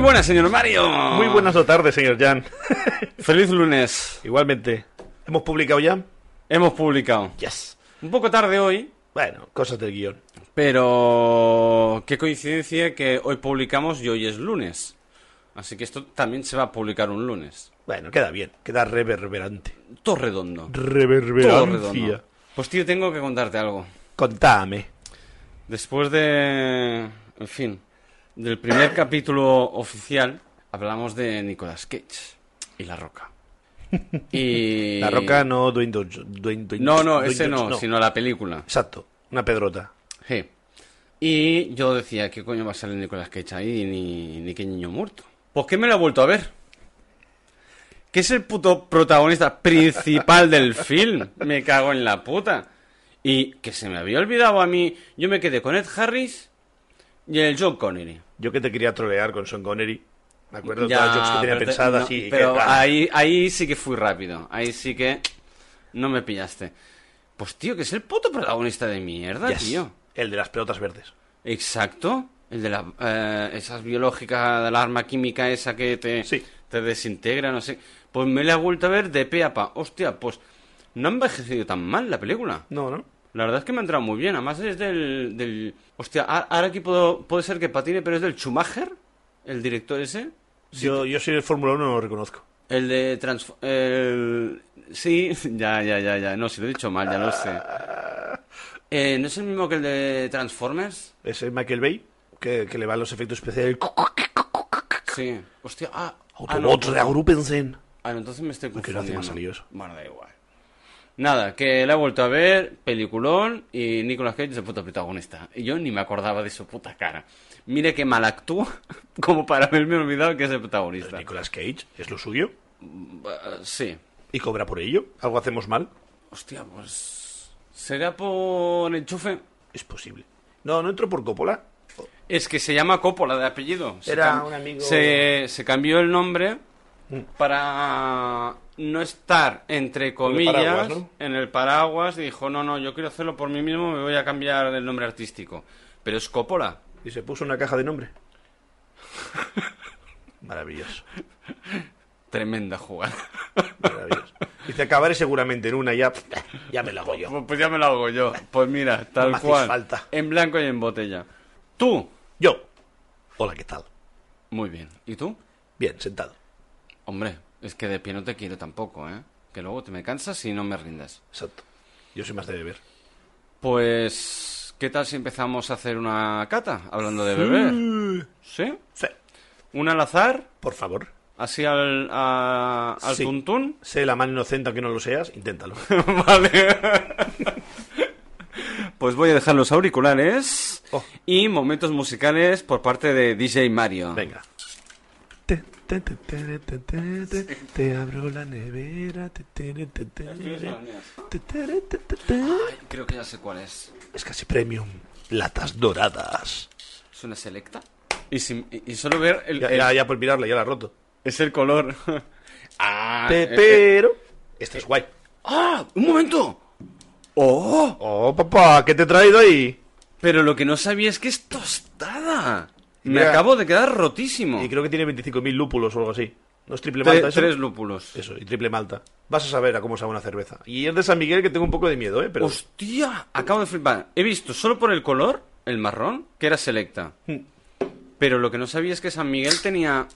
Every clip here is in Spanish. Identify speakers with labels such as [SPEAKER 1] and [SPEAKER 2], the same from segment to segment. [SPEAKER 1] buenas, señor Mario.
[SPEAKER 2] Muy buenas tardes, señor Jan.
[SPEAKER 1] Feliz lunes.
[SPEAKER 2] Igualmente. ¿Hemos publicado ya?
[SPEAKER 1] Hemos publicado.
[SPEAKER 2] Yes.
[SPEAKER 1] Un poco tarde hoy,
[SPEAKER 2] Bueno, cosas del guión.
[SPEAKER 1] pero qué coincidencia que hoy publicamos y hoy es lunes. Así que esto también se va a publicar un lunes.
[SPEAKER 2] Bueno, queda bien. Queda reverberante.
[SPEAKER 1] Todo redondo. Todo
[SPEAKER 2] Reverberancia.
[SPEAKER 1] redondo. Pues tío, tengo que contarte algo.
[SPEAKER 2] Contame.
[SPEAKER 1] Después de... En fin. Del primer capítulo oficial, hablamos de Nicolas Cage y La Roca. Y...
[SPEAKER 2] La roca no Dwayne Johnson- Dwayne- Dwayne-
[SPEAKER 1] No, no,
[SPEAKER 2] Dwayne
[SPEAKER 1] ese
[SPEAKER 2] Johnson,
[SPEAKER 1] no, sino la película.
[SPEAKER 2] Exacto. Una pedrota.
[SPEAKER 1] Sí. Y yo decía, ¿qué coño va a salir Nicolas Cage ahí? Ni, ni qué niño muerto. Pues que me lo he vuelto a ver. Que es el puto protagonista principal del film. Me cago en la puta. Y que se me había olvidado a mí. Yo me quedé con Ed Harris y el John Connery.
[SPEAKER 2] Yo que te quería trolear con Sean Connery. Me acuerdo de
[SPEAKER 1] Ya,
[SPEAKER 2] todas las jokes que tenía
[SPEAKER 1] pero te-
[SPEAKER 2] pensadas.
[SPEAKER 1] no,
[SPEAKER 2] y que-
[SPEAKER 1] pero
[SPEAKER 2] ah,
[SPEAKER 1] ahí, ahí sí que fui rápido. Ahí sí que no me pillaste. Pues tío, que es el puto protagonista de mierda,
[SPEAKER 2] yes.
[SPEAKER 1] tío.
[SPEAKER 2] El de las pelotas verdes.
[SPEAKER 1] Exacto. El de la, eh, esas biológicas, de la arma química esa que te,
[SPEAKER 2] Sí.
[SPEAKER 1] te desintegra, no sé. Pues me la he vuelto a ver de pe a pa. Hostia, pues no ha envejecido tan mal la película.
[SPEAKER 2] No, ¿no?
[SPEAKER 1] La verdad es que me ha entrado muy bien. Además es del... del hostia, a- ahora aquí puedo, puede ser que patine, pero es del Schumacher, el director ese.
[SPEAKER 2] Yo, yo soy el Fórmula 1 no lo reconozco.
[SPEAKER 1] El de Trans... El... Sí, ya, ya, ya, ya. No, si lo he dicho mal, ya lo sé. Eh, ¿No es el mismo que el de Transformers?
[SPEAKER 2] Ese Michael Bay que, que le va los efectos especiales.
[SPEAKER 1] Sí. Hostia, ah. ah, no,
[SPEAKER 2] Autobots,
[SPEAKER 1] pues-
[SPEAKER 2] reagrúpense.
[SPEAKER 1] Ah, no, entonces me estoy
[SPEAKER 2] qué no
[SPEAKER 1] confundiendo.
[SPEAKER 2] hace más salido eso?
[SPEAKER 1] Bueno, da igual. Nada, que la he vuelto a ver, peliculón, y Nicolas Cage es el puto protagonista. Y yo ni me acordaba de su puta cara. Mire que mal actúa, como para haberme olvidado que es el protagonista.
[SPEAKER 2] Nicolas Cage es lo suyo
[SPEAKER 1] Ah, Sí.
[SPEAKER 2] y cobra por ello. Algo hacemos mal.
[SPEAKER 1] Hostia, pues... ¿Será por enchufe?
[SPEAKER 2] Es posible. No, no entró por Coppola.
[SPEAKER 1] Es que se llama Coppola de apellido. Se
[SPEAKER 2] Era
[SPEAKER 1] cam-
[SPEAKER 2] un amigo-
[SPEAKER 1] Se, se cambió el nombre
[SPEAKER 2] Mm.
[SPEAKER 1] para no estar, entre comillas,
[SPEAKER 2] paraguas, ¿no?
[SPEAKER 1] en el paraguas. Dijo, no, no, yo quiero hacerlo por mí mismo, me voy a cambiar el nombre artístico. Pero es Coppola.
[SPEAKER 2] Y se puso una caja de nombre. Maravilloso.
[SPEAKER 1] Tremenda jugada.
[SPEAKER 2] Maravilloso. Dice, acabaré seguramente en una ya. Ya me la hago yo.
[SPEAKER 1] Pues, pues ya me lo hago yo. Pues mira, tal
[SPEAKER 2] me hacéis
[SPEAKER 1] cual.
[SPEAKER 2] falta.
[SPEAKER 1] En blanco y en botella. Tú.
[SPEAKER 2] Yo. Hola, ¿qué tal?
[SPEAKER 1] Muy bien. ¿Y tú?
[SPEAKER 2] Bien, sentado.
[SPEAKER 1] Hombre, es que de pie no te quiero tampoco, ¿eh? Que luego te me cansas y no me rindas.
[SPEAKER 2] Exacto. Yo soy más de beber.
[SPEAKER 1] Pues, ¿qué tal si empezamos a hacer una cata hablando de beber? ¿Sí?
[SPEAKER 2] Sí.
[SPEAKER 1] ¿Una al azar?
[SPEAKER 2] Por favor.
[SPEAKER 1] ¿Así al, a- al
[SPEAKER 2] Sí.
[SPEAKER 1] tuntún?
[SPEAKER 2] Sé la mano inocente aunque no lo seas, inténtalo.
[SPEAKER 1] vale. pues voy a dejar los auriculares
[SPEAKER 2] Oh.
[SPEAKER 1] y momentos musicales por parte de DJ Mario.
[SPEAKER 2] Venga.
[SPEAKER 3] Te, te, te, te, te, te, te, te abro la nevera. te, te, te, te, te, te, te, te, te, te.
[SPEAKER 1] Ay, creo que ya sé cuál es.
[SPEAKER 2] Es casi premium. Latas doradas.
[SPEAKER 1] ¿Es una selecta? Y, sin- y- y solo ver el,
[SPEAKER 2] Ya,
[SPEAKER 1] el-
[SPEAKER 2] ya, ya por mirarla, ya la ha roto.
[SPEAKER 1] es el color. ah, eh, eh.
[SPEAKER 2] Pero. Esta es guay.
[SPEAKER 1] ¡Ah! ¡Un momento! ¡Oh!
[SPEAKER 2] Oh, papá, ¿qué te he traído ahí?
[SPEAKER 1] Pero lo que no sabía es que es tostada. Me
[SPEAKER 2] Mira.
[SPEAKER 1] acabo de quedar rotísimo.
[SPEAKER 2] Y creo que tiene 25.000 lúpulos o algo así. ¿No es triple
[SPEAKER 1] Tre-
[SPEAKER 2] malta eso?
[SPEAKER 1] tres lúpulos.
[SPEAKER 2] Eso, y triple malta. Vas a saber a cómo sabe una cerveza. Y es de San Miguel que tengo un poco de miedo, ¿eh? Pero
[SPEAKER 1] Hostia, acabo de flipar. He visto solo por el color, el marrón, que era selecta. Pero lo que no sabía es que San Miguel tenía...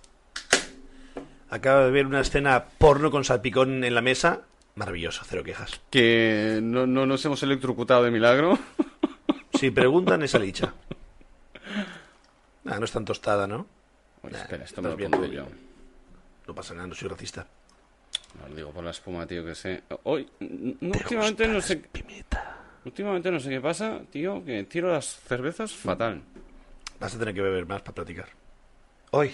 [SPEAKER 2] acabo de ver una escena porno con salpicón en la mesa. Maravilloso, cero quejas.
[SPEAKER 1] Que no, no nos hemos electrocutado de milagro.
[SPEAKER 2] Si preguntan, esa licha. Ah, no es tan tostada, ¿no?
[SPEAKER 1] Oye,
[SPEAKER 2] Nah,
[SPEAKER 1] espera, esto
[SPEAKER 2] estás
[SPEAKER 1] me lo
[SPEAKER 2] bien
[SPEAKER 1] pongo
[SPEAKER 2] tú.
[SPEAKER 1] yo.
[SPEAKER 2] No pasa nada, no soy racista.
[SPEAKER 1] No, lo digo por la espuma, tío, que sé. Hoy, n- no, últimamente no sé... Últimamente no sé qué pasa, tío, que tiro las cervezas fatal.
[SPEAKER 2] Vas a tener que beber más para platicar. Hoy.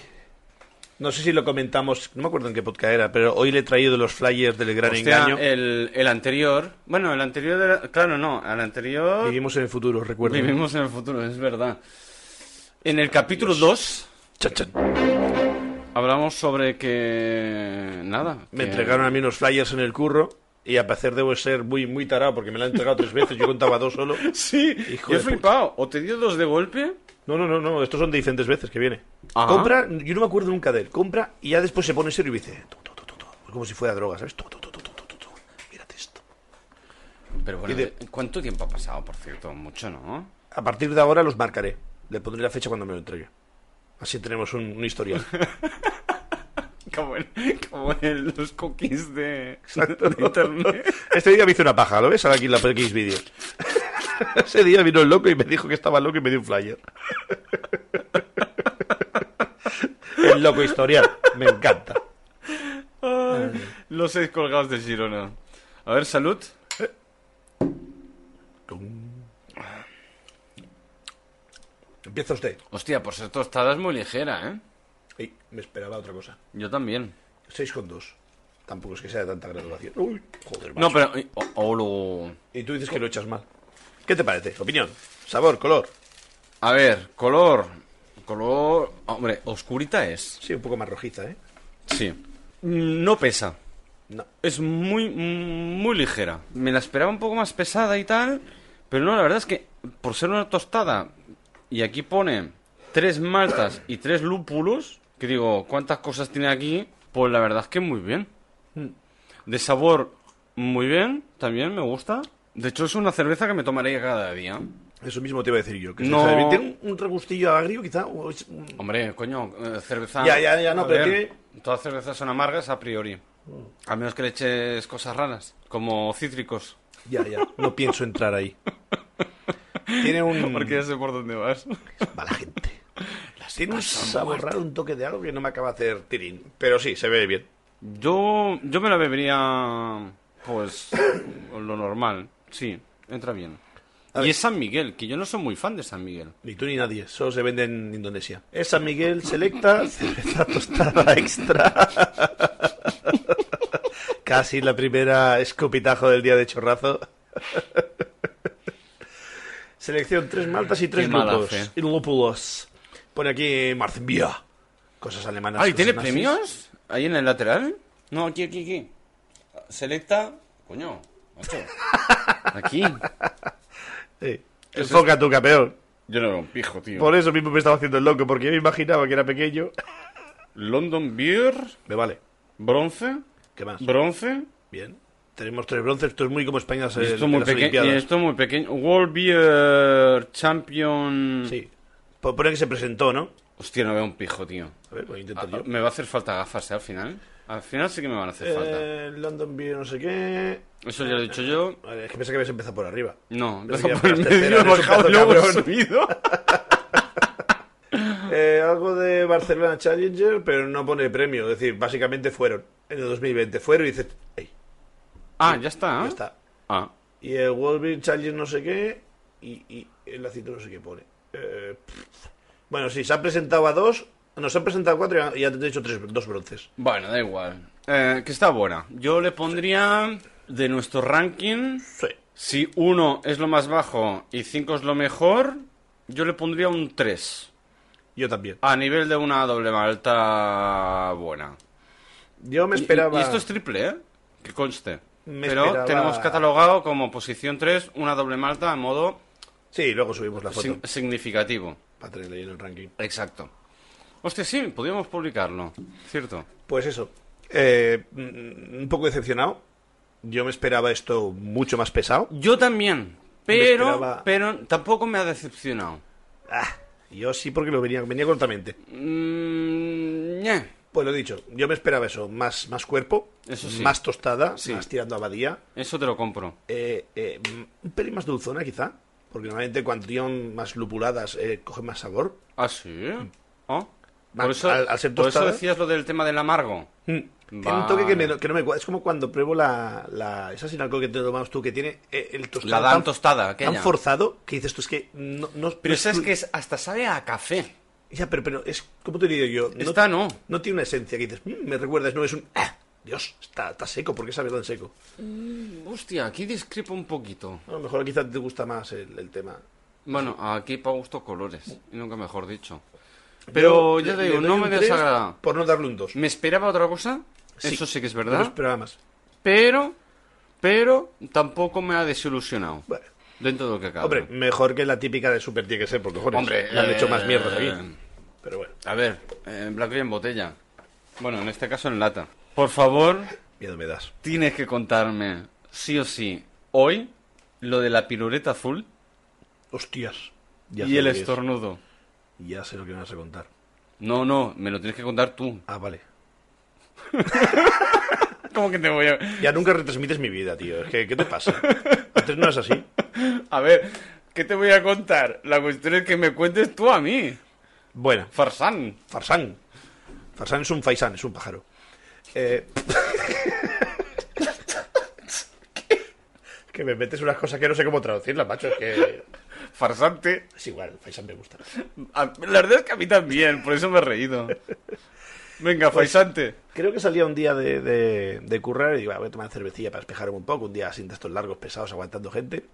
[SPEAKER 2] No sé si lo comentamos, no me acuerdo en qué podcast era, pero hoy le he traído los flyers del gran
[SPEAKER 1] Hostia, eh,
[SPEAKER 2] engaño.
[SPEAKER 1] El, el anterior. Bueno, el anterior. era- claro, no. Al anterior. Vivimos,
[SPEAKER 2] Vivimos en el futuro, recuerdo.
[SPEAKER 1] en el futuro, es verdad. En el capítulo 2
[SPEAKER 2] Chan, chan.
[SPEAKER 1] hablamos sobre que. Nada.
[SPEAKER 2] Me
[SPEAKER 1] que-
[SPEAKER 2] entregaron a mí unos flyers en el curro Y a parecer debo ser muy, muy tarado porque me la han entregado tres veces. Yo contaba dos solo.
[SPEAKER 1] Sí,
[SPEAKER 2] Hijo
[SPEAKER 1] yo he
[SPEAKER 2] de puta.
[SPEAKER 1] flipado. O te dio dos de golpe.
[SPEAKER 2] No, no, no, no. Estos son de diferentes veces que viene.
[SPEAKER 1] Ajá.
[SPEAKER 2] Compra, yo no me acuerdo nunca de él. Compra y ya después se pone serio y dice. "Tu, tu, tu, tu, tu", como si fuera droga, ¿sabes? Tu, tu, tu, tu, tu, tu, tu, Mírate esto.
[SPEAKER 1] Pero bueno,
[SPEAKER 2] Y de-
[SPEAKER 1] ¿cuánto tiempo ha pasado, por cierto? Mucho, ¿no?
[SPEAKER 2] A partir de ahora los marcaré. Le pondré la fecha cuando me lo entregue. Así tenemos un, un historial.
[SPEAKER 1] Como en, como en los cookies de, de internet.
[SPEAKER 2] Este día me hice una paja, ¿lo ves? Ahora aquí en la PX Video. Ese día vino el loco y me dijo que estaba loco y me dio un flyer. El loco historial, me encanta.
[SPEAKER 1] Los seis colgados de Girona. A ver, salud.
[SPEAKER 2] Empieza usted.
[SPEAKER 1] Hostia, por ser tostada es muy ligera, ¿eh?
[SPEAKER 2] Ey, me esperaba otra cosa.
[SPEAKER 1] Yo también.
[SPEAKER 2] 6,2. Tampoco es que sea de tanta graduación. Uy, joder, macho.
[SPEAKER 1] No, pero... o- olo.
[SPEAKER 2] Y tú dices que lo echas mal. ¿Qué te parece? Opinión, sabor, color.
[SPEAKER 1] A ver, color. Color... Hombre, oscurita es.
[SPEAKER 2] Sí, un poco más rojiza, ¿eh?
[SPEAKER 1] Sí. No pesa.
[SPEAKER 2] No.
[SPEAKER 1] Es muy, muy ligera. Me la esperaba un poco más pesada y tal. Pero no, la verdad es que por ser una tostada. Y aquí pone tres maltas y tres lúpulos. Que digo, ¿cuántas cosas tiene aquí? Pues la verdad es que muy bien.
[SPEAKER 2] Hmm.
[SPEAKER 1] De sabor, muy bien. También me gusta. De hecho, es una cerveza que me tomaré cada día.
[SPEAKER 2] Eso mismo te iba a decir yo. Que
[SPEAKER 1] No.
[SPEAKER 2] no. Tiene un, un regustillo agrio, quizá. o es un-
[SPEAKER 1] Hombre, coño, eh, cerveza.
[SPEAKER 2] Ya, ya, ya, no,
[SPEAKER 1] A
[SPEAKER 2] pero Hmm.
[SPEAKER 1] ver, Todas cervezas son amargas a priori. A menos que le eches cosas raras, como cítricos.
[SPEAKER 2] Ya, ya. No pienso entrar ahí. Tiene un.
[SPEAKER 1] Porque ya sé por dónde vas.
[SPEAKER 2] Mala gente. Tiene un sabor raro, un toque de algo que no me acaba de hacer tirín. Pero sí, se ve bien.
[SPEAKER 1] Yo, yo me la bebería, pues, lo normal. Sí, entra bien.
[SPEAKER 2] A
[SPEAKER 1] y
[SPEAKER 2] ver.
[SPEAKER 1] es San Miguel, que yo no soy muy fan de San Miguel.
[SPEAKER 2] Ni tú ni nadie. Solo se vende en Indonesia. Es San Miguel Selecta, cerveza tostada extra. Casi la primera escopitajo del día de chorrazo. Selección tres maltas y tres
[SPEAKER 1] Qué mala
[SPEAKER 2] lúpulos.
[SPEAKER 1] fe.
[SPEAKER 2] Y lúpulos. Pone aquí Marzbia. Cosas alemanas.
[SPEAKER 1] Ah, ¿y
[SPEAKER 2] cosas
[SPEAKER 1] tiene
[SPEAKER 2] nazis.
[SPEAKER 1] premios? ¿Ahí en el lateral? No, aquí, aquí, aquí. Selecta... Coño, macho. Aquí.
[SPEAKER 2] Sí. Enfoca tu campeón.
[SPEAKER 1] Yo no era un pijo, tío.
[SPEAKER 2] Por eso mismo me estaba haciendo el loco, porque yo me imaginaba que era pequeño.
[SPEAKER 1] London Beer,
[SPEAKER 2] Me vale.
[SPEAKER 1] bronce,
[SPEAKER 2] ¿Qué más?
[SPEAKER 1] bronce...
[SPEAKER 2] Bien. Tenemos tres bronces. Esto es muy como España
[SPEAKER 1] Y
[SPEAKER 2] se-
[SPEAKER 1] esto,
[SPEAKER 2] en
[SPEAKER 1] muy
[SPEAKER 2] las
[SPEAKER 1] peque- y
[SPEAKER 2] Olimpiadas.
[SPEAKER 1] esto muy pequeño. World Beer Champion...
[SPEAKER 2] Sí. Pues pone que se presentó, ¿no?
[SPEAKER 1] Hostia, no veo un pijo, tío.
[SPEAKER 2] A ver, voy a
[SPEAKER 1] Ah,
[SPEAKER 2] intentar yo.
[SPEAKER 1] Me va a hacer falta gafas, ¿eh? Al final. Al final sí que me van a hacer falta.
[SPEAKER 2] Eh, London Beer, no sé qué.
[SPEAKER 1] Eso ya lo he dicho yo.
[SPEAKER 2] Vale, es que pensé que habías empezado por arriba.
[SPEAKER 1] No,
[SPEAKER 2] Pero
[SPEAKER 1] empezó
[SPEAKER 2] ya
[SPEAKER 1] por el
[SPEAKER 2] empezaste,
[SPEAKER 1] medio, he
[SPEAKER 2] eres un
[SPEAKER 1] bajado y
[SPEAKER 2] pedazo
[SPEAKER 1] luego he
[SPEAKER 2] cabrón.
[SPEAKER 1] subido.
[SPEAKER 2] Eh, algo de Barcelona Challenger, pero no pone premio. Es decir, básicamente fueron. En el 2020 fueron y dices, ¡ey!
[SPEAKER 1] Ah, ya está.
[SPEAKER 2] Ya
[SPEAKER 1] ¿eh?
[SPEAKER 2] está.
[SPEAKER 1] Ah,
[SPEAKER 2] Y el World Beer Challenge no sé qué. Y, y el lacito no sé qué pone. Eh, pff. bueno, sí, se han presentado a dos. No, se han presentado a cuatro y han- y han hecho tres, dos bronces.
[SPEAKER 1] bueno, da igual. Eh, que está buena. Yo le pondría de nuestro ranking,
[SPEAKER 2] Sí.
[SPEAKER 1] si uno es lo más bajo y cinco es lo mejor, yo le pondría un 3.
[SPEAKER 2] Yo también.
[SPEAKER 1] A nivel de una doble malta buena.
[SPEAKER 2] Yo me
[SPEAKER 1] Y- y-
[SPEAKER 2] esperaba.
[SPEAKER 1] Y, esto es triple, ¿eh? Que conste.
[SPEAKER 2] Me
[SPEAKER 1] Pero
[SPEAKER 2] esperaba-
[SPEAKER 1] tenemos catalogado como posición 3 una doble malta a modo
[SPEAKER 2] Sí, luego subimos la foto
[SPEAKER 1] sin- significativo.
[SPEAKER 2] para tenerla ahí en el ranking.
[SPEAKER 1] Exacto. Hostia, sí, podríamos publicarlo. Cierto.
[SPEAKER 2] Pues eso. Eh, mm, un poco decepcionado. Yo me esperaba esto mucho más pesado.
[SPEAKER 1] Yo también. Pero,
[SPEAKER 2] Me esperaba-
[SPEAKER 1] pero tampoco me ha decepcionado.
[SPEAKER 2] Ah, yo sí, porque lo venía, venía cortamente.
[SPEAKER 1] Mm, ñe.
[SPEAKER 2] Pues lo dicho, yo me esperaba eso. Más, más cuerpo,
[SPEAKER 1] Eso sí.
[SPEAKER 2] más tostada,
[SPEAKER 1] Sí.
[SPEAKER 2] más tirando a abadía.
[SPEAKER 1] Eso te lo compro.
[SPEAKER 2] eh, eh, mm, un pelín más dulzona, quizá. Porque normalmente cuando tienen más lupuladas eh, coge más sabor.
[SPEAKER 1] Ah, sí. Ah.
[SPEAKER 2] Va,
[SPEAKER 1] Por, eso,
[SPEAKER 2] al- al ser
[SPEAKER 1] por eso
[SPEAKER 2] tostada-
[SPEAKER 1] decías lo del tema del amargo.
[SPEAKER 2] Tiene un toque que, me-
[SPEAKER 1] Mm. Vale.
[SPEAKER 2] que no me cua- Es como cuando pruebo la, la esa sin alcohol que te tomamos tú, que tiene eh, el tostado.
[SPEAKER 1] La dan
[SPEAKER 2] tan-
[SPEAKER 1] tostada, aquella.
[SPEAKER 2] Tan forzado que dices tú, es que no. no
[SPEAKER 1] Pero
[SPEAKER 2] no
[SPEAKER 1] sabes
[SPEAKER 2] tú-
[SPEAKER 1] que es- hasta sabe a café.
[SPEAKER 2] Ya, pero, pero es. ¿Cómo te digo yo? No,
[SPEAKER 1] Esta no.
[SPEAKER 2] No tiene una esencia que dices, "Mm, me recuerdas, no es un. "Ah, Dios, está, está seco, ¿por qué sabe tan seco?
[SPEAKER 1] Hostia, aquí discrepo un poquito.
[SPEAKER 2] A lo mejor quizás te gusta más el, el tema.
[SPEAKER 1] Bueno, aquí para gusto colores. Y nunca mejor dicho. Pero
[SPEAKER 2] Yo
[SPEAKER 1] ya te
[SPEAKER 2] le-
[SPEAKER 1] digo,
[SPEAKER 2] le
[SPEAKER 1] no
[SPEAKER 2] doy
[SPEAKER 1] me
[SPEAKER 2] un tres
[SPEAKER 1] desagrada. Mm,
[SPEAKER 2] Por no darle un 2.
[SPEAKER 1] Me esperaba otra cosa.
[SPEAKER 2] Sí.
[SPEAKER 1] Eso sí que es
[SPEAKER 2] No
[SPEAKER 1] verdad.
[SPEAKER 2] esperaba más.
[SPEAKER 1] Pero pero tampoco me ha desilusionado.
[SPEAKER 2] Bueno,
[SPEAKER 1] Dentro de lo que acaba.
[SPEAKER 2] hombre, mejor que la típica de Super tiene que ser, porque cojones.
[SPEAKER 1] Hombre,
[SPEAKER 2] le han
[SPEAKER 1] eh,
[SPEAKER 2] hecho más mierdas aquí.
[SPEAKER 1] eh,
[SPEAKER 2] Pero bueno,
[SPEAKER 1] A ver, eh, en blanco y en botella. Bueno, en este caso en lata. Por favor,
[SPEAKER 2] miedo me das.
[SPEAKER 1] tienes que contarme, sí o sí, hoy, lo de la piruleta azul
[SPEAKER 2] Hostias.
[SPEAKER 1] y
[SPEAKER 2] sé
[SPEAKER 1] el
[SPEAKER 2] lo que es.
[SPEAKER 1] estornudo.
[SPEAKER 2] Ya sé lo que me vas a contar.
[SPEAKER 1] No, no, me lo tienes que contar tú.
[SPEAKER 2] Ah, vale.
[SPEAKER 1] ¿Cómo que te voy a...?
[SPEAKER 2] Ya nunca retransmites mi vida, tío. Es que, ¿qué te pasa? Antes no es así.
[SPEAKER 1] A ver, ¿qué te voy a contar? La cuestión es que me cuentes tú a mí,
[SPEAKER 2] Bueno,
[SPEAKER 1] Farsán.
[SPEAKER 2] Farsán. Farsán es un faisán, es un pájaro. Eh... que me metes unas cosas que no sé cómo traducirlas, macho. Es que
[SPEAKER 1] Farsante.
[SPEAKER 2] es igual, faisán me gusta.
[SPEAKER 1] A- La verdad es que a mí también, por eso me he reído. Venga,
[SPEAKER 2] Pues-
[SPEAKER 1] farsante.
[SPEAKER 2] Creo que salía un día de, de, de currar y digo, "Ah, voy a tomar cervecilla para espejarme un poco, un día sin de estos largos, pesados, aguantando gente.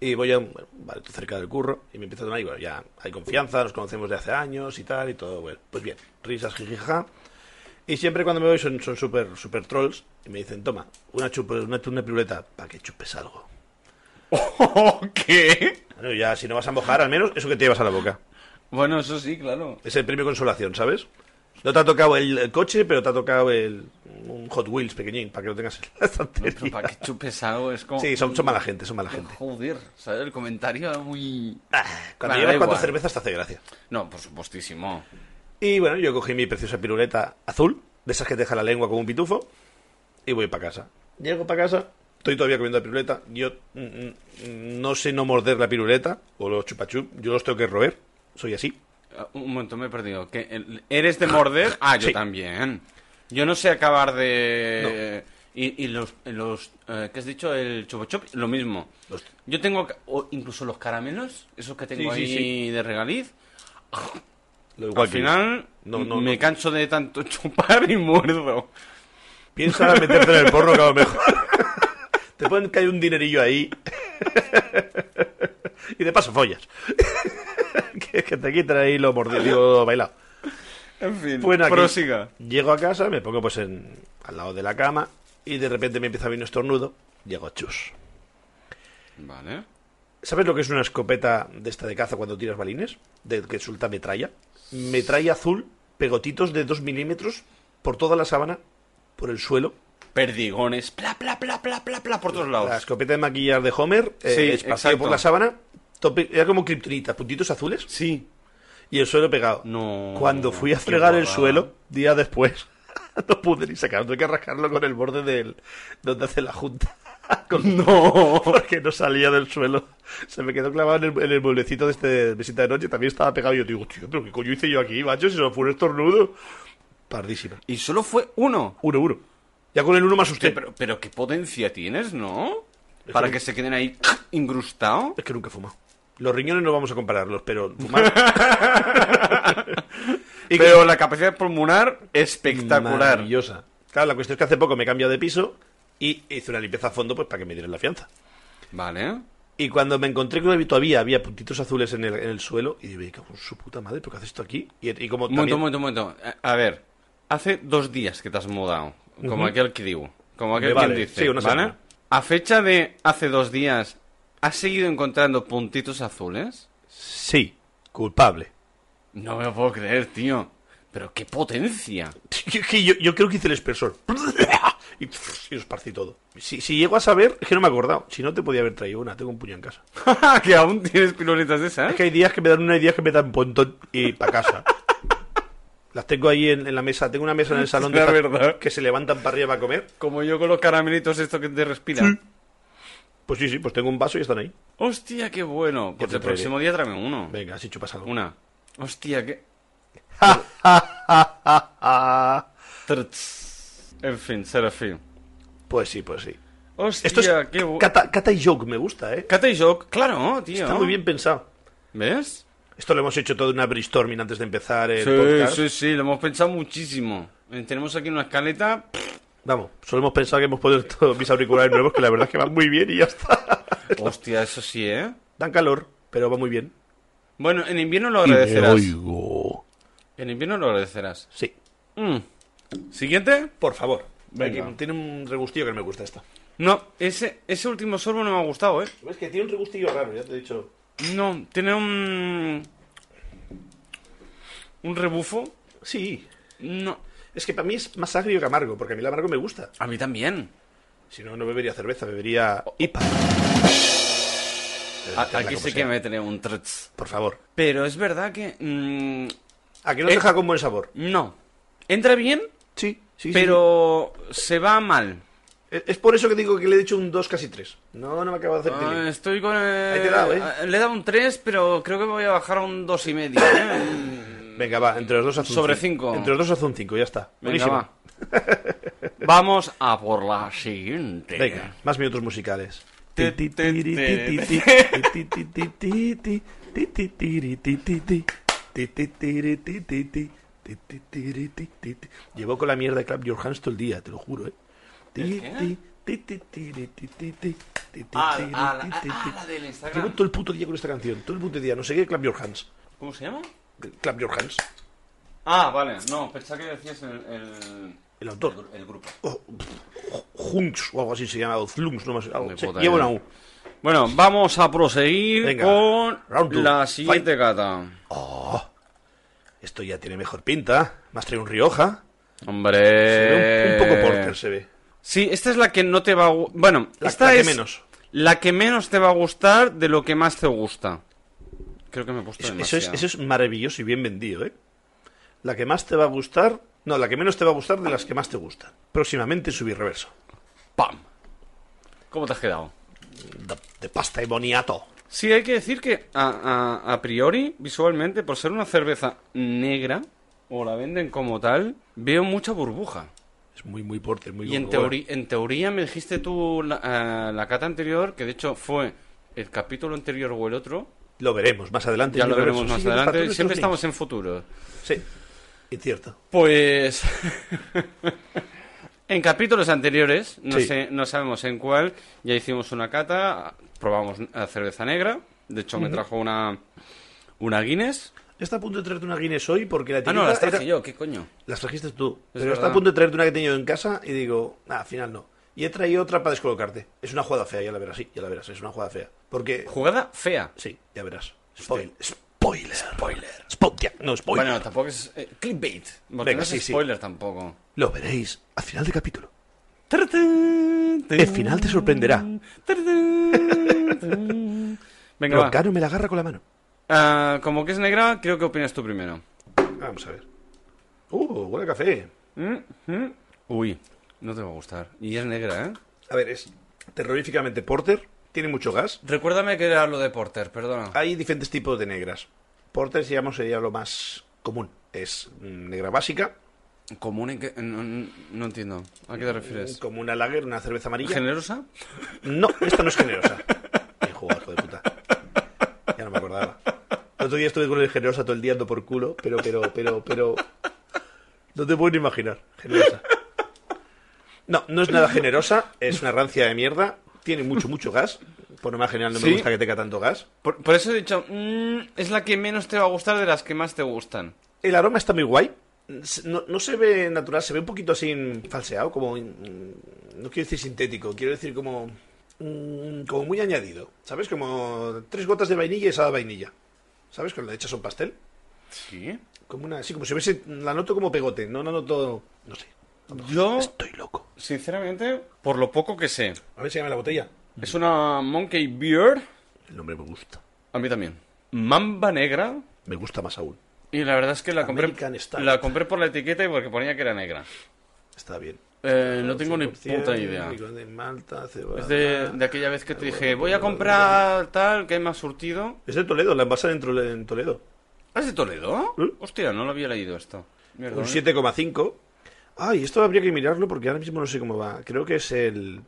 [SPEAKER 2] Y voy a un bueno, un bar cerca del curro y me empiezo a tomar y bueno, ya hay confianza, nos conocemos de hace años y tal y todo. Bueno, pues bien, risas, jijija. Y siempre cuando me voy son son súper super trolls y me dicen, toma, una, chup una, una piruleta para que chupes algo.
[SPEAKER 1] ¿Qué?
[SPEAKER 2] Bueno, ya si no vas a mojar, al menos eso que te llevas a la boca.
[SPEAKER 1] Bueno, eso sí, claro.
[SPEAKER 2] Es el premio consolación, ¿sabes? No te ha tocado el, el coche, pero te ha tocado el, un Hot Wheels pequeñín para que lo tengas en la
[SPEAKER 1] No,
[SPEAKER 2] estantería.
[SPEAKER 1] pero para que chupes algo es como...
[SPEAKER 2] Sí, son, son mala gente, son mala gente.
[SPEAKER 1] Joder, ¿sabes? El comentario era muy...
[SPEAKER 2] Ah,
[SPEAKER 1] Bueno,
[SPEAKER 2] Cuando
[SPEAKER 1] da
[SPEAKER 2] llevas
[SPEAKER 1] igual.
[SPEAKER 2] cuatro cervezas te hace gracia.
[SPEAKER 1] No, por supuestísimo.
[SPEAKER 2] Y bueno, yo cogí mi preciosa piruleta azul, de esas que te deja la lengua como un pitufo, y voy para casa. Llego para casa, estoy todavía comiendo la piruleta, yo mm, mm, no sé no morder la piruleta o los chupachup, yo los tengo que roer, soy así.
[SPEAKER 1] Ah, Un momento, me he perdido. ¿Qué, el- ¿Eres de morder? Ah, yo
[SPEAKER 2] Sí.
[SPEAKER 1] también. Yo no sé acabar de... Y, y los... los eh, ¿Qué has dicho? El chupo chup, lo mismo.
[SPEAKER 2] Los-
[SPEAKER 1] Yo tengo... ca- o incluso los caramelos, esos que tengo
[SPEAKER 2] Sí, sí,
[SPEAKER 1] ahí de regaliz.
[SPEAKER 2] lo igual
[SPEAKER 1] Al
[SPEAKER 2] que
[SPEAKER 1] final
[SPEAKER 2] No, no,
[SPEAKER 1] me
[SPEAKER 2] no.
[SPEAKER 1] canso de tanto chupar y muerdo.
[SPEAKER 2] yo. Piensa meterte en el porno que a lo mejor. te pueden caer un dinerillo ahí. y de paso follas. que, que te quitan ahí lo mordido, digo, lo bailado.
[SPEAKER 1] En fin,
[SPEAKER 2] Bueno, aquí-
[SPEAKER 1] prosiga.
[SPEAKER 2] Llego a casa, me pongo pues en, al lado de la cama y de repente me empieza a venir un estornudo. Llego chus.
[SPEAKER 1] Vale.
[SPEAKER 2] ¿Sabes lo que es una escopeta de esta de caza cuando tiras balines? De que suelta metralla. Metralla azul, pegotitos de 2 milímetros por toda la sábana, por el suelo.
[SPEAKER 1] Perdigones, pla, pla, pla, pla, pla, pla, por todos lados.
[SPEAKER 2] La escopeta de maquillar de Homer, eh,
[SPEAKER 1] Sí,
[SPEAKER 2] espaciado
[SPEAKER 1] exacto.
[SPEAKER 2] por la sábana, tope- era como kriptonita, puntitos azules
[SPEAKER 1] Sí.
[SPEAKER 2] y el suelo pegado.
[SPEAKER 1] No.
[SPEAKER 2] Cuando fui a
[SPEAKER 1] qué
[SPEAKER 2] fregar el
[SPEAKER 1] guarrada.
[SPEAKER 2] suelo, día después, no pude ni sacarlo. Tuve que rascarlo con el borde del donde hace la junta. Con-
[SPEAKER 1] No.
[SPEAKER 2] Porque no salía del suelo. Se me quedó clavado en el, en el mueblecito de este visita de noche. También estaba pegado. Y yo digo, tío, pero ¿qué coño hice yo aquí, macho? Si solo fue un estornudo. Pardísima.
[SPEAKER 1] Y solo fue uno.
[SPEAKER 2] Uno, uno. Ya con el uno me
[SPEAKER 1] Hostia,
[SPEAKER 2] asusté.
[SPEAKER 1] pero, pero qué potencia tienes, ¿no?
[SPEAKER 2] Es
[SPEAKER 1] Para
[SPEAKER 2] que-
[SPEAKER 1] que se queden ahí incrustados.
[SPEAKER 2] Es que nunca he fumado. Los riñones no vamos a compararlos, pero fumar. Y que-
[SPEAKER 1] Pero la capacidad pulmonar espectacular.
[SPEAKER 2] Maravillosa. Claro, la cuestión es que hace poco me he cambiado de piso y hice una limpieza a fondo pues para que me dieran la fianza.
[SPEAKER 1] Vale.
[SPEAKER 2] Y cuando me encontré que todavía había puntitos azules en el, en el suelo, y digo, "Oye, cago en su puta madre, ¿pero qué hace esto aquí? Y, y como
[SPEAKER 1] Un momento,
[SPEAKER 2] también
[SPEAKER 1] un momento, un momento. A a ver, hace dos días que te has mudado. Como aquel que digo. Como aquel
[SPEAKER 2] Me
[SPEAKER 1] quien
[SPEAKER 2] Eh, vale,
[SPEAKER 1] dice.
[SPEAKER 2] sí, una
[SPEAKER 1] ¿vale?
[SPEAKER 2] semana.
[SPEAKER 1] A fecha de hace dos días, ¿has seguido encontrando puntitos azules?
[SPEAKER 2] Sí, culpable.
[SPEAKER 1] No me lo puedo creer, tío. Pero qué potencia.
[SPEAKER 2] Yo, que yo- yo creo que hice el espesor. Y, pff, y lo esparcí todo. Si, si llego a saber, es que no me he acordado. Si no, te podía haber traído una. Tengo un puño en casa.
[SPEAKER 1] que aún tienes piruletas de esas.
[SPEAKER 2] Es que hay días que me dan una y días que me dan un montón y para casa. Las tengo ahí en, en la mesa. Tengo una mesa en el salón de
[SPEAKER 1] La
[SPEAKER 2] estas
[SPEAKER 1] verdad.
[SPEAKER 2] que se levantan para arriba a comer.
[SPEAKER 1] Como yo con los caramelitos esto que te respira.
[SPEAKER 2] Pues sí, sí, pues tengo un vaso y están ahí.
[SPEAKER 1] Hostia, qué bueno. Pues
[SPEAKER 2] te
[SPEAKER 1] el
[SPEAKER 2] traeré.
[SPEAKER 1] próximo día tráeme uno.
[SPEAKER 2] Venga, así chupas algo.
[SPEAKER 1] Una. Hostia, qué...
[SPEAKER 2] Ah,
[SPEAKER 1] Trts. En fin, Serafín.
[SPEAKER 2] pues sí, pues sí.
[SPEAKER 1] Hostia,
[SPEAKER 2] Esto es
[SPEAKER 1] qué bueno.
[SPEAKER 2] cata, cata y joke, me gusta, ¿eh?
[SPEAKER 1] Cata y Jock, claro, tío.
[SPEAKER 2] Está muy bien pensado.
[SPEAKER 1] ¿Ves?
[SPEAKER 2] Esto lo hemos hecho todo en una brainstorming antes de empezar el
[SPEAKER 1] Sí,
[SPEAKER 2] podcast.
[SPEAKER 1] sí, sí, lo hemos pensado muchísimo. Eh, Tenemos aquí una escaleta.
[SPEAKER 2] Vamos, solo hemos pensado que hemos puesto todos mis auriculares nuevos, que la verdad es que van muy bien y ya está.
[SPEAKER 1] Hostia, eso sí, ¿eh?
[SPEAKER 2] Dan calor, pero va muy bien.
[SPEAKER 1] Bueno, en invierno lo
[SPEAKER 2] Y me
[SPEAKER 1] agradecerás.
[SPEAKER 2] oigo.
[SPEAKER 1] En invierno lo agradecerás.
[SPEAKER 2] Sí,
[SPEAKER 1] Mm. Siguiente.
[SPEAKER 2] por favor.
[SPEAKER 1] Venga.
[SPEAKER 2] Aquí Tiene un regustillo que no me gusta esta.
[SPEAKER 1] No, ese, ese último sorbo no me ha gustado, ¿eh?
[SPEAKER 2] Es que tiene un regustillo raro, ya te he dicho.
[SPEAKER 1] No, tiene un... Un rebufo.
[SPEAKER 2] Sí.
[SPEAKER 1] No.
[SPEAKER 2] Es que para mí es más agrio que amargo, porque a mí el amargo me gusta.
[SPEAKER 1] A mí también.
[SPEAKER 2] Si no, no bebería cerveza, bebería IPA.
[SPEAKER 1] A- aquí sí que me tiene un trutz.
[SPEAKER 2] Por favor.
[SPEAKER 1] Pero es verdad que... mm,
[SPEAKER 2] ¿A que no te
[SPEAKER 1] Eh.
[SPEAKER 2] deja con buen sabor?
[SPEAKER 1] no. Entra bien,
[SPEAKER 2] Sí, sí,
[SPEAKER 1] pero se va mal.
[SPEAKER 2] Es Eh, es por eso que digo que le he dicho un 2, casi 3. No, no me acabo de hacer
[SPEAKER 1] Ah,
[SPEAKER 2] tilín.
[SPEAKER 1] estoy con... eh,
[SPEAKER 2] Ahí te he dado, ¿eh?
[SPEAKER 1] Le he dado un 3, pero creo que voy a bajar a un 2,5. ¿eh?
[SPEAKER 2] Venga, va, entre los dos haz un
[SPEAKER 1] Sobre
[SPEAKER 2] cinco.
[SPEAKER 1] cinco.
[SPEAKER 2] Entre los dos haz un 5, ya está.
[SPEAKER 1] Venga,
[SPEAKER 2] Buenísimo.
[SPEAKER 1] va. Vamos a por la siguiente.
[SPEAKER 2] Venga, más minutos musicales.
[SPEAKER 1] Te-
[SPEAKER 3] Ti,
[SPEAKER 1] te-
[SPEAKER 3] ti, ti, ti,
[SPEAKER 1] te-
[SPEAKER 3] ti, ti, ti, ti, ti, ti, ti, ti, tiri, ti, ti, ti. Ti, ti, tiri, ti, ti, ti. Ti, ti, tiri, ti, ti, ti.
[SPEAKER 2] Llevo con la mierda de Clap Your Hands todo el día, te lo juro, eh.
[SPEAKER 3] Ti,
[SPEAKER 1] ¿El qué?
[SPEAKER 3] ti, ti, ti, tiri, ti, ti, ti. Ti, ti,
[SPEAKER 1] Ah,
[SPEAKER 3] tiri,
[SPEAKER 1] ah,
[SPEAKER 3] ti,
[SPEAKER 1] ah,
[SPEAKER 3] ti, ti.
[SPEAKER 1] ah, la del
[SPEAKER 2] Llevo
[SPEAKER 1] Instagram.
[SPEAKER 2] todo el puto día con esta canción, todo el puto día. No sé qué, Clap Your Hands.
[SPEAKER 1] ¿Cómo se llama?
[SPEAKER 2] Clap Your Hands.
[SPEAKER 1] Ah, vale. No, pensaba que decías el, el,
[SPEAKER 2] El
[SPEAKER 1] el
[SPEAKER 2] autor.
[SPEAKER 1] gru- el grupo.
[SPEAKER 2] Oh, pff, Junks o algo así se llama, o Zlunks, no más. Algo.
[SPEAKER 1] De
[SPEAKER 2] Sí,
[SPEAKER 1] puta
[SPEAKER 2] llevo una
[SPEAKER 1] idea.
[SPEAKER 2] U.
[SPEAKER 1] Bueno, vamos a proseguir
[SPEAKER 2] Venga, round two.
[SPEAKER 1] con la siguiente cata.
[SPEAKER 2] Esto ya tiene mejor pinta. Más trae un Rioja. Se ve
[SPEAKER 1] Hombre.
[SPEAKER 2] un, un poco porter, se ve.
[SPEAKER 1] Sí, esta es la que no te va a gu- Bueno,
[SPEAKER 2] La-
[SPEAKER 1] esta
[SPEAKER 2] la que
[SPEAKER 1] es
[SPEAKER 2] menos.
[SPEAKER 1] la que menos te va a gustar de lo que más te gusta. Creo que me he puesto
[SPEAKER 2] Eso, eso
[SPEAKER 1] demasiado.
[SPEAKER 2] es, eso es maravilloso y bien vendido, ¿eh? La que más te va a gustar. No, la que menos te va a gustar de las que más te gustan. Próximamente subir reverso.
[SPEAKER 1] ¡Pam! ¿Cómo te has quedado?
[SPEAKER 2] De, de pasta y boniato.
[SPEAKER 1] Sí, hay que decir que a, a- a priori, visualmente, por ser una cerveza negra, o la venden como tal, veo mucha burbuja.
[SPEAKER 2] Es muy, muy porter, muy
[SPEAKER 1] Y en,
[SPEAKER 2] bueno.
[SPEAKER 1] teori- en teoría me dijiste tú la, eh, la cata anterior, que de hecho fue el capítulo anterior o el otro,
[SPEAKER 2] Lo veremos más adelante.
[SPEAKER 1] ya
[SPEAKER 2] Yo
[SPEAKER 1] lo
[SPEAKER 2] creo que
[SPEAKER 1] veremos
[SPEAKER 2] eso
[SPEAKER 1] más
[SPEAKER 2] sigue los
[SPEAKER 1] adelante,
[SPEAKER 2] patrones
[SPEAKER 1] siempre
[SPEAKER 2] de los
[SPEAKER 1] estamos en futuro.
[SPEAKER 2] niños. Sí, es cierto.
[SPEAKER 1] Pues en capítulos anteriores, no,
[SPEAKER 2] Sí.
[SPEAKER 1] sé, no sabemos en cuál, ya hicimos una cata, probamos eh, cerveza negra, de hecho me trajo una, una Guinness.
[SPEAKER 2] Está a punto de traerte una Guinness hoy porque
[SPEAKER 1] Ah,
[SPEAKER 2] la etiqueta
[SPEAKER 1] no, las traje
[SPEAKER 2] era-
[SPEAKER 1] yo, ¿qué coño?
[SPEAKER 2] Las trajiste tú.
[SPEAKER 1] Es
[SPEAKER 2] pero está
[SPEAKER 1] verdad.
[SPEAKER 2] a punto de traerte una que he tenido en casa y digo, ah, al final no. Y he traído otra para descolocarte. Es una jugada fea, ya la verás, sí, ya la verás, es una jugada fea. Porque.
[SPEAKER 1] Jugada fea.
[SPEAKER 2] Sí, ya verás. Spoil- Spoiler. Spoiler. Spotia. No, spoiler.
[SPEAKER 1] Bueno, tampoco es eh, clickbait, porque
[SPEAKER 2] Venga,
[SPEAKER 1] no es
[SPEAKER 2] sí, sí.
[SPEAKER 1] spoiler tampoco.
[SPEAKER 2] Lo veréis al final del capítulo.
[SPEAKER 1] El
[SPEAKER 2] El final te sorprenderá.
[SPEAKER 1] Venga,
[SPEAKER 2] Pero
[SPEAKER 1] va.
[SPEAKER 2] Caro me la agarra con la mano.
[SPEAKER 1] Ah, como que es negra, creo que opinas tú primero.
[SPEAKER 2] Vamos a ver. Uh, huele a café.
[SPEAKER 1] ¿Mm? Uy, no te va a gustar. Y es negra, ¿eh?
[SPEAKER 2] A ver, es terroríficamente porter. Tiene mucho gas.
[SPEAKER 1] Recuérdame que era lo de Porter, perdona.
[SPEAKER 2] Hay diferentes tipos de negras. Porter, digamos, sería lo más común. Es mm, negra básica,
[SPEAKER 1] ¿Común en qué? No, no- no entiendo. ¿A qué te refieres?
[SPEAKER 2] como una lager, una cerveza amarilla.
[SPEAKER 1] ¿Generosa?
[SPEAKER 2] No, esta no es generosa. Qué juego, hijo de puta. Ya no me acordaba. El otro día estuve con el generosa todo el día ando por culo, pero, pero, pero, pero. No te puedo ni imaginar. Generosa. No, no es nada generosa, es una rancia de mierda. Tiene mucho, mucho gas. Por lo más general no me
[SPEAKER 1] Sí.
[SPEAKER 2] gusta que tenga tanto gas.
[SPEAKER 1] Por, por eso he dicho, mm, es la que menos te va a gustar de las que más te gustan.
[SPEAKER 2] El aroma está muy guay. No, no se ve natural, se ve un poquito así mm, falseado, como. mm, No quiero decir sintético, quiero decir como. mm, Como muy añadido. ¿Sabes? Como tres gotas de vainilla y sal de vainilla. ¿Sabes? Cuando le echas a un pastel.
[SPEAKER 1] Sí.
[SPEAKER 2] Como una. Así como si hubiese. mm, La noto como pegote, no la noto. No sé.
[SPEAKER 1] Yo,
[SPEAKER 2] Estoy loco.
[SPEAKER 1] sinceramente, por lo poco que sé,
[SPEAKER 2] A ver si llama la botella.
[SPEAKER 1] es una Monkey Beer.
[SPEAKER 2] El nombre me gusta.
[SPEAKER 1] A mí también. Mamba negra.
[SPEAKER 2] Me gusta más aún.
[SPEAKER 1] Y la verdad es que la compré,
[SPEAKER 2] American Stout.
[SPEAKER 1] la compré por la etiqueta y porque ponía que era negra.
[SPEAKER 2] Está bien.
[SPEAKER 1] Eh, no tengo ni
[SPEAKER 2] 100%,
[SPEAKER 1] puta idea.
[SPEAKER 2] licor de Malta, cebada.
[SPEAKER 1] Es de, de aquella vez que te dije, voy a comprar tal que hay más surtido.
[SPEAKER 2] Es de Toledo, la envasan en Tole- en Toledo.
[SPEAKER 1] ¿Es de Toledo?
[SPEAKER 2] ¿Eh?
[SPEAKER 1] Hostia, no lo había leído esto. Mierda,
[SPEAKER 2] Un
[SPEAKER 1] ¿eh?
[SPEAKER 2] 7,5. Ay, esto habría que mirarlo porque ahora mismo no sé cómo va. Creo que es el.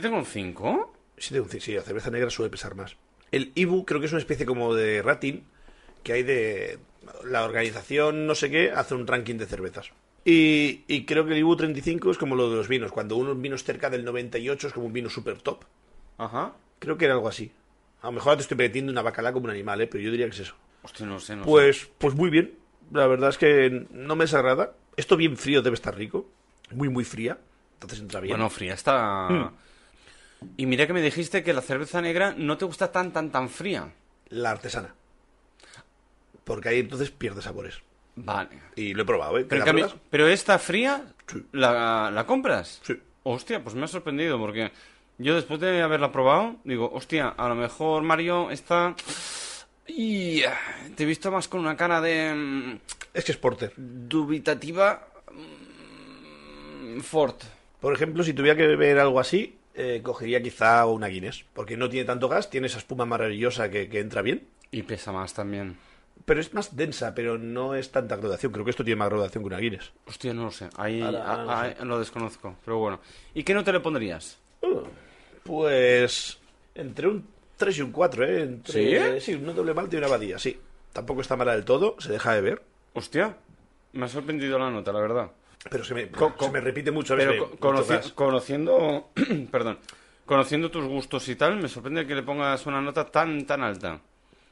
[SPEAKER 1] 7,5?
[SPEAKER 2] 7,5. Sí, la cerveza negra suele pesar más. El Ibu creo que es una especie como de rating que hay de. La organización, no sé qué, hace un ranking de cervezas. Y, y creo que el Ibu 35 es como lo de los vinos. Cuando unos vinos cerca del 98 es como un vino super top.
[SPEAKER 1] Ajá.
[SPEAKER 2] Creo que era algo así. A lo mejor ahora te estoy metiendo una bacala como un animal, ¿eh? pero yo diría que es eso.
[SPEAKER 1] Hostia, no sé, no sé.
[SPEAKER 2] Pues, pues muy bien. La verdad es que no me desagrada. Esto bien Hmm. frío debe estar rico. Muy, muy fría. Entonces entra bien.
[SPEAKER 1] Bueno, fría está... Y mira que me dijiste que la cerveza negra no te gusta tan, tan, tan fría.
[SPEAKER 2] La artesana. Porque ahí entonces pierde sabores.
[SPEAKER 1] Vale.
[SPEAKER 2] Y lo he probado, ¿eh? ¿Te
[SPEAKER 1] Pero, en
[SPEAKER 2] la
[SPEAKER 1] cambio-
[SPEAKER 2] pruebas?
[SPEAKER 1] ¿pero esta fría,
[SPEAKER 2] Sí.
[SPEAKER 1] la, la compras?
[SPEAKER 2] Sí.
[SPEAKER 1] Hostia, pues me ha sorprendido porque yo después de haberla probado, digo, hostia, a lo mejor Mario está... Y ah, te he visto más con una cara de... mm,
[SPEAKER 2] Es que es porter.
[SPEAKER 1] dubitativa... mm, Ford.
[SPEAKER 2] Por ejemplo, si tuviera que beber algo así, eh, cogería quizá una Guinness. Porque no tiene tanto gas, tiene esa espuma maravillosa que, que entra bien.
[SPEAKER 1] Y pesa más también.
[SPEAKER 2] Pero es más densa, pero no es tanta graduación. Creo que esto tiene más graduación que una Guinness.
[SPEAKER 1] Hostia, no lo sé. Ahí
[SPEAKER 2] Ahora, ahora
[SPEAKER 1] a-
[SPEAKER 2] no
[SPEAKER 1] a- lo desconozco. Pero bueno. ¿Y qué no te le pondrías?
[SPEAKER 2] Pues. Entre un 3 y un 4, ¿eh? Entre-
[SPEAKER 1] ¿Sí?
[SPEAKER 2] eh, sí, un doble malte y una abadía, sí. Tampoco está mala del todo, se deja de ver.
[SPEAKER 1] Hostia, me ha sorprendido la nota, la verdad.
[SPEAKER 2] Pero se me,
[SPEAKER 1] Co- co-
[SPEAKER 2] se me repite mucho a veces.
[SPEAKER 1] Pero
[SPEAKER 2] me-
[SPEAKER 1] co-
[SPEAKER 2] mucho
[SPEAKER 1] conoci-
[SPEAKER 2] gas.
[SPEAKER 1] conociendo, perdón, conociendo tus gustos y tal, me sorprende que le pongas una nota tan tan alta.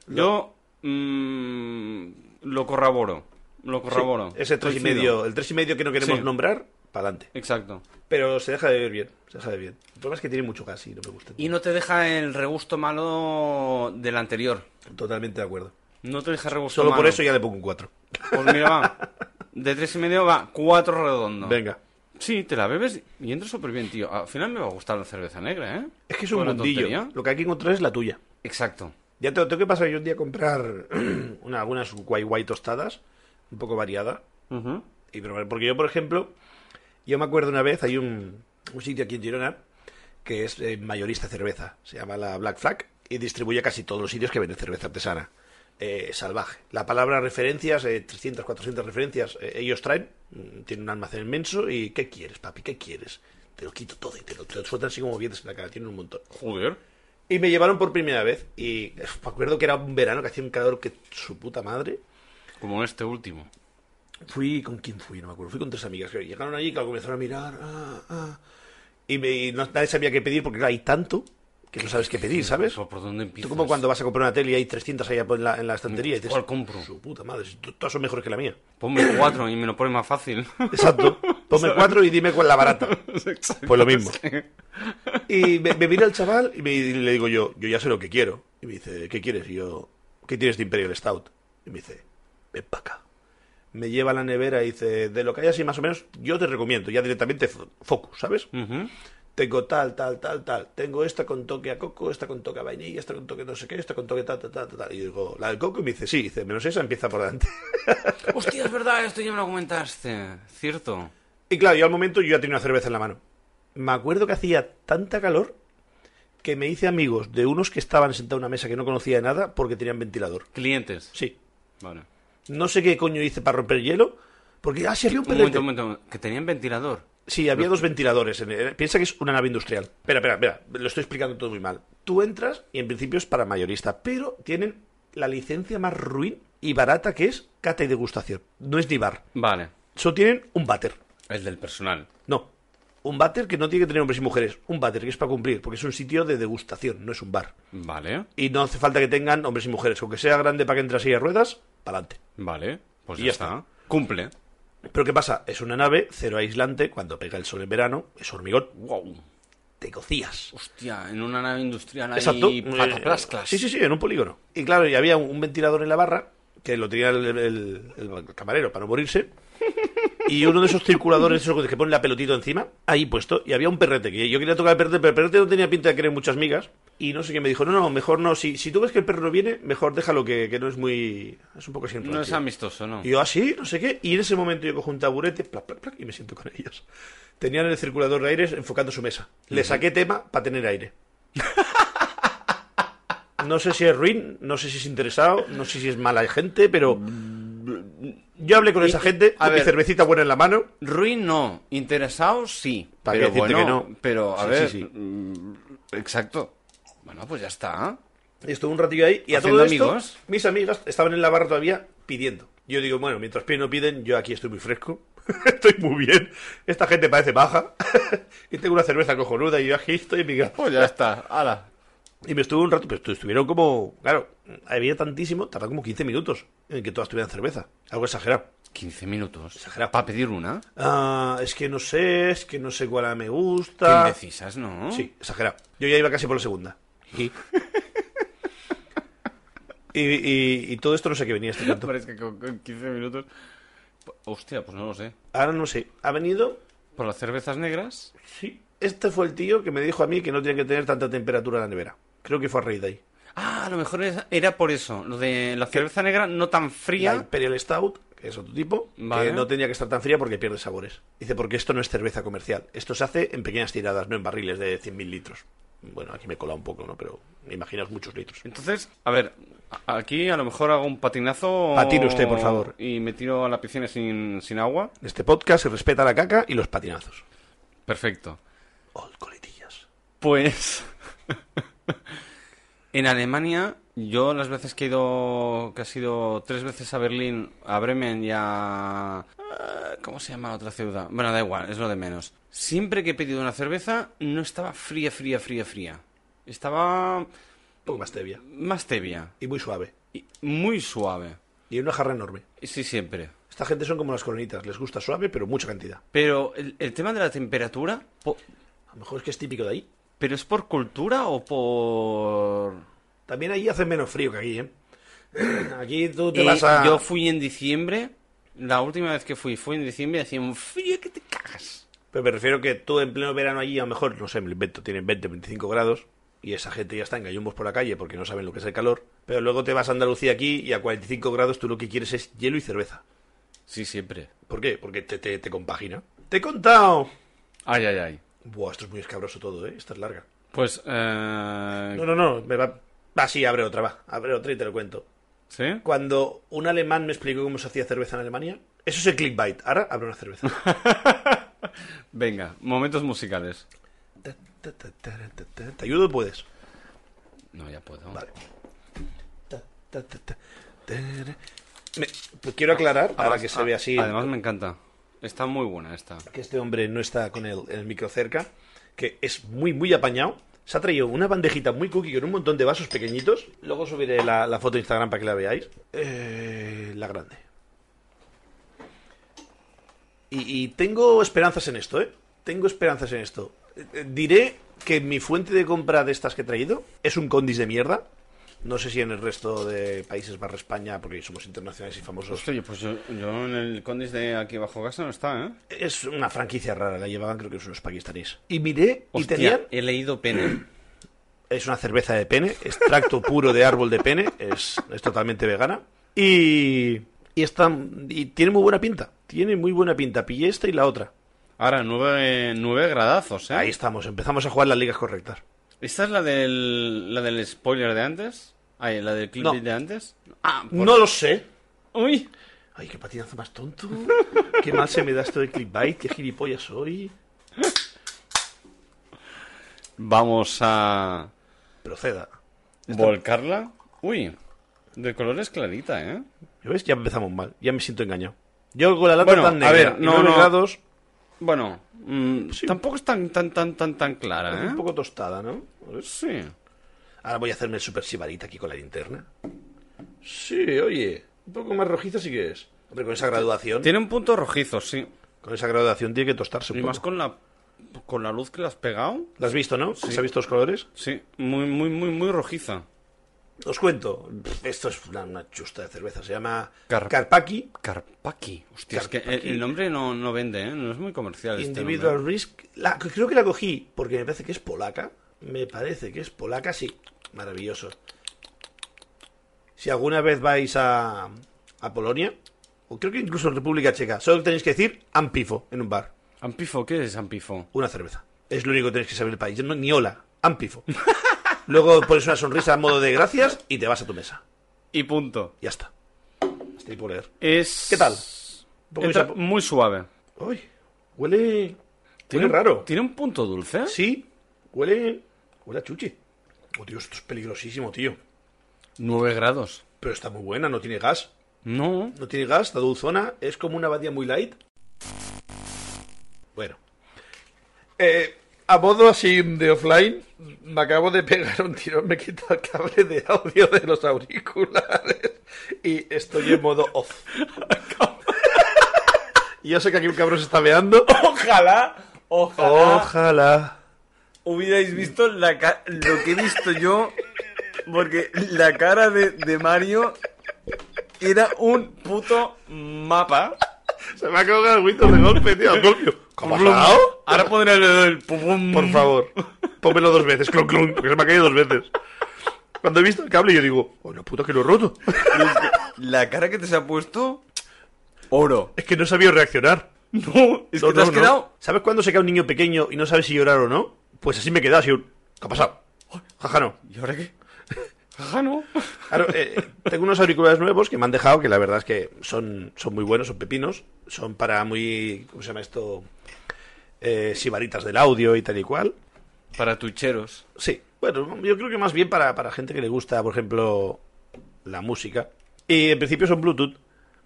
[SPEAKER 1] Yo mm, lo corroboro, lo corroboro.
[SPEAKER 2] Sí, ese 3 y
[SPEAKER 1] Coincido.
[SPEAKER 2] medio, el 3 y medio que no queremos
[SPEAKER 1] Sí.
[SPEAKER 2] nombrar, para adelante.
[SPEAKER 1] Exacto.
[SPEAKER 2] Pero se deja de ver bien, se deja de ver bien. El problema es que tiene mucho gas y no me gusta.
[SPEAKER 1] Y no te deja el regusto malo del anterior.
[SPEAKER 2] Totalmente de acuerdo.
[SPEAKER 1] Pues No te deja regusto
[SPEAKER 2] Solo por
[SPEAKER 1] malo.
[SPEAKER 2] eso ya le pongo un 4.
[SPEAKER 1] Pues mira, va. De tres y medio va cuatro redondo.
[SPEAKER 2] Venga.
[SPEAKER 1] Sí, te la bebes y entra súper bien, tío. Al final me va a gustar la cerveza negra, ¿eh?
[SPEAKER 2] Es que es un
[SPEAKER 1] Con la
[SPEAKER 2] mundillo.
[SPEAKER 1] tontería.
[SPEAKER 2] Lo que hay que encontrar es la tuya.
[SPEAKER 1] Exacto.
[SPEAKER 2] Ya tengo, tengo que pasar yo un día a comprar una- algunas guay guay tostadas, un poco variada.
[SPEAKER 1] Ujú.
[SPEAKER 2] Y probar. Porque yo, por ejemplo, yo me acuerdo una vez, hay un, un sitio aquí en Girona que es eh, mayorista de cerveza. Se llama la Black Flag y distribuye casi todos los sitios que venden cerveza artesana. eh, salvaje. La palabra referencias, eh, 300, 400 referencias, eh, ellos traen, mm, tienen un almacén inmenso y ¿qué quieres, papi? ¿Qué quieres? Te lo quito todo y te lo, te lo sueltan así como billetes en la cara, tienen un montón.
[SPEAKER 1] Joder.
[SPEAKER 2] Y me llevaron por primera vez y eh, me acuerdo que era un verano que hacía un calor que su puta madre.
[SPEAKER 1] Como este último.
[SPEAKER 2] Fui con quién fui, no me acuerdo. Fui con tres amigas que llegaron allí, claro, comenzaron a mirar. ah, ah, y me, y no- nadie sabía qué pedir porque claro, hay tanto que no sabes qué pedir, ¿sabes?
[SPEAKER 1] ¿Por, por dónde empiezas?
[SPEAKER 2] Tú como cuando vas a comprar una tele y hay 300 allá en la, en la estantería y dices,
[SPEAKER 1] ¿Cuál compro?
[SPEAKER 2] su puta madre, si to- todas son mejores que la mía.
[SPEAKER 1] Ponme cuatro y me lo pones más fácil.
[SPEAKER 2] Exacto. Ponme cuatro y dime cuál es la barata. Pues lo mismo. Y me, me mira el chaval y, me- y le digo yo, yo ya sé lo que quiero. Y me dice, ¿qué quieres? Y yo, ¿qué tienes de Imperial Stout? Y me dice, ven pa' acá. Me lleva a la nevera y dice, de lo que hay así más o menos, yo te recomiendo, ya directamente fo- Focus, ¿sabes?
[SPEAKER 1] Ujú.
[SPEAKER 2] Tengo tal, tal, tal, tal. Tengo esta con toque a coco, esta con toque a vainilla, esta con toque no sé qué, esta con toque tal, tal, tal, tal, tal. Y digo, la del coco, y me dice, sí, Y dice, menos esa empieza por delante.
[SPEAKER 1] Hostia, es verdad, esto ya me lo comentaste. Cierto.
[SPEAKER 2] Y claro, yo al momento yo ya tenía una cerveza en la mano. Me acuerdo que hacía tanta calor que me hice amigos de unos que estaban sentados en una mesa que no conocía de nada porque tenían ventilador.
[SPEAKER 1] Clientes.
[SPEAKER 2] Sí.
[SPEAKER 1] Vale.
[SPEAKER 2] No sé qué coño hice para romper hielo. Porque, ah, sí, había
[SPEAKER 1] Un
[SPEAKER 2] un perrete.
[SPEAKER 1] momento, un momento. Que tenían ventilador.
[SPEAKER 2] Sí, había dos ventiladores. en el- Piensa que es una nave industrial. Espera, espera, espera. Lo estoy explicando todo muy mal. Tú entras y en principio es para mayorista, pero tienen la licencia más ruin y barata que es cata y degustación. No es ni bar.
[SPEAKER 1] Vale.
[SPEAKER 2] Solo tienen un váter.
[SPEAKER 1] El del personal.
[SPEAKER 2] No. Un váter que no tiene que tener hombres y mujeres. Un váter que es para cumplir, porque es un sitio de degustación, no es un bar.
[SPEAKER 1] Vale.
[SPEAKER 2] Y no hace falta que tengan hombres y mujeres. Aunque sea grande para que entre a silla de ruedas, para adelante.
[SPEAKER 1] Vale. Pues
[SPEAKER 2] Y
[SPEAKER 1] ya,
[SPEAKER 2] ya
[SPEAKER 1] está. Cumple.
[SPEAKER 2] Pero ¿qué pasa? Es una nave, cero aislante, cuando pega el sol en verano, es hormigón,
[SPEAKER 1] Wow.
[SPEAKER 2] te cocías.
[SPEAKER 1] Hostia, en una nave industrial
[SPEAKER 2] Exacto.
[SPEAKER 1] ahí.
[SPEAKER 2] Eh,
[SPEAKER 1] pataplasclas.
[SPEAKER 2] Sí, sí, sí, en un polígono. Y claro, y había un, un ventilador en la barra, que lo tenía el, el- el camarero para no morirse. Y uno de esos circuladores, esos que pone la pelotita encima, ahí puesto. Y había un perrete, que yo quería tocar el perrete, pero el perrete no tenía pinta de querer muchas migas. Y no sé qué me dijo, no, no, mejor no. Si, si tú ves que el perro no viene, mejor déjalo, que, que no es muy. Es un poco siempre.
[SPEAKER 1] No es amistoso, ¿no?
[SPEAKER 2] Y yo así, no sé qué, y en ese momento yo cojo un taburete, plac, plac, plac, y me siento con ellos. Tenían el circulador de aires enfocando su mesa. Le saqué tema para tener aire. No sé si es ruin, no sé si es interesado, no sé si es mala gente, pero yo hablé con esa gente,
[SPEAKER 1] Mm. a
[SPEAKER 2] con mi
[SPEAKER 1] ver.
[SPEAKER 2] cervecita buena en la mano.
[SPEAKER 1] Ruin no, interesados sí.
[SPEAKER 2] ¿Para
[SPEAKER 1] pero
[SPEAKER 2] qué decirte
[SPEAKER 1] bueno,
[SPEAKER 2] que no?
[SPEAKER 1] Pero a
[SPEAKER 2] Sí,
[SPEAKER 1] ver,
[SPEAKER 2] sí, sí.
[SPEAKER 1] mm, exacto. Bueno, pues ya está.
[SPEAKER 2] Y estuve un ratillo ahí y a
[SPEAKER 1] ¿Haciendo
[SPEAKER 2] todo esto,
[SPEAKER 1] amigos?
[SPEAKER 2] mis amigas estaban en la barra todavía pidiendo. Yo digo, bueno, mientras piden no piden, yo aquí estoy muy fresco, estoy muy bien, esta gente parece baja, y tengo una cerveza cojonuda y yo aquí estoy migado.
[SPEAKER 1] Pues ya está, ala.
[SPEAKER 2] Y me estuve un rato, pero estu- estuvieron como. Claro, había tantísimo, tardaron como 15 minutos en que todas tuvieran cerveza. Algo exagerado.
[SPEAKER 1] 15 minutos.
[SPEAKER 2] Exagerado.
[SPEAKER 1] Para pedir una.
[SPEAKER 2] Ah, es que no sé, es que no sé cuál me
[SPEAKER 1] Qué
[SPEAKER 2] gusta.
[SPEAKER 1] indecisas, ¿no?
[SPEAKER 2] Sí, exagerado. Yo ya iba casi por la segunda. Y, y- y todo esto no sé qué venía este canto.
[SPEAKER 1] Pero es que con, con 15 minutos. Hostia, pues no lo sé.
[SPEAKER 2] Ahora no sé. ¿Ha venido?
[SPEAKER 1] Por las cervezas negras.
[SPEAKER 2] Sí. Este fue el tío que me dijo a mí que no tenía que tener tanta temperatura en la nevera. Creo que fue a raíz de ahí.
[SPEAKER 1] Ah, a lo mejor es- era por eso. Lo de la cerveza negra no tan
[SPEAKER 2] La
[SPEAKER 1] fría.
[SPEAKER 2] Imperial Stout, que es otro tipo,
[SPEAKER 1] Vale.
[SPEAKER 2] que no tenía que estar tan fría porque pierde sabores. Dice, porque esto no es cerveza comercial. Esto se hace en pequeñas tiradas, no en barriles de 100.000 litros. Bueno, aquí me he colado un poco, ¿no? Pero me imaginas muchos litros.
[SPEAKER 1] Entonces, a ver, a- aquí a lo mejor hago un patinazo.
[SPEAKER 2] Patine usted, por favor.
[SPEAKER 1] Y me tiro a la piscina sin, sin agua.
[SPEAKER 2] En este podcast se respeta la caca y los patinazos.
[SPEAKER 1] Perfecto.
[SPEAKER 2] Oh, coletillas.
[SPEAKER 1] Pues. en Alemania, yo las veces que he ido. que ha sido tres veces a Berlín, a Bremen y a. eh, ¿Cómo se llama la otra ciudad? Bueno, da igual, es lo de menos. Siempre que he pedido una cerveza, no estaba fría, fría, fría, fría. Estaba
[SPEAKER 2] Un poco más tebia.
[SPEAKER 1] más tebia.
[SPEAKER 2] Y muy suave.
[SPEAKER 1] y muy suave.
[SPEAKER 2] Y en una jarra enorme.
[SPEAKER 1] Sí, siempre.
[SPEAKER 2] Esta gente son como las coronitas. Les gusta suave, pero mucha cantidad.
[SPEAKER 1] Pero el, el tema de la temperatura, po-
[SPEAKER 2] A lo mejor es que es típico de ahí.
[SPEAKER 1] ¿pero es por cultura o por...?
[SPEAKER 2] También ahí hace menos frío que aquí, ¿eh? Aquí tú te
[SPEAKER 1] Eh,
[SPEAKER 2] vas a...
[SPEAKER 1] Yo fui en diciembre, la última vez que fui fue en diciembre y hacía un frío que te cagas.
[SPEAKER 2] Pero me refiero que tú en pleno verano allí, a lo mejor, no sé, me lo invento, tienen 20, 25 grados y esa gente ya está en gallumbos por la calle porque no saben lo que es el calor. Pero luego te vas a Andalucía aquí y a 45 grados tú lo que quieres es hielo y cerveza.
[SPEAKER 1] Sí, siempre.
[SPEAKER 2] ¿Por qué? Porque te, te, te compagina. ¡Te he contado!
[SPEAKER 1] Ay, ay, ay.
[SPEAKER 2] Buah, esto es muy escabroso todo, ¿eh? Esta es larga.
[SPEAKER 1] Pues, eh...
[SPEAKER 2] No, no, no, me va... Va, sí, abre otra, va. Abre otra y te lo cuento.
[SPEAKER 1] ¿Sí?
[SPEAKER 2] Cuando un alemán me explicó cómo se hacía cerveza en Alemania, eso es el clickbait. Ahora abre una cerveza.
[SPEAKER 1] Venga, momentos musicales.
[SPEAKER 3] Ta, ta, ta, ta, ta, ta,
[SPEAKER 2] ¿Te ayudo? Puedes.
[SPEAKER 1] No, ya puedo.
[SPEAKER 2] Vale.
[SPEAKER 3] ta, ta, ta, ta, ta.
[SPEAKER 2] Me- pues quiero aclarar, ahora
[SPEAKER 1] Además-
[SPEAKER 2] que se ve
[SPEAKER 3] Ah,
[SPEAKER 2] así...
[SPEAKER 1] Además me encanta. Está muy buena esta.
[SPEAKER 2] que este hombre no está con el, el micro cerca, que es muy, muy apañado. Se ha traído una bandejita muy cookie con un montón de vasos pequeñitos. Luego subiré la, la foto a Instagram para que la veáis. Eh, la grande. Y, y tengo esperanzas en esto, ¿eh? Tengo esperanzas en esto. Eh, eh, Diré que mi fuente de compra de estas que he traído es un condis de mierda. No sé si en el resto de países barra España, porque somos internacionales y famosos.
[SPEAKER 1] Hostia, pues yo, yo en el Condis de aquí bajo casa no está, ¿eh?
[SPEAKER 2] Es una franquicia rara, la llevaban creo que es unos pakistaníes. Y miré y
[SPEAKER 1] Hostia,
[SPEAKER 2] tenían...
[SPEAKER 1] he leído pene.
[SPEAKER 2] Es una cerveza de pene, extracto puro de árbol de pene, es, es totalmente vegana. Y, y, está- y tiene muy buena pinta, tiene muy buena pinta. Pillé esta y la otra.
[SPEAKER 1] Ahora, nueve, nueve gradazos, ¿eh?
[SPEAKER 2] Ahí estamos, empezamos a jugar las ligas correctas.
[SPEAKER 1] ¿Esta es la del, la del spoiler de antes? Ay, la del clip
[SPEAKER 2] No. pues-
[SPEAKER 1] de antes. Ah, por-
[SPEAKER 2] No lo sé.
[SPEAKER 1] Uy,
[SPEAKER 2] Ay, qué patinazo más tonto. Qué mal se me da esto de clickbait, qué gilipollas soy.
[SPEAKER 1] vamos a
[SPEAKER 2] Proceda.
[SPEAKER 1] volcarla. Uy, de color es clarita, ¿eh?
[SPEAKER 2] ¿Ya ves? Ya empezamos mal, ya me siento engañado. Yo con la lata
[SPEAKER 1] Bueno,
[SPEAKER 2] tan
[SPEAKER 1] a
[SPEAKER 2] negra,
[SPEAKER 1] ver,
[SPEAKER 2] y
[SPEAKER 1] no,
[SPEAKER 2] nueve
[SPEAKER 1] no.
[SPEAKER 2] grados,
[SPEAKER 1] Bueno, mm, tampoco es tan tan tan tan tan clara,
[SPEAKER 2] un
[SPEAKER 1] ¿eh?
[SPEAKER 2] poco tostada, ¿no? A ver.
[SPEAKER 1] Sí.
[SPEAKER 2] Ahora voy a hacerme el super sibarita aquí con la linterna. Sí, oye, un poco más rojiza sí que es. Hombre, con esa graduación,
[SPEAKER 1] Tiene un punto rojizo, sí.
[SPEAKER 2] con esa graduación tiene que tostarse un
[SPEAKER 1] Y más
[SPEAKER 2] poco.
[SPEAKER 1] con la con la luz que le has pegado.
[SPEAKER 2] ¿La has visto, no? ¿Se ha visto los colores?
[SPEAKER 1] Sí, muy muy muy muy rojiza.
[SPEAKER 2] Os cuento, pff, esto es una, una chusta de cerveza, se llama
[SPEAKER 1] Car-
[SPEAKER 2] Carpaki
[SPEAKER 1] Carpaki. Hostia, es que el,
[SPEAKER 2] Carpaki.
[SPEAKER 1] el nombre no, no vende, ¿eh? No es muy comercial este
[SPEAKER 2] Individual
[SPEAKER 1] nombre.
[SPEAKER 2] Risk. La- creo que la cogí porque me parece que es polaca. Me parece que es polaca, sí. Maravilloso. Si alguna vez vais a, a Polonia, o creo que incluso en República Checa, solo tenéis que decir Ampifo en un bar.
[SPEAKER 1] Ampifo, ¿qué es Ampifo?
[SPEAKER 2] una cerveza. Es lo único que tenéis que saber del país. No, ni hola, ampifo. Luego pones una sonrisa a modo de gracias y te vas a tu mesa.
[SPEAKER 1] Y punto.
[SPEAKER 2] Ya está. Hasta ahí por leer.
[SPEAKER 1] Es.
[SPEAKER 2] ¿Qué tal? Un poco
[SPEAKER 1] Entra
[SPEAKER 2] esa-
[SPEAKER 1] muy suave.
[SPEAKER 2] Uy, huele... Huele
[SPEAKER 1] un-
[SPEAKER 2] raro.
[SPEAKER 1] Tiene un punto dulce.
[SPEAKER 2] Sí, huele... Huele a chuchi. Oh, tío, esto es peligrosísimo, tío.
[SPEAKER 1] 9 grados.
[SPEAKER 2] Pero está muy buena, no tiene gas.
[SPEAKER 1] No.
[SPEAKER 2] No tiene gas, está dulzona. Es como una abadía muy light. Bueno. Eh, a modo así de offline, me acabo de pegar un tirón, me quita el cable de audio de los auriculares y estoy en modo off. Y yo sé que aquí un cabrón se está meando.
[SPEAKER 1] Ojalá, ojalá
[SPEAKER 2] Ojalá.
[SPEAKER 1] hubierais visto la ca- lo que he visto yo, porque la cara de, de Mario era un puto mapa.
[SPEAKER 2] Se me ha quedado garguito de golpe, tío. al golpe. ¿Qué ha pasado?
[SPEAKER 1] Ahora pondré el, el pum, pum.
[SPEAKER 2] Por favor, pónmelo dos veces, clon, clon, porque se me ha caído dos veces. Cuando he visto el cable, yo digo, oh, la puta que lo he roto.
[SPEAKER 1] Es que La cara que te se ha puesto, oro.
[SPEAKER 2] Es que no he sabido reaccionar.
[SPEAKER 1] No, es que
[SPEAKER 2] No,
[SPEAKER 1] te
[SPEAKER 2] no,
[SPEAKER 1] has
[SPEAKER 2] no.
[SPEAKER 1] quedado.
[SPEAKER 2] ¿Sabes cuándo se queda un niño pequeño y no sabes si llorar o no? Pues así me he quedado, así un, ¿Qué ha pasado? Oh, Jaja, no.
[SPEAKER 1] ¿Y ahora qué? Ajá, no.
[SPEAKER 2] Claro, eh, tengo unos auriculares nuevos que me han dejado, que la verdad es que son, son muy buenos, son pepinos. Son para muy. ¿Cómo se llama esto? Eh, sibaritas del audio y tal y cual.
[SPEAKER 1] Para tucheros.
[SPEAKER 2] Sí, bueno, yo creo que más bien para, para gente que le gusta, por ejemplo, la música. Y en principio son Bluetooth,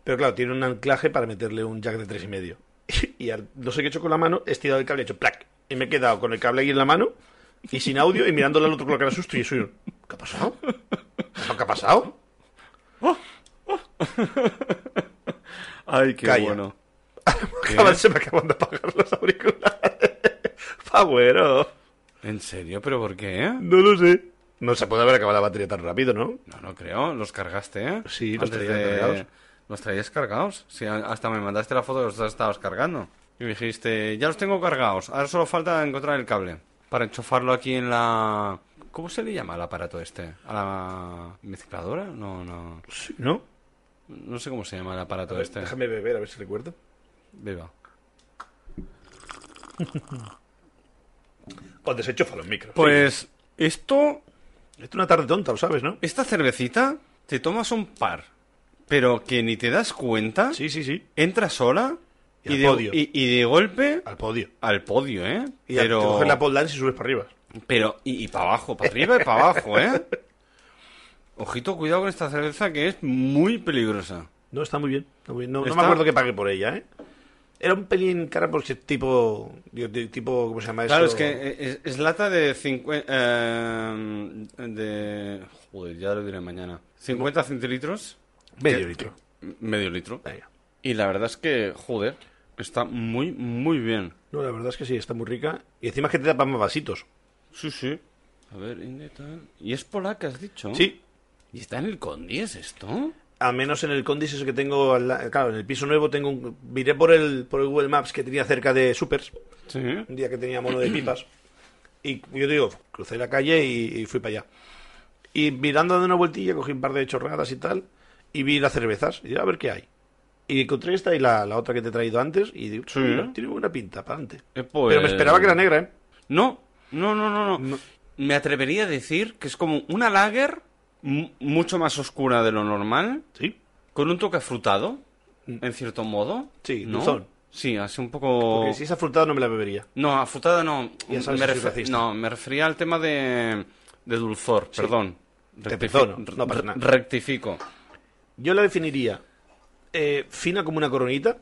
[SPEAKER 2] pero claro, tiene un anclaje para meterle un jack de tres y medio. Y al- no sé qué he hecho con la mano, he estirado el cable, he hecho plac. Y me he quedado con el cable aquí en la mano y sin audio y mirándole al otro con la cara de susto y soy un, ¿Qué ha pasado? ¿Qué ha pasado?
[SPEAKER 1] Ay, qué
[SPEAKER 2] Calla.
[SPEAKER 1] bueno.
[SPEAKER 2] Acaban- se me acaban de apagar los auriculares. Pagüero.
[SPEAKER 1] ¿En serio? ¿Pero por qué? eh?
[SPEAKER 2] No lo sé. No se puede haber acabado la batería tan rápido, ¿no?
[SPEAKER 1] No, no creo. Los cargaste, ¿eh?
[SPEAKER 2] Sí, los traía cargados.
[SPEAKER 1] Los traías cargados. Sí, a- hasta me mandaste la foto de los estabas cargando. Y me dijiste, ya los tengo cargados. Ahora solo falta encontrar el cable. Para enchufarlo aquí en la... ¿Cómo se le llama al aparato este? ¿A la mezcladora? No, no.
[SPEAKER 2] Sí, ¿no?
[SPEAKER 1] No sé cómo se llama el aparato este.
[SPEAKER 2] Déjame beber, a ver si recuerdo.
[SPEAKER 1] Viva.
[SPEAKER 2] O desenchufa los micros.
[SPEAKER 1] Pues esto
[SPEAKER 2] Sí. Esto es una tarde tonta, lo sabes, ¿no?
[SPEAKER 1] Esta cervecita, te tomas un par, pero que ni te das cuenta,
[SPEAKER 2] Sí, sí, sí.
[SPEAKER 1] entra sola
[SPEAKER 2] Y al
[SPEAKER 1] de,
[SPEAKER 2] podio.
[SPEAKER 1] y- y de golpe
[SPEAKER 2] Al podio.
[SPEAKER 1] al podio, ¿eh?
[SPEAKER 2] Y
[SPEAKER 1] pero,
[SPEAKER 2] te coges la pole dance y subes para arriba.
[SPEAKER 1] pero, y, para abajo, para arriba y para abajo, ¿eh? Ojito, cuidado con esta cerveza que es muy peligrosa.
[SPEAKER 2] No, está muy bien. está muy bien. No, no
[SPEAKER 1] ¿Está?
[SPEAKER 2] me acuerdo que pagué por ella, ¿eh? Era un pelín cara porque tipo... digo, di- tipo ¿Cómo se llama
[SPEAKER 1] Claro, es
[SPEAKER 2] eso?
[SPEAKER 1] que eh, es, es lata de 50... eh, de... Joder, ya lo diré mañana. 50 centilitros,
[SPEAKER 2] Medio
[SPEAKER 1] que-
[SPEAKER 2] litro.
[SPEAKER 1] medio litro.
[SPEAKER 2] Venga.
[SPEAKER 1] Y la verdad es que, joder, está muy, muy bien.
[SPEAKER 2] No, la verdad es que sí, está muy rica. Y encima es que te da para más vasitos.
[SPEAKER 1] Sí, sí. A ver, Inde, tal. Y es polaca, has dicho.
[SPEAKER 2] Sí.
[SPEAKER 1] ¿Y está en el Condi, es esto?
[SPEAKER 2] Al menos en el Condis ese que tengo... al la- Claro, en el piso nuevo tengo un... Miré por el, por el Google Maps que tenía cerca de Supers.
[SPEAKER 1] Sí.
[SPEAKER 2] un día que tenía mono de pipas. Y yo digo, crucé la calle y, y fui para allá. Y mirando dando una vueltilla, cogí un par de chorradas y tal, y vi las cervezas, y dije, a ver qué hay. Y encontré esta y la, la otra que te he traído antes, y digo,
[SPEAKER 1] Sí.
[SPEAKER 2] "Mira, tiene buena pinta, para adelante.
[SPEAKER 1] Eh, pues-
[SPEAKER 2] Pero me esperaba que era negra, ¿eh?
[SPEAKER 1] No, no, no, no, no. Me atrevería a decir que es como una lager mu- mucho más oscura de lo normal,
[SPEAKER 2] Sí.
[SPEAKER 1] con un toque afrutado, en cierto modo.
[SPEAKER 2] Mm. Sí,
[SPEAKER 1] ¿no?
[SPEAKER 2] dulzón.
[SPEAKER 1] Sí, así un poco...
[SPEAKER 2] Porque si es afrutada no me la bebería.
[SPEAKER 1] No, afrutada no.
[SPEAKER 2] Ya sabes
[SPEAKER 1] me
[SPEAKER 2] que soy racista.
[SPEAKER 1] no, me refería al tema de, de dulzor, perdón. Rectifi-
[SPEAKER 2] perdono, no pasa
[SPEAKER 1] re-
[SPEAKER 2] nada.
[SPEAKER 1] Rectifico.
[SPEAKER 2] Yo la definiría eh, fina como una coronita,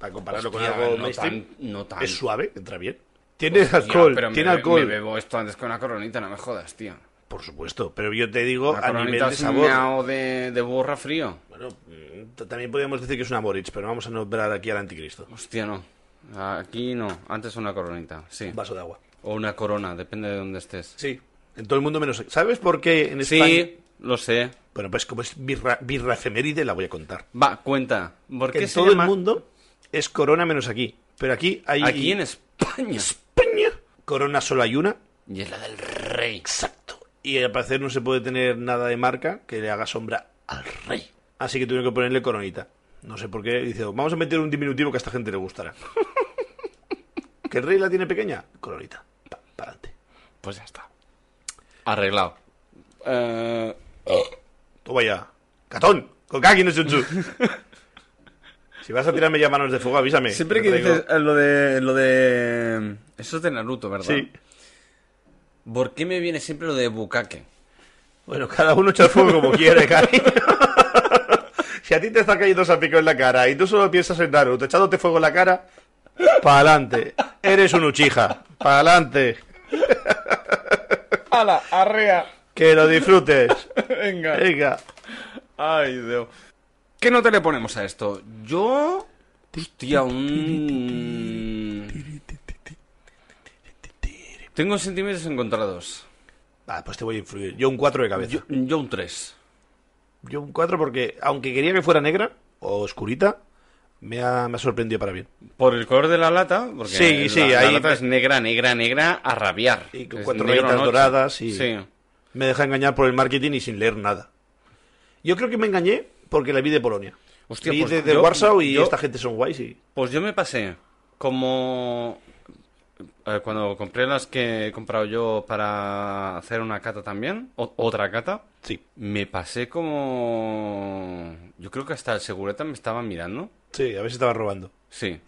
[SPEAKER 2] para compararlo con
[SPEAKER 1] Hostia,
[SPEAKER 2] algo
[SPEAKER 1] no
[SPEAKER 2] mainstream.
[SPEAKER 1] tan, no tan.
[SPEAKER 2] Es suave, entra bien. Tiene alcohol,
[SPEAKER 1] Ya, pero me
[SPEAKER 2] tiene
[SPEAKER 1] be-
[SPEAKER 2] alcohol.
[SPEAKER 1] Me bebo esto antes con una coronita, no me jodas, tío.
[SPEAKER 2] Por supuesto, pero yo te digo
[SPEAKER 1] Una
[SPEAKER 2] Oh, a nivel
[SPEAKER 1] coronita
[SPEAKER 2] de
[SPEAKER 1] es
[SPEAKER 2] sabor.
[SPEAKER 1] miao de, de borra frío.
[SPEAKER 2] Bueno, mm, t- también podríamos decir que es una Moritz, pero vamos a nombrar aquí al anticristo.
[SPEAKER 1] Hostia, no. Aquí no. Antes una coronita, sí.
[SPEAKER 2] Un vaso de agua.
[SPEAKER 1] O una corona, depende de dónde estés.
[SPEAKER 2] Sí. En todo el mundo menos... ¿Sabes por qué en
[SPEAKER 1] Sí,
[SPEAKER 2] España?
[SPEAKER 1] lo sé.
[SPEAKER 2] Bueno, pues como es birra, birra efeméride, la voy a contar.
[SPEAKER 1] Va, cuenta. ¿Por
[SPEAKER 2] Que
[SPEAKER 1] qué
[SPEAKER 2] en
[SPEAKER 1] se
[SPEAKER 2] todo
[SPEAKER 1] llama
[SPEAKER 2] el mundo es corona menos aquí. Pero aquí hay...
[SPEAKER 1] Aquí en España.
[SPEAKER 2] España. Corona solo hay una.
[SPEAKER 1] Y es la del rey.
[SPEAKER 2] Exacto. Y al parecer no se puede tener nada de marca que le haga sombra al rey. Así que tuvieron que ponerle coronita. No sé por qué. Dice, vamos a meter un diminutivo que a esta gente le gustará. ¿Que el rey la tiene pequeña? Coronita. para adelante.
[SPEAKER 1] Pues ya está. Arreglado. Eh,
[SPEAKER 2] Tú vaya. ¡Catón! ¡Kokaki no chunchu! si vas a tirarme ya manos de fuego, avísame.
[SPEAKER 1] siempre
[SPEAKER 2] Te
[SPEAKER 1] que
[SPEAKER 2] traigo-
[SPEAKER 1] dices eh, lo de, lo de... Eso es de Naruto, ¿verdad?
[SPEAKER 2] Sí.
[SPEAKER 1] ¿Por qué me viene siempre lo de bucaque?
[SPEAKER 2] Bueno, cada uno echa el fuego como quiere, cariño. si a ti te está cayendo esa pico en la cara y tú solo piensas en Naruto echándote fuego en la cara, pa'lante. Eres un uchija. Pa'lante.
[SPEAKER 1] ¡Hala! ¡Arrea!
[SPEAKER 2] Que lo disfrutes.
[SPEAKER 1] Venga.
[SPEAKER 2] Venga.
[SPEAKER 1] Ay, Dios. ¿Qué nota le ponemos a esto? Yo. Hostia, un... Tengo sentimientos encontrados.
[SPEAKER 2] Ah, pues te voy a influir. Yo un 4 de cabeza.
[SPEAKER 1] Yo, yo un 3.
[SPEAKER 2] Yo un 4 porque, aunque quería que fuera negra o oscurita, me ha, me ha sorprendido para bien.
[SPEAKER 1] Por el color de la lata, porque
[SPEAKER 2] Sí,
[SPEAKER 1] la-
[SPEAKER 2] sí,
[SPEAKER 1] la
[SPEAKER 2] ahí-
[SPEAKER 1] lata es negra, negra, negra a rabiar.
[SPEAKER 2] Y con
[SPEAKER 1] Es
[SPEAKER 2] cuatro
[SPEAKER 1] negro
[SPEAKER 2] rayitas
[SPEAKER 1] noche.
[SPEAKER 2] doradas y-
[SPEAKER 1] Sí.
[SPEAKER 2] Me deja engañar por el marketing y sin leer nada. Yo creo que me engañé porque la vi de Polonia.
[SPEAKER 1] Hostia,
[SPEAKER 2] vi
[SPEAKER 1] pues
[SPEAKER 2] de, de
[SPEAKER 1] yo-
[SPEAKER 2] Warsaw y
[SPEAKER 1] yo-
[SPEAKER 2] esta gente son guays y...
[SPEAKER 1] Pues yo me pasé como... eh, Cuando compré las que he comprado yo para hacer una cata también, o- otra cata,
[SPEAKER 2] Sí,
[SPEAKER 1] me pasé como... Yo creo que hasta el segureta me estaba mirando.
[SPEAKER 2] sí, a ver si estaba robando.
[SPEAKER 1] Sí,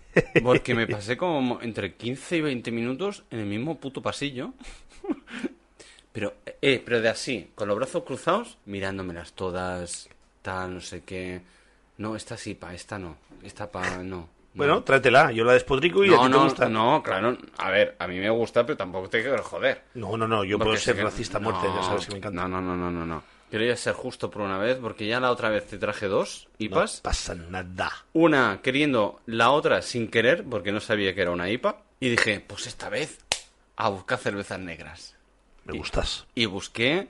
[SPEAKER 1] porque me pasé como entre 15 y 20 minutos en el mismo puto pasillo. Pero, eh, pero de así, con los brazos cruzados, mirándomelas todas, tal, no sé qué. No, esta sí, pa, esta no. Esta pa, no.
[SPEAKER 2] Bueno, tráetela, yo la despodrico y a
[SPEAKER 1] no,
[SPEAKER 2] ti te
[SPEAKER 1] no,
[SPEAKER 2] gusta.
[SPEAKER 1] no, claro. A ver, a mí me gusta, pero tampoco te quiero joder.
[SPEAKER 2] No, no, no, yo
[SPEAKER 1] Porque
[SPEAKER 2] puedo
[SPEAKER 1] sé
[SPEAKER 2] ser
[SPEAKER 1] que-
[SPEAKER 2] racista a muerte, ya sabes que me
[SPEAKER 1] No,
[SPEAKER 2] encanta.
[SPEAKER 1] no, no, no, no, no. Quería ser justo por una vez, porque ya la otra vez te traje dos
[SPEAKER 2] No
[SPEAKER 1] IPAs.
[SPEAKER 2] pasa nada.
[SPEAKER 1] Una queriendo, la otra sin querer, porque no sabía que era una IPA. Y dije, pues esta vez a buscar cervezas negras.
[SPEAKER 2] Me gustas.
[SPEAKER 1] Y busqué,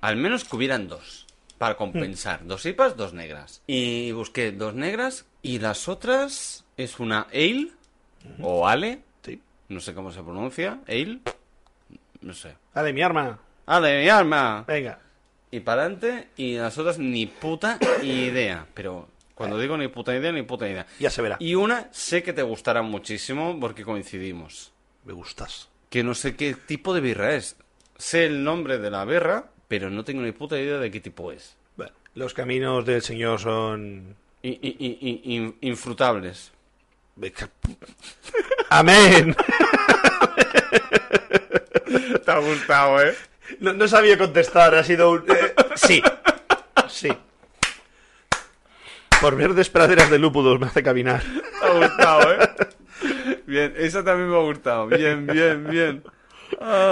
[SPEAKER 1] al menos que hubieran dos, para
[SPEAKER 2] Mm.
[SPEAKER 1] compensar. Dos IPAs, dos negras. Y busqué dos negras y las otras es una Ale o Ale,
[SPEAKER 2] Sí.
[SPEAKER 1] no sé cómo se pronuncia, Ale, no sé.
[SPEAKER 2] Dale, mi arma.
[SPEAKER 1] ¡Ale, mi alma!
[SPEAKER 2] Venga.
[SPEAKER 1] Y para adelante, y las otras ni puta idea. Pero cuando digo ni puta idea, ni puta idea.
[SPEAKER 2] Ya se verá.
[SPEAKER 1] Y una sé que te gustará muchísimo porque coincidimos.
[SPEAKER 2] Me gustas.
[SPEAKER 1] Que no sé qué tipo de birra es. Sé el nombre de la birra, pero no tengo ni puta idea de qué tipo es.
[SPEAKER 2] Bueno, los caminos del Señor son...
[SPEAKER 1] I- i- i- i- in- infrutables.
[SPEAKER 2] ¡Amén!
[SPEAKER 1] Te ha gustado, ¿eh?
[SPEAKER 2] No, no sabía contestar, ha sido un... eh, sí, sí. Por verdes praderas de lúpulos me hace caminar.
[SPEAKER 1] Te ha gustado, ¿eh? Bien, esa también me ha gustado. Bien, bien, bien.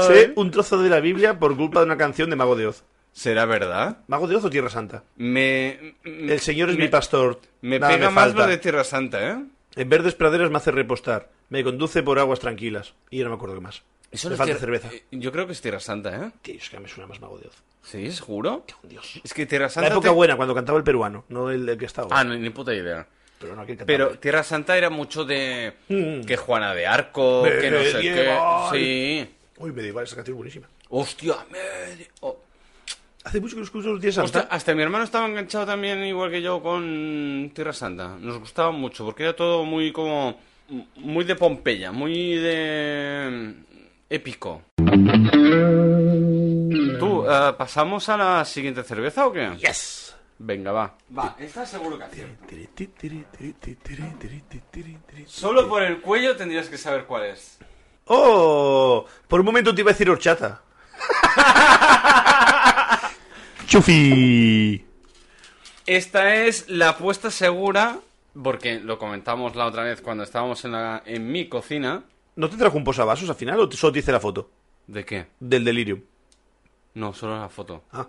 [SPEAKER 2] Sé un trozo de la Biblia por culpa de una canción de Mago de Oz.
[SPEAKER 1] ¿Será verdad?
[SPEAKER 2] ¿Mago de Oz o Tierra Santa?
[SPEAKER 1] Me. me-
[SPEAKER 2] El Señor es
[SPEAKER 1] Mm, me-
[SPEAKER 2] mi pastor.
[SPEAKER 1] Me
[SPEAKER 2] nada
[SPEAKER 1] pega más lo
[SPEAKER 2] falta.
[SPEAKER 1] de Tierra Santa, ¿eh?
[SPEAKER 2] En verdes praderas me hace repostar. Me conduce por aguas tranquilas. Y ya no me acuerdo qué más.
[SPEAKER 1] Eso
[SPEAKER 2] me
[SPEAKER 1] es
[SPEAKER 2] falta
[SPEAKER 1] Tierra-
[SPEAKER 2] cerveza.
[SPEAKER 1] eh, Yo creo que es Tierra Santa, ¿eh?
[SPEAKER 2] Tío, es que me suena más Mago de Oz.
[SPEAKER 1] Sí, seguro.
[SPEAKER 2] Dios.
[SPEAKER 1] Es que Tierra
[SPEAKER 2] La
[SPEAKER 1] Santa.
[SPEAKER 2] época
[SPEAKER 1] te-
[SPEAKER 2] buena, cuando cantaba el peruano, no el, el que estaba.
[SPEAKER 1] Ah, ni, ni puta idea.
[SPEAKER 2] Pero no aquel que cantaba.
[SPEAKER 1] Pero Tierra Santa era mucho de.
[SPEAKER 2] Mm.
[SPEAKER 1] Que Juana de Arco, que no sé qué.
[SPEAKER 2] Medieval.
[SPEAKER 1] Sí.
[SPEAKER 2] Uy, medieval, esa canción es buenísima.
[SPEAKER 1] Hostia, me- oh.
[SPEAKER 2] Hace mucho que no escucho los días
[SPEAKER 1] Hostia,
[SPEAKER 2] Santa.
[SPEAKER 1] hasta mi hermano estaba enganchado también, igual que yo, con Tierra Santa. Nos gustaba mucho, porque era todo muy como. Muy de Pompeya, muy de. mm, épico. ¿Tú, eh, pasamos a la siguiente cerveza o qué?
[SPEAKER 2] Yes.
[SPEAKER 1] Venga, va. Va, esta seguro que acierto.
[SPEAKER 3] Tiri, tiri, tiri, tiri, tiri, tiri, tiri, tiri.
[SPEAKER 1] Solo por el cuello tendrías que saber cuál es.
[SPEAKER 2] ¡Oh! Por un momento te iba a decir horchata. ¡Chufi!
[SPEAKER 1] Esta es la apuesta segura, porque lo comentamos la otra vez cuando estábamos en, la, en mi cocina.
[SPEAKER 2] ¿No te trajo un posavasos al final o te- solo te hice la foto?
[SPEAKER 1] ¿De qué?
[SPEAKER 2] Del delirium.
[SPEAKER 1] No, solo la foto.
[SPEAKER 2] Ah.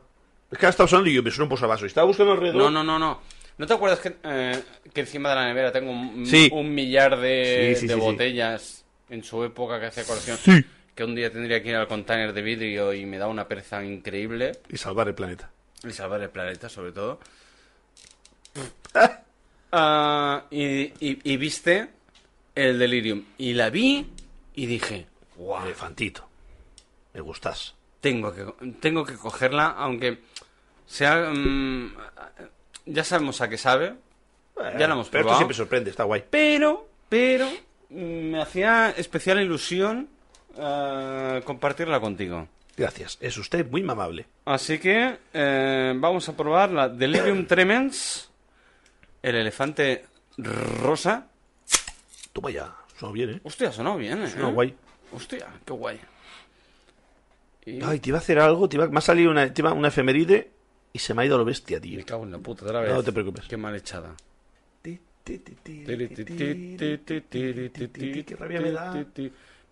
[SPEAKER 2] Es que ha estado sonando y yo me suena un posavasos. Y estaba buscando alrededor.
[SPEAKER 1] No, no, no, no. ¿No te acuerdas que, eh, que encima de la nevera tengo un,
[SPEAKER 2] Sí.
[SPEAKER 1] un millar de,
[SPEAKER 2] Sí, sí,
[SPEAKER 1] de
[SPEAKER 2] sí, sí.
[SPEAKER 1] botellas en su época que hacía colección?
[SPEAKER 2] Sí.
[SPEAKER 1] Que un día tendría que ir al container de vidrio y me da una pereza increíble.
[SPEAKER 2] Y salvar el planeta.
[SPEAKER 1] Y salvar el planeta, sobre todo. Ah, y, y- y viste el delirium. Y la vi y dije,
[SPEAKER 2] Guau. Elefantito. Me gustas.
[SPEAKER 1] tengo que, tengo que cogerla, aunque sea... mm, ya sabemos a qué sabe,
[SPEAKER 2] Bueno,
[SPEAKER 1] Ya la hemos
[SPEAKER 2] Eh, Pero esto
[SPEAKER 1] probado.
[SPEAKER 2] siempre sorprende, está guay.
[SPEAKER 1] pero, pero mm, me hacía especial ilusión ah, compartirla contigo.
[SPEAKER 2] Gracias. Es usted muy mamable.
[SPEAKER 1] Así que eh, vamos a probar la Delirium Tremens, el elefante rosa.
[SPEAKER 2] Toma ya. Suena bien, ¿eh?
[SPEAKER 1] Hostia, sonó bien, ¿eh?
[SPEAKER 2] Suena guay.
[SPEAKER 1] Hostia, qué guay. Y...
[SPEAKER 2] Ay, te iba a hacer algo. Te iba... Me ha salido una, te iba- una efeméride y se me ha ido a lo bestia, tío.
[SPEAKER 1] Me cago en la puta, otra vez.
[SPEAKER 2] No te preocupes.
[SPEAKER 1] Qué mal echada.
[SPEAKER 3] Ti, ti, ti, ti, ti, ti, ti, ti, ti, ti, ti, ti, ti. Qué rabia me da.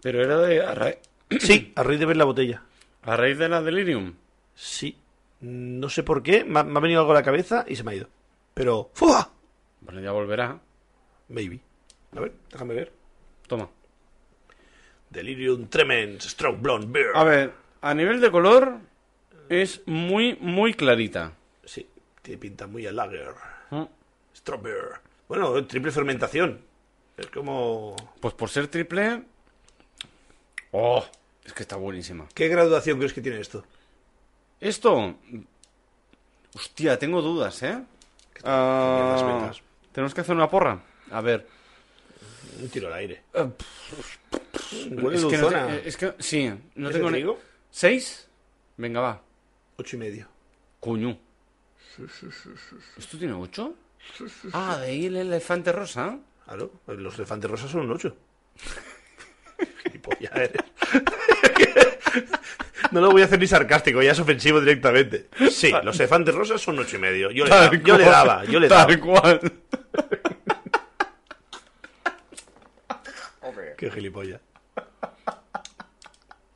[SPEAKER 1] Pero era de... A, ra-
[SPEAKER 2] Sí, a raíz de ver la botella.
[SPEAKER 1] a raíz de la delirium.
[SPEAKER 2] Sí. No sé por qué, me ha, me ha venido algo a la cabeza y se me ha ido. Pero, ¡fua!
[SPEAKER 1] Bueno, ya volverá.
[SPEAKER 2] Maybe. A ver, déjame ver.
[SPEAKER 1] Toma.
[SPEAKER 2] Delirium Tremens, Stroke Blonde Beer.
[SPEAKER 1] A ver, a nivel de color es muy, muy clarita.
[SPEAKER 2] Sí, tiene pinta muy a lager.
[SPEAKER 1] ¿Mm?
[SPEAKER 2] Stroke Beer. Bueno, triple fermentación. Es como...
[SPEAKER 1] Pues por ser triple... ¡Oh! Es que está buenísima.
[SPEAKER 2] ¿Qué graduación crees que tiene esto?
[SPEAKER 1] Esto... Hostia, tengo dudas, ¿eh? Ah,
[SPEAKER 2] mierdas ventas.
[SPEAKER 1] Tenemos que hacer una porra. A ver.
[SPEAKER 2] Un tiro al aire. Eh, Huele
[SPEAKER 1] Es que, no
[SPEAKER 2] dulzona.
[SPEAKER 1] te- eh, es que- sí, no
[SPEAKER 2] ¿Es
[SPEAKER 1] tengo
[SPEAKER 2] de
[SPEAKER 1] ni...
[SPEAKER 2] trigo?
[SPEAKER 1] ¿Seis? Venga, va.
[SPEAKER 2] Ocho y medio.
[SPEAKER 1] Cuñu. ¿Esto tiene ocho? Ah, de ahí el elefante rosa.
[SPEAKER 2] Claro, los elefantes rosas son un ocho. Gilipollas eres. No lo voy a hacer ni sarcástico, ya es ofensivo directamente. Sí, los elefantes rosas son ocho y medio. Yo le,
[SPEAKER 1] Tal
[SPEAKER 2] daba, yo le
[SPEAKER 1] cual.
[SPEAKER 2] daba, yo le daba.
[SPEAKER 1] Tal cual.
[SPEAKER 2] Qué gilipollas.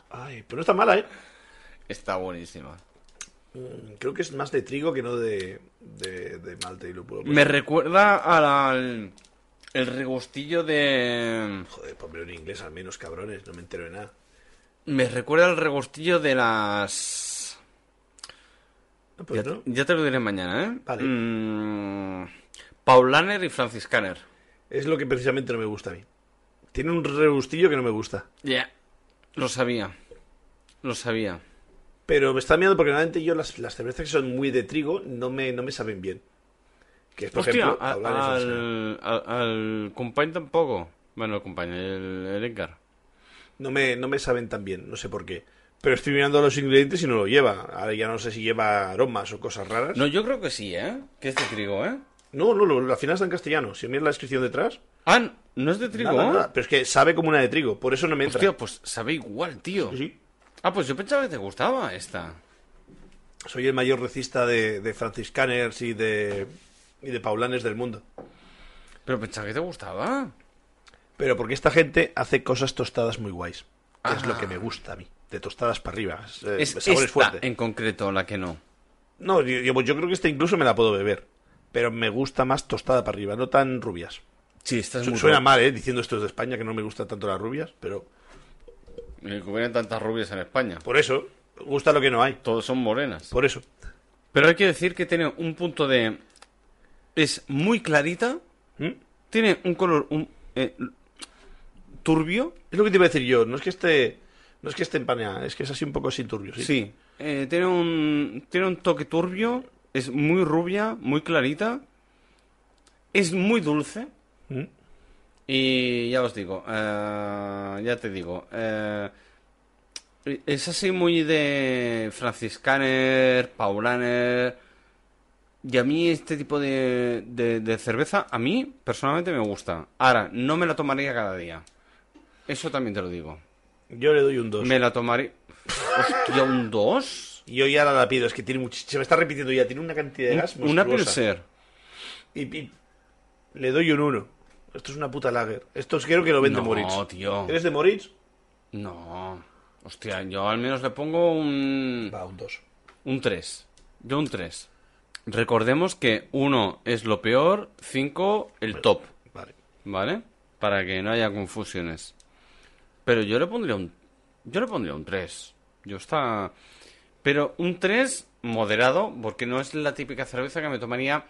[SPEAKER 2] Ay, pero no está mala, ¿eh?
[SPEAKER 1] Está buenísima.
[SPEAKER 2] Mm, Creo que es más de trigo que no de, de, de malte y lúpulo.
[SPEAKER 1] Me recuerda a la- al el regustillo de...
[SPEAKER 2] Joder, ponme en inglés al menos, cabrones, no me entero de nada.
[SPEAKER 1] Me recuerda al regustillo de las...
[SPEAKER 2] No, pues
[SPEAKER 1] ya,
[SPEAKER 2] no.
[SPEAKER 1] ya te lo diré mañana, ¿eh?
[SPEAKER 2] Vale.
[SPEAKER 1] Mm, Paulaner y Franciscaner.
[SPEAKER 2] Es lo que precisamente no me gusta a mí. Tiene un rebustillo que no me gusta.
[SPEAKER 1] Ya. Lo sabía. Lo sabía.
[SPEAKER 2] Pero me está mirando porque normalmente yo las, las cervezas que son muy de trigo no me, no me saben bien. Que es, por
[SPEAKER 1] Hostia,
[SPEAKER 2] ejemplo,
[SPEAKER 1] a-
[SPEAKER 2] hablar de Francia.
[SPEAKER 1] al, al, al compañero tampoco. Bueno, el compañero, el, el Edgar.
[SPEAKER 2] no me, no me saben tan bien, no sé por qué. Pero estoy mirando los ingredientes y no lo lleva. Ahora ya no sé si lleva aromas o cosas raras.
[SPEAKER 1] No, yo creo que sí, ¿eh? Que es de trigo, ¿eh?
[SPEAKER 2] No, no, lo- al final está en castellano. Si miras la descripción detrás,
[SPEAKER 1] Ah, n- ¿no es de trigo?
[SPEAKER 2] nada, nada. Pero es que sabe como una de trigo, por eso no me entra.
[SPEAKER 1] Hostia, pues sabe igual, tío.
[SPEAKER 2] Sí, sí.
[SPEAKER 1] Ah, pues yo pensaba que te gustaba esta.
[SPEAKER 2] Soy el mayor recista de, de franciscaners y de, y de paulanes del mundo.
[SPEAKER 1] Pero pensaba que te gustaba.
[SPEAKER 2] Pero porque esta gente hace cosas tostadas muy guays. que Es
[SPEAKER 1] Ah.
[SPEAKER 2] lo que me gusta a mí. De tostadas para arriba. Es, eh,
[SPEAKER 1] Es
[SPEAKER 2] sabores
[SPEAKER 1] esta
[SPEAKER 2] fuertes.
[SPEAKER 1] en concreto la que no.
[SPEAKER 2] No, yo, yo- yo creo que esta incluso me la puedo beber. Pero me gusta más tostada para arriba, no tan rubias.
[SPEAKER 1] Sí, esta es
[SPEAKER 2] Su-
[SPEAKER 1] muy
[SPEAKER 2] Suena
[SPEAKER 1] buena.
[SPEAKER 2] mal, ¿eh? Diciendo esto es de España, que no me gustan tanto las rubias, pero
[SPEAKER 1] Eh, Que hubieran tantas rubias en España.
[SPEAKER 2] por eso, gusta lo que no hay.
[SPEAKER 1] Todos son morenas.
[SPEAKER 2] Por eso.
[SPEAKER 1] Pero hay que decir que tiene un punto de... Es muy clarita.
[SPEAKER 2] ¿Mm?
[SPEAKER 1] Tiene un color un, eh, turbio.
[SPEAKER 2] Es lo que te iba a decir yo, no es que esté, no es que esté empaneada, es que es así un poco así turbio, sí.
[SPEAKER 1] Sí. Eh, tiene, un, tiene un toque turbio. Es muy rubia, muy clarita. Es muy dulce.
[SPEAKER 2] ¿Mm?
[SPEAKER 1] Y ya os digo, eh, ya te digo. eh, es así muy de franciscaner, paulaner. Y a mí este tipo de, de, de cerveza, a mí personalmente me gusta. Ahora, no me la tomaría cada día. Eso también te lo digo.
[SPEAKER 2] Yo le doy un 2.
[SPEAKER 1] Me la tomaré. Hostia, un 2.
[SPEAKER 2] Yo ya la, la pido, es que tiene much- se me está repitiendo ya, tiene una cantidad de gas
[SPEAKER 1] Una
[SPEAKER 2] monstruosa.
[SPEAKER 1] Pilser.
[SPEAKER 2] Y, y- le doy un 1. Esto es una puta lager. Esto es- creo que lo vende
[SPEAKER 1] No,
[SPEAKER 2] Moritz.
[SPEAKER 1] tío.
[SPEAKER 2] ¿Eres de Moritz?
[SPEAKER 1] No. Hostia, yo al menos le pongo un.
[SPEAKER 2] Va, un 2.
[SPEAKER 1] Un 3. Yo un 3. Recordemos que 1 es lo peor, 5 el top.
[SPEAKER 2] Vale.
[SPEAKER 1] ¿Vale? Para que no haya confusiones. Pero yo le pondría un. Yo le pondría un 3. Yo está. Pero un 3 moderado, porque no es la típica cerveza que me tomaría.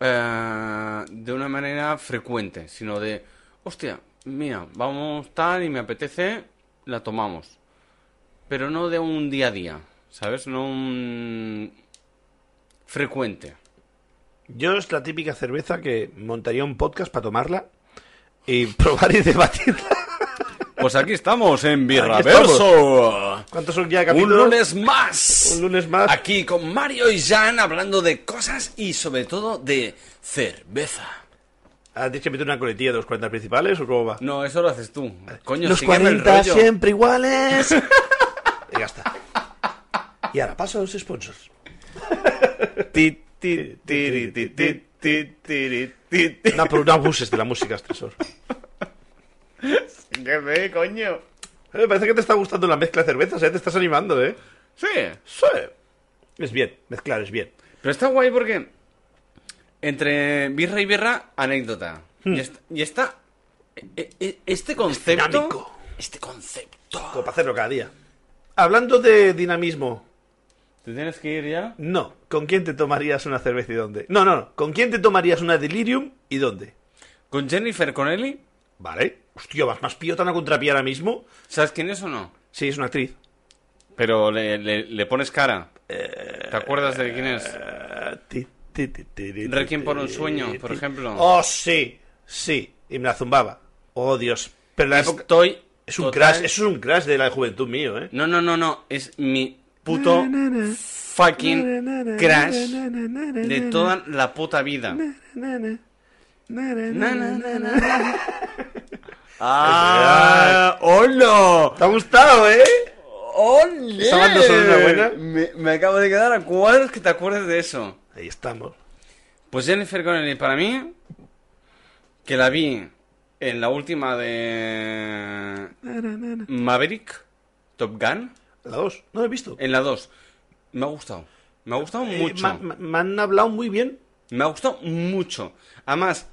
[SPEAKER 1] eh, de una manera frecuente, sino de. Hostia, mira, vamos tal y me apetece, la tomamos. Pero no de un día a día, ¿sabes? No un. frecuente.
[SPEAKER 2] Yo es la típica cerveza que montaría un podcast para tomarla y probar y debatirla.
[SPEAKER 1] Pues aquí estamos en
[SPEAKER 2] estamos. ¿Cuántos son ya
[SPEAKER 1] Un
[SPEAKER 2] capítulos?
[SPEAKER 1] lunes más.
[SPEAKER 2] Un lunes más.
[SPEAKER 1] Aquí con Mario y Jan hablando de cosas y sobre todo de cerveza.
[SPEAKER 2] Ah, ¿Tienes que meter una coletilla de los 40 principales o cómo va?
[SPEAKER 1] No, eso lo haces tú. Coño,
[SPEAKER 2] los
[SPEAKER 1] sígueme
[SPEAKER 2] 40
[SPEAKER 1] el rollo.
[SPEAKER 2] siempre iguales. y ya está. Y ahora paso a los sponsors.
[SPEAKER 1] Ti, ti, tiri, ti, ti, ti, tiri, ti, ti.
[SPEAKER 2] No, pero no abuses de la música, estresor.
[SPEAKER 1] ¿Qué ve, coño?
[SPEAKER 2] Eh, parece que te está gustando la mezcla de cervezas, ¿eh? Te estás animando, ¿eh?
[SPEAKER 1] Sí.
[SPEAKER 2] Sí. Es bien, mezclar es bien.
[SPEAKER 1] Pero está guay porque entre birra y birra, anécdota.
[SPEAKER 2] Hmm.
[SPEAKER 1] Y, esta, y esta- e- e- este concepto.
[SPEAKER 2] dinámico.
[SPEAKER 1] Este concepto.
[SPEAKER 2] Como para hacerlo cada día. Hablando de dinamismo,
[SPEAKER 1] ¿Te tienes que ir ya?
[SPEAKER 2] no. ¿Con quién te tomarías una cerveza y dónde? No, no, no. ¿Con quién te tomarías una delirium y dónde?
[SPEAKER 1] ¿Con Jennifer Connelly?
[SPEAKER 2] Vale. Hostia, ¿vas más pillo tan a contrapié ahora mismo?
[SPEAKER 1] ¿Sabes quién es o no?
[SPEAKER 2] Sí, es una actriz.
[SPEAKER 1] Pero le, le- le pones cara. Eh, ¿Te acuerdas de quién es? Requiem
[SPEAKER 2] Requiem
[SPEAKER 1] por un sueño, por ejemplo.
[SPEAKER 2] Oh, sí, sí. Y me la zumbaba. Oh, Dios. Pero la época.
[SPEAKER 1] Estoy.
[SPEAKER 2] Es un
[SPEAKER 1] total-
[SPEAKER 2] crash, eso es un crash de la juventud mío, ¿eh?
[SPEAKER 1] No, no, no, no. Es mi puto fucking crash de toda la puta vida. Na, na, na, na, na. ¡Ah! ¡Hola!
[SPEAKER 2] ¿Te ha gustado, eh?
[SPEAKER 1] ¡Ole!
[SPEAKER 2] Esa banda sonora buena.
[SPEAKER 1] Me, me acabo de quedar a cuadros que te acuerdes de eso.
[SPEAKER 2] Ahí estamos.
[SPEAKER 1] Pues Jennifer Connelly para mí, que la vi en la última de Maverick, Top Gun,
[SPEAKER 2] La dos, no la he visto.
[SPEAKER 1] en la 2. Me ha gustado. Me ha gustado
[SPEAKER 2] Eh,
[SPEAKER 1] mucho.
[SPEAKER 2] ma- ma- me han hablado muy bien.
[SPEAKER 1] Me ha gustado mucho. Además,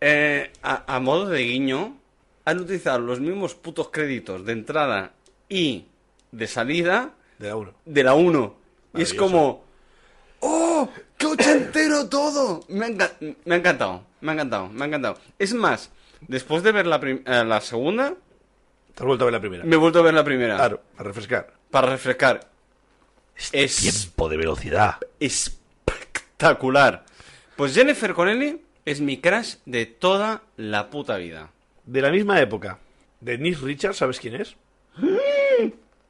[SPEAKER 1] eh, a, a modo de guiño, han utilizado los mismos putos créditos de entrada y de salida
[SPEAKER 2] De la uno.
[SPEAKER 1] de la 1. Y es
[SPEAKER 2] Maravilloso.
[SPEAKER 1] como... ¡Oh! ¡Qué ochentero todo! Me ha, enca- me ha encantado, me ha encantado, me ha encantado. Es más, después de ver la, prim- eh, la segunda,
[SPEAKER 2] Te has vuelto a ver la primera.
[SPEAKER 1] me he vuelto a ver la primera.
[SPEAKER 2] Claro, para refrescar.
[SPEAKER 1] Para refrescar.
[SPEAKER 2] Este
[SPEAKER 1] Es-
[SPEAKER 2] tiempo de velocidad.
[SPEAKER 1] Espectacular. Pues Jennifer Connelly es mi crush de toda la puta vida.
[SPEAKER 2] De la misma época. De Nick Richards, ¿sabes quién es?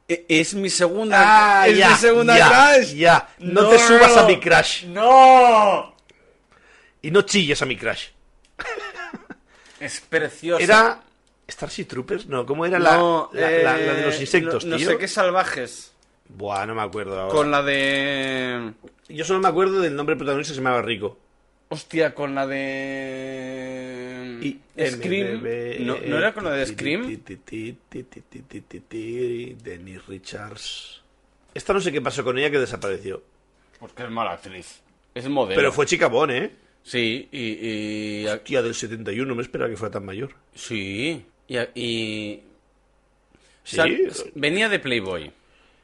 [SPEAKER 1] E- Es mi segunda. es mi segunda
[SPEAKER 2] Ah, ya,
[SPEAKER 1] crush.
[SPEAKER 2] Ya, no, te subas a mi crash.
[SPEAKER 1] ¡No!
[SPEAKER 2] Y no chilles a mi crash.
[SPEAKER 1] Es preciosa.
[SPEAKER 2] Era. Starship Troopers, no, ¿cómo era la-
[SPEAKER 1] No,
[SPEAKER 2] la, la-
[SPEAKER 1] eh,
[SPEAKER 2] la de los insectos,
[SPEAKER 1] no, no
[SPEAKER 2] tío?
[SPEAKER 1] sé qué salvajes.
[SPEAKER 2] Buah, no me acuerdo ahora.
[SPEAKER 1] Con la de.
[SPEAKER 2] Yo solo me acuerdo del nombre del protagonista que se llamaba Rico.
[SPEAKER 1] Hostia, con la de. eh,
[SPEAKER 2] Y-
[SPEAKER 1] Scream.
[SPEAKER 2] eh,
[SPEAKER 1] No, ¿no era con la de Scream.
[SPEAKER 2] Denis Richards. Esta no sé qué pasó con ella que desapareció.
[SPEAKER 1] Porque es mala actriz. Es modelo.
[SPEAKER 2] Pero fue chica Bon, ¿eh?
[SPEAKER 1] Sí, y. y-
[SPEAKER 2] Tía del 71, no me esperaba que fuera tan mayor.
[SPEAKER 1] Sí. Y. y-
[SPEAKER 2] Sí.
[SPEAKER 1] Sal- Venía de Playboy.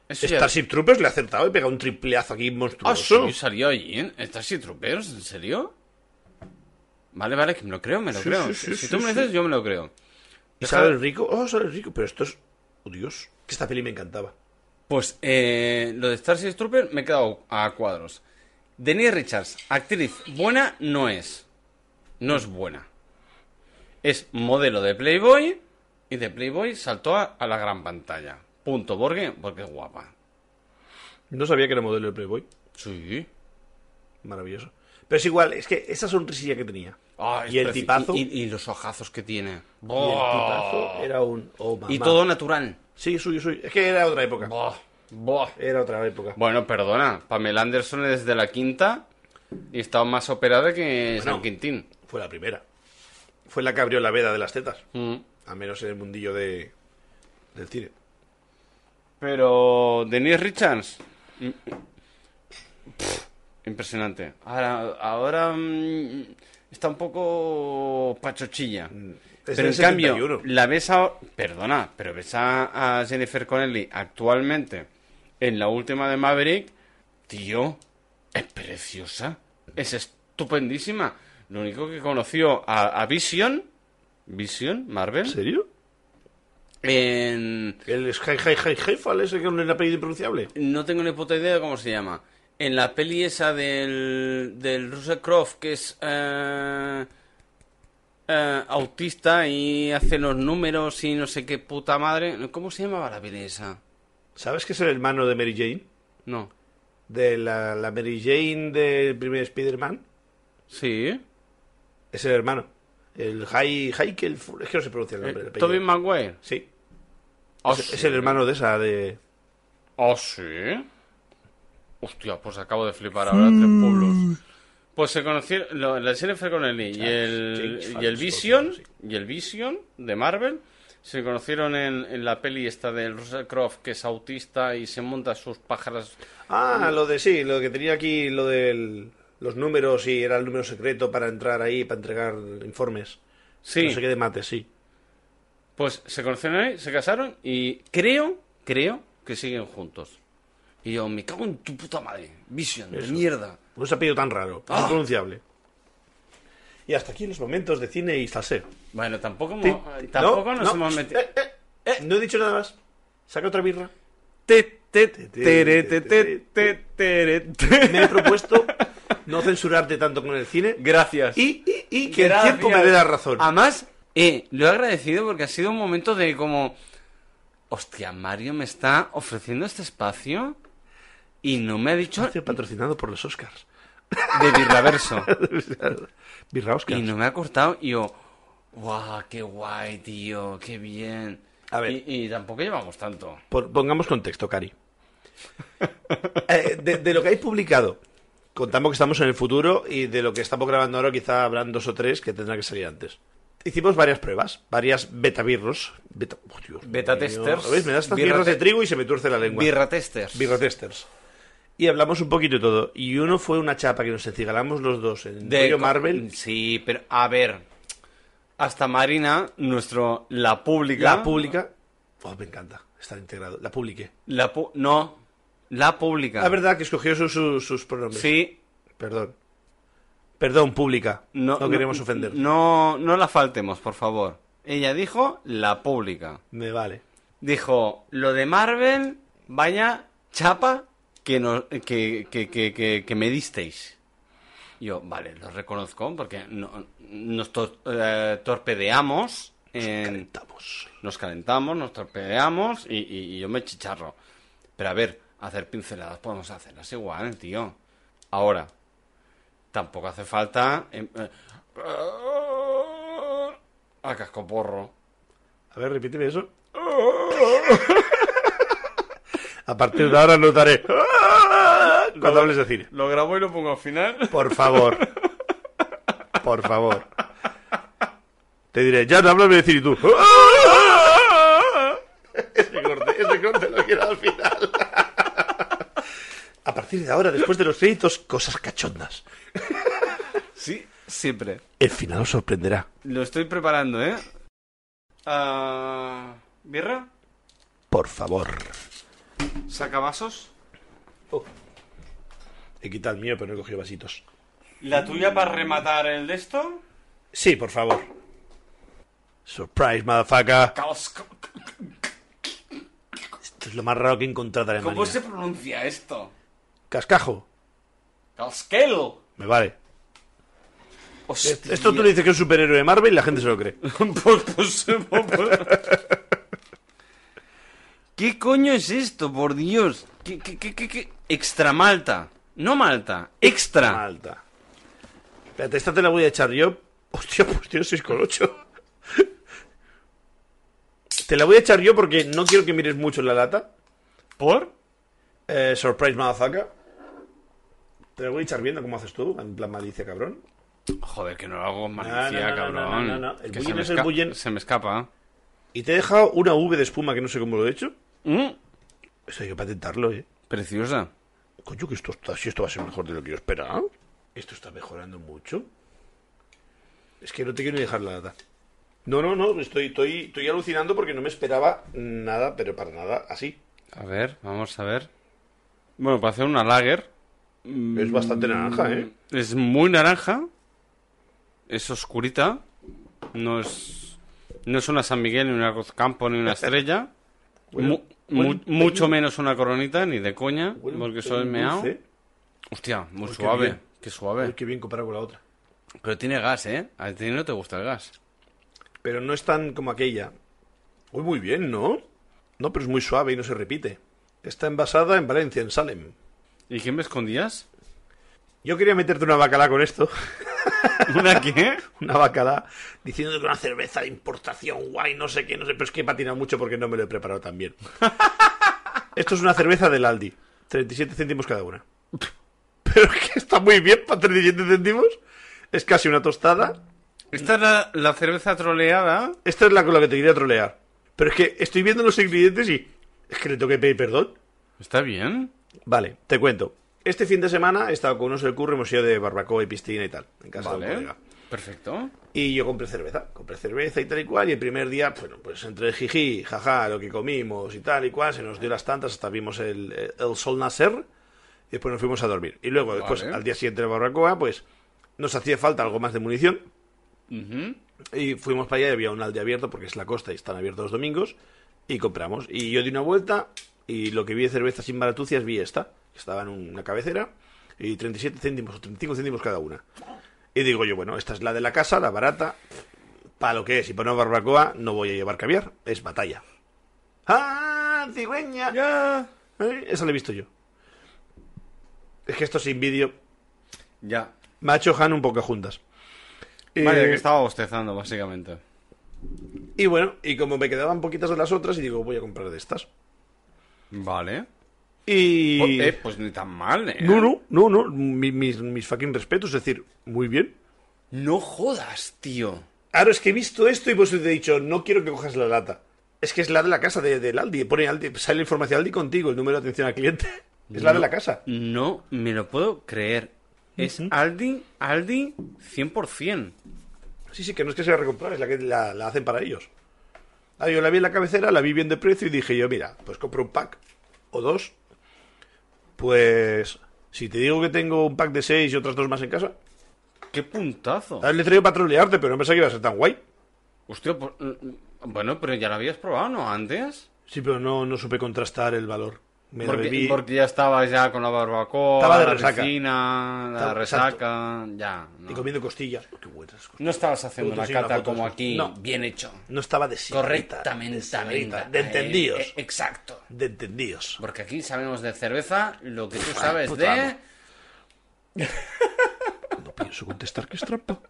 [SPEAKER 1] Eso ya-
[SPEAKER 2] Starship Troopers le ha acertado y pega un tripleazo aquí
[SPEAKER 1] Ah,
[SPEAKER 2] monstruoso.
[SPEAKER 1] sí, salió allí. ¿eh? ¿Starship Troopers? ¿En serio? Vale, vale, que me lo creo, me lo
[SPEAKER 2] Sí,
[SPEAKER 1] creo.
[SPEAKER 2] sí, sí,
[SPEAKER 1] si
[SPEAKER 2] sí,
[SPEAKER 1] tú me lo
[SPEAKER 2] sí.
[SPEAKER 1] dices, yo me lo creo.
[SPEAKER 2] ¿Y sale el rico? Oh, sale el rico, pero esto es. Oh, Dios, que esta peli me encantaba.
[SPEAKER 1] Pues eh, lo de Starship Troopers me he quedado a cuadros. Denise Richards, actriz buena no es. No es buena. Es modelo de Playboy y de Playboy saltó a, a la gran pantalla. Punto, porque, porque es guapa.
[SPEAKER 2] No sabía que era modelo de Playboy.
[SPEAKER 1] Sí.
[SPEAKER 2] Maravilloso. Pero es igual, es que esa sonrisilla que tenía.
[SPEAKER 1] Ah, es
[SPEAKER 2] y el
[SPEAKER 1] preci-
[SPEAKER 2] tipazo.
[SPEAKER 1] Y,
[SPEAKER 2] Y,
[SPEAKER 1] y- y los ojazos que tiene.
[SPEAKER 2] el
[SPEAKER 1] Buah.
[SPEAKER 2] tipazo era un. Oh, mamá.
[SPEAKER 1] Y todo natural.
[SPEAKER 2] Sí, suyo, suyo. Es que era otra época.
[SPEAKER 1] Buah, buah.
[SPEAKER 2] Era otra época.
[SPEAKER 1] Bueno, perdona. Pamela Anderson es de la quinta y está más operada que San Quintín.
[SPEAKER 2] Fue la primera. Fue la que abrió la veda de las tetas.
[SPEAKER 1] Mm.
[SPEAKER 2] Al menos en el mundillo de, del cine.
[SPEAKER 1] Pero Denise Richards. mm, mm, pf, impresionante. Ahora, ahora mm, está un poco pachochilla.
[SPEAKER 2] Es
[SPEAKER 1] pero en
[SPEAKER 2] del
[SPEAKER 1] cambio,
[SPEAKER 2] 71.
[SPEAKER 1] la ves a... Perdona, pero ves a, a Jennifer Connelly actualmente en la última de Maverick. Tío, es preciosa. Es estupendísima. Lo único que conoció a, a Vision... Vision, Marvel.
[SPEAKER 2] ¿En serio?
[SPEAKER 1] En...
[SPEAKER 2] El Sky High High Heifal ese que es un apellido impronunciable.
[SPEAKER 1] No tengo ni puta idea de cómo se llama. En la peli esa del, del Russell Croft, que es eh, eh, autista y hace los números y no sé qué puta madre. ¿Cómo se llamaba la peli esa?
[SPEAKER 2] ¿Sabes que es el hermano de Mary Jane?
[SPEAKER 1] No.
[SPEAKER 2] De la, la Mary Jane del primer Spider-Man.
[SPEAKER 1] Sí.
[SPEAKER 2] Es el hermano. El High Heikel. Es que no se pronuncia el nombre.
[SPEAKER 1] Eh,
[SPEAKER 2] el
[SPEAKER 1] Tobey
[SPEAKER 2] apellido.
[SPEAKER 1] Maguire.
[SPEAKER 2] Sí.
[SPEAKER 1] Ah,
[SPEAKER 2] es,
[SPEAKER 1] sí.
[SPEAKER 2] es el hermano de esa de.
[SPEAKER 1] Ah, sí. Hostia, pues acabo de flipar ahora tres pueblos. Pues se conocieron lo- la Jennifer Connelly y el,
[SPEAKER 2] James
[SPEAKER 1] y el
[SPEAKER 2] Francis, pues,
[SPEAKER 1] Vision
[SPEAKER 2] por favor,
[SPEAKER 1] y el Vision de Marvel se conocieron en, en la peli esta del Russell Croft que es autista y se monta sus pájaras
[SPEAKER 2] Ah, lo de sí, lo que tenía aquí, lo del. los números y era el número secreto para entrar ahí, para entregar informes.
[SPEAKER 1] Sí.
[SPEAKER 2] No sé qué de mates, sí.
[SPEAKER 1] Pues se conocieron ahí, se casaron y creo, creo que siguen juntos. Y yo, me cago en tu puta madre. Vision, de
[SPEAKER 2] Eso.
[SPEAKER 1] mierda.
[SPEAKER 2] Un apellido tan raro,
[SPEAKER 1] Ah.
[SPEAKER 2] tan pronunciable. Y hasta aquí los momentos de cine y salseo.
[SPEAKER 1] Bueno, tampoco, hemos- eh,
[SPEAKER 2] Ti-
[SPEAKER 1] tampoco
[SPEAKER 2] no,
[SPEAKER 1] nos
[SPEAKER 2] no.
[SPEAKER 1] hemos metido.
[SPEAKER 2] Eh, eh, eh, No he dicho nada más. Saca otra birra.
[SPEAKER 1] Te, te,
[SPEAKER 2] te,
[SPEAKER 1] tere, te,
[SPEAKER 2] te,
[SPEAKER 1] te, te, tere, te.
[SPEAKER 2] Me he propuesto no censurarte tanto con el cine
[SPEAKER 1] Gracias.
[SPEAKER 2] y, y- y que
[SPEAKER 1] Gracias.
[SPEAKER 2] el tiempo me dé la razón.
[SPEAKER 1] Además, eh, lo he agradecido porque ha sido un momento de como. Hostia, Mario me está ofreciendo este espacio y no me ha dicho
[SPEAKER 2] Espacio patrocinado por los Oscars.
[SPEAKER 1] de birraverso.
[SPEAKER 2] Birra Oscars.
[SPEAKER 1] Y no me ha cortado y yo, guau, qué guay, tío, qué bien.
[SPEAKER 2] A ver.
[SPEAKER 1] Y, y tampoco llevamos tanto.
[SPEAKER 2] Por- pongamos contexto, Cari. Eh, de, de lo que hay publicado, contamos que estamos en el futuro y de lo que estamos grabando ahora quizá habrán dos o tres que tendrán que salir antes. Hicimos varias pruebas, varias beta birros. Beta, oh, Dios
[SPEAKER 1] Beta
[SPEAKER 2] mío.
[SPEAKER 1] testers.
[SPEAKER 2] ¿Veis? Me da estas
[SPEAKER 1] Birra
[SPEAKER 2] birras de
[SPEAKER 1] te-
[SPEAKER 2] trigo y se me tuerce la lengua.
[SPEAKER 1] Birra testers.
[SPEAKER 2] Birra testers. Y hablamos un poquito de todo. Y uno fue una chapa que nos encigalamos los dos en rollo
[SPEAKER 1] co-
[SPEAKER 2] Marvel.
[SPEAKER 1] Sí, pero a ver. Hasta Marina, nuestro. La pública.
[SPEAKER 2] La pública. Ah, Oh, me encanta estar integrado. La publiqué.
[SPEAKER 1] La pu- no. La pública.
[SPEAKER 2] La verdad que escogió su- su- sus pronombres.
[SPEAKER 1] Sí.
[SPEAKER 2] Perdón. Perdón, pública.
[SPEAKER 1] No,
[SPEAKER 2] No, queremos ofender.
[SPEAKER 1] No, no la faltemos, por favor. Ella dijo la pública.
[SPEAKER 2] Me vale.
[SPEAKER 1] Dijo, lo de Marvel, vaya chapa que, no, que, que, que, que, que me disteis. Yo, vale, lo reconozco porque no- nos tor- eh, torpedeamos.
[SPEAKER 2] Eh,
[SPEAKER 1] En,
[SPEAKER 2] Calentamos.
[SPEAKER 1] nos calentamos, nos torpedeamos y, y- y yo me chicharro. Pero a ver, hacer pinceladas podemos hacerlas igual, tío. Ahora, tampoco hace falta... em, eh, a cascoporro.
[SPEAKER 2] A ver, repíteme eso. A partir de ahora lo daré. Cuando hables de cine.
[SPEAKER 1] Lo grabo y lo pongo al final.
[SPEAKER 2] Por favor. Por favor. Te diré, ya no háblame de cine y tú. Ese corte, ese corte lo quiero al final. A partir de ahora, después de los créditos, cosas cachondas.
[SPEAKER 1] Sí, siempre.
[SPEAKER 2] El final os sorprenderá.
[SPEAKER 1] Lo estoy preparando, ¿eh? Ah, ¿Birra?
[SPEAKER 2] Por favor.
[SPEAKER 1] ¿Sacavasos?
[SPEAKER 2] He quitado el mío, pero no he cogido vasitos.
[SPEAKER 1] ¿La tuya para rematar el de esto?
[SPEAKER 2] Sí, por favor. Surprise, motherfucker.
[SPEAKER 1] Caos-
[SPEAKER 2] Esto es lo más raro que he encontrado en
[SPEAKER 1] ¿Cómo
[SPEAKER 2] Alemania.
[SPEAKER 1] se pronuncia esto?
[SPEAKER 2] Cascajo.
[SPEAKER 1] Caosquel.
[SPEAKER 2] Me vale.
[SPEAKER 1] Hostia.
[SPEAKER 2] Esto tú le dices que es un superhéroe de Marvel y la gente se lo cree.
[SPEAKER 1] Pues, pues, pues. ¿Qué coño es esto, por Dios? ¿Qué, qué, qué, qué, qué? Extra Malta. No Malta, extra.
[SPEAKER 2] Malta. Espérate, esta te la voy a echar yo. Hostia, pues tiene 6,8. Te la voy a echar yo porque no quiero que mires mucho en la lata.
[SPEAKER 1] ¿Por?
[SPEAKER 2] Eh, surprise, motherfucker. Te la voy a echar viendo cómo haces tú, en plan malicia, cabrón.
[SPEAKER 1] Joder, que no lo hago con
[SPEAKER 2] no,
[SPEAKER 1] malicia,
[SPEAKER 2] no, no,
[SPEAKER 1] cabrón.
[SPEAKER 2] no, no, no. El
[SPEAKER 1] Que
[SPEAKER 2] bullying
[SPEAKER 1] se me
[SPEAKER 2] es el
[SPEAKER 1] esca-
[SPEAKER 2] bullying.
[SPEAKER 1] Se me escapa.
[SPEAKER 2] Y te he dejado una V de espuma que no sé cómo lo he hecho.
[SPEAKER 1] Mm,
[SPEAKER 2] Eso hay que patentarlo, eh.
[SPEAKER 1] Preciosa.
[SPEAKER 2] Coño, que esto está, si esto va a ser mejor de lo que yo esperaba. Esto está mejorando mucho. Es que no te quiero ni dejar la data. No, no, no, estoy, estoy, estoy alucinando porque no me esperaba nada, pero para nada, así.
[SPEAKER 1] A ver, vamos a ver. Bueno, para hacer una lager.
[SPEAKER 2] Es bastante naranja, ¿eh?
[SPEAKER 1] Es muy naranja. Es oscurita. No es. No es una San Miguel, ni una Campo, ni una estrella. Mu-
[SPEAKER 2] huele
[SPEAKER 1] mu-
[SPEAKER 2] un pelín-
[SPEAKER 1] mucho menos una coronita, ni de coña.
[SPEAKER 2] Huele un
[SPEAKER 1] porque eso es
[SPEAKER 2] pelín
[SPEAKER 1] meao.
[SPEAKER 2] dulce.
[SPEAKER 1] Hostia, muy
[SPEAKER 2] Uy, qué
[SPEAKER 1] suave.
[SPEAKER 2] bien.
[SPEAKER 1] Qué
[SPEAKER 2] Uy,
[SPEAKER 1] suave.
[SPEAKER 2] qué bien comparado con la otra.
[SPEAKER 1] Pero tiene gas, ¿eh? A ti no te gusta el gas.
[SPEAKER 2] Pero no es tan como aquella. Uy, muy bien, ¿no? No, pero es muy suave y no se repite. Está envasada en Valencia, en Salem.
[SPEAKER 1] ¿Y quién me escondías?
[SPEAKER 2] Yo quería meterte una bacala con esto.
[SPEAKER 1] ¿Una qué?
[SPEAKER 2] una bacala diciendo que una cerveza de importación guay, no sé qué, no sé, pero es que he patinado mucho porque no me lo he preparado tan bien. Esto es una cerveza del Aldi, 37 céntimos cada una. Pero es que está muy bien para 37 céntimos. Es casi una tostada.
[SPEAKER 1] Esta es la, la cerveza troleada.
[SPEAKER 2] Esta es la con la que te quería trolear. Pero es que estoy viendo los ingredientes y es que le tengo que pedir perdón.
[SPEAKER 1] Está bien.
[SPEAKER 2] Vale, te cuento. Este fin de semana he estado con unos del curro y hemos ido de barbacoa y piscina y tal, en casa de un
[SPEAKER 1] Vale.
[SPEAKER 2] colega.
[SPEAKER 1] Perfecto.
[SPEAKER 2] Y yo compré cerveza, compré cerveza y tal y cual, y el primer día, bueno, pues entre el jiji, jaja, lo que comimos y tal y cual, se nos dio las tantas, hasta vimos el, el sol nacer, y después nos fuimos a dormir. Y luego, después,
[SPEAKER 1] Vale.
[SPEAKER 2] al día siguiente de la barbacoa, pues nos hacía falta algo más de munición,
[SPEAKER 1] Ujú.
[SPEAKER 2] y fuimos para allá y había un aldea abierto porque es la costa y están abiertos los domingos. Y compramos. Y yo di una vuelta y lo que vi de cerveza sin baratucias vi esta, que estaba en una cabecera. Y 37 céntimos o 35 céntimos cada una. Y digo yo, bueno, esta es la de la casa, la barata. Para lo que es. Y para una barbacoa no voy a llevar caviar. Es batalla. ¡Ah! ¡Cigüeña! Eh, Esa la he visto yo. Es que esto sin vídeo.
[SPEAKER 1] Ya.
[SPEAKER 2] Macho Han un poco juntas.
[SPEAKER 1] Vale,
[SPEAKER 2] Eh,
[SPEAKER 1] que estaba bostezando, básicamente.
[SPEAKER 2] Y bueno, y como me quedaban poquitas de las otras, y digo, voy a comprar de estas.
[SPEAKER 1] Vale.
[SPEAKER 2] Y.
[SPEAKER 1] Oh, eh, pues ni tan mal, eh.
[SPEAKER 2] No, no, no, no, mi- mis, mis fucking respetos, es decir, muy bien.
[SPEAKER 1] No jodas, tío.
[SPEAKER 2] Ahora es que he visto esto y pues te he dicho, no quiero que cojas la lata. Es que es la de la casa de- del Aldi, pone Aldi, sale la información Aldi contigo, el número de atención al cliente. Es la de la casa.
[SPEAKER 1] No me lo puedo creer. Es Aldi, Aldi 100%.
[SPEAKER 2] Sí, sí, que no es que sea recomprar, es la que la, la hacen para ellos. Ah, yo la vi en la cabecera, la vi bien de precio y dije yo, mira, pues compro un pack o dos. Pues si te digo que tengo un pack de seis y otras dos más en casa,
[SPEAKER 1] ¡Qué puntazo!
[SPEAKER 2] Ah, Le he traído para trolearte, pero no pensaba que iba a ser tan guay.
[SPEAKER 1] Hostia, pues, mm, bueno, pero ya lo habías probado, ¿no? Antes.
[SPEAKER 2] Sí, pero no, no supe contrastar el valor. Me lo
[SPEAKER 1] Porque,
[SPEAKER 2] bebí.
[SPEAKER 1] porque ya estabas ya con la barbacoa,
[SPEAKER 2] Estaba de
[SPEAKER 1] la
[SPEAKER 2] resaca.
[SPEAKER 1] piscina, la
[SPEAKER 2] Estaba-
[SPEAKER 1] resaca, ya.
[SPEAKER 2] Y
[SPEAKER 1] No.
[SPEAKER 2] comiendo costillas. Qué buenas costillas.
[SPEAKER 1] No estabas haciendo
[SPEAKER 2] Puto,
[SPEAKER 1] la
[SPEAKER 2] sí, la
[SPEAKER 1] cata
[SPEAKER 2] foto,
[SPEAKER 1] como
[SPEAKER 2] sí.
[SPEAKER 1] aquí,
[SPEAKER 2] No.
[SPEAKER 1] bien hecho.
[SPEAKER 2] No estaba de señorita,
[SPEAKER 1] Correctamente.
[SPEAKER 2] De, señorita,
[SPEAKER 1] venga,
[SPEAKER 2] de
[SPEAKER 1] eh,
[SPEAKER 2] entendidos.
[SPEAKER 1] eh, exacto.
[SPEAKER 2] De entendidos.
[SPEAKER 1] Porque aquí sabemos de cerveza lo que tú
[SPEAKER 2] Ay,
[SPEAKER 1] sabes
[SPEAKER 2] puta
[SPEAKER 1] de...
[SPEAKER 2] amo. No pienso contestar que es trampa.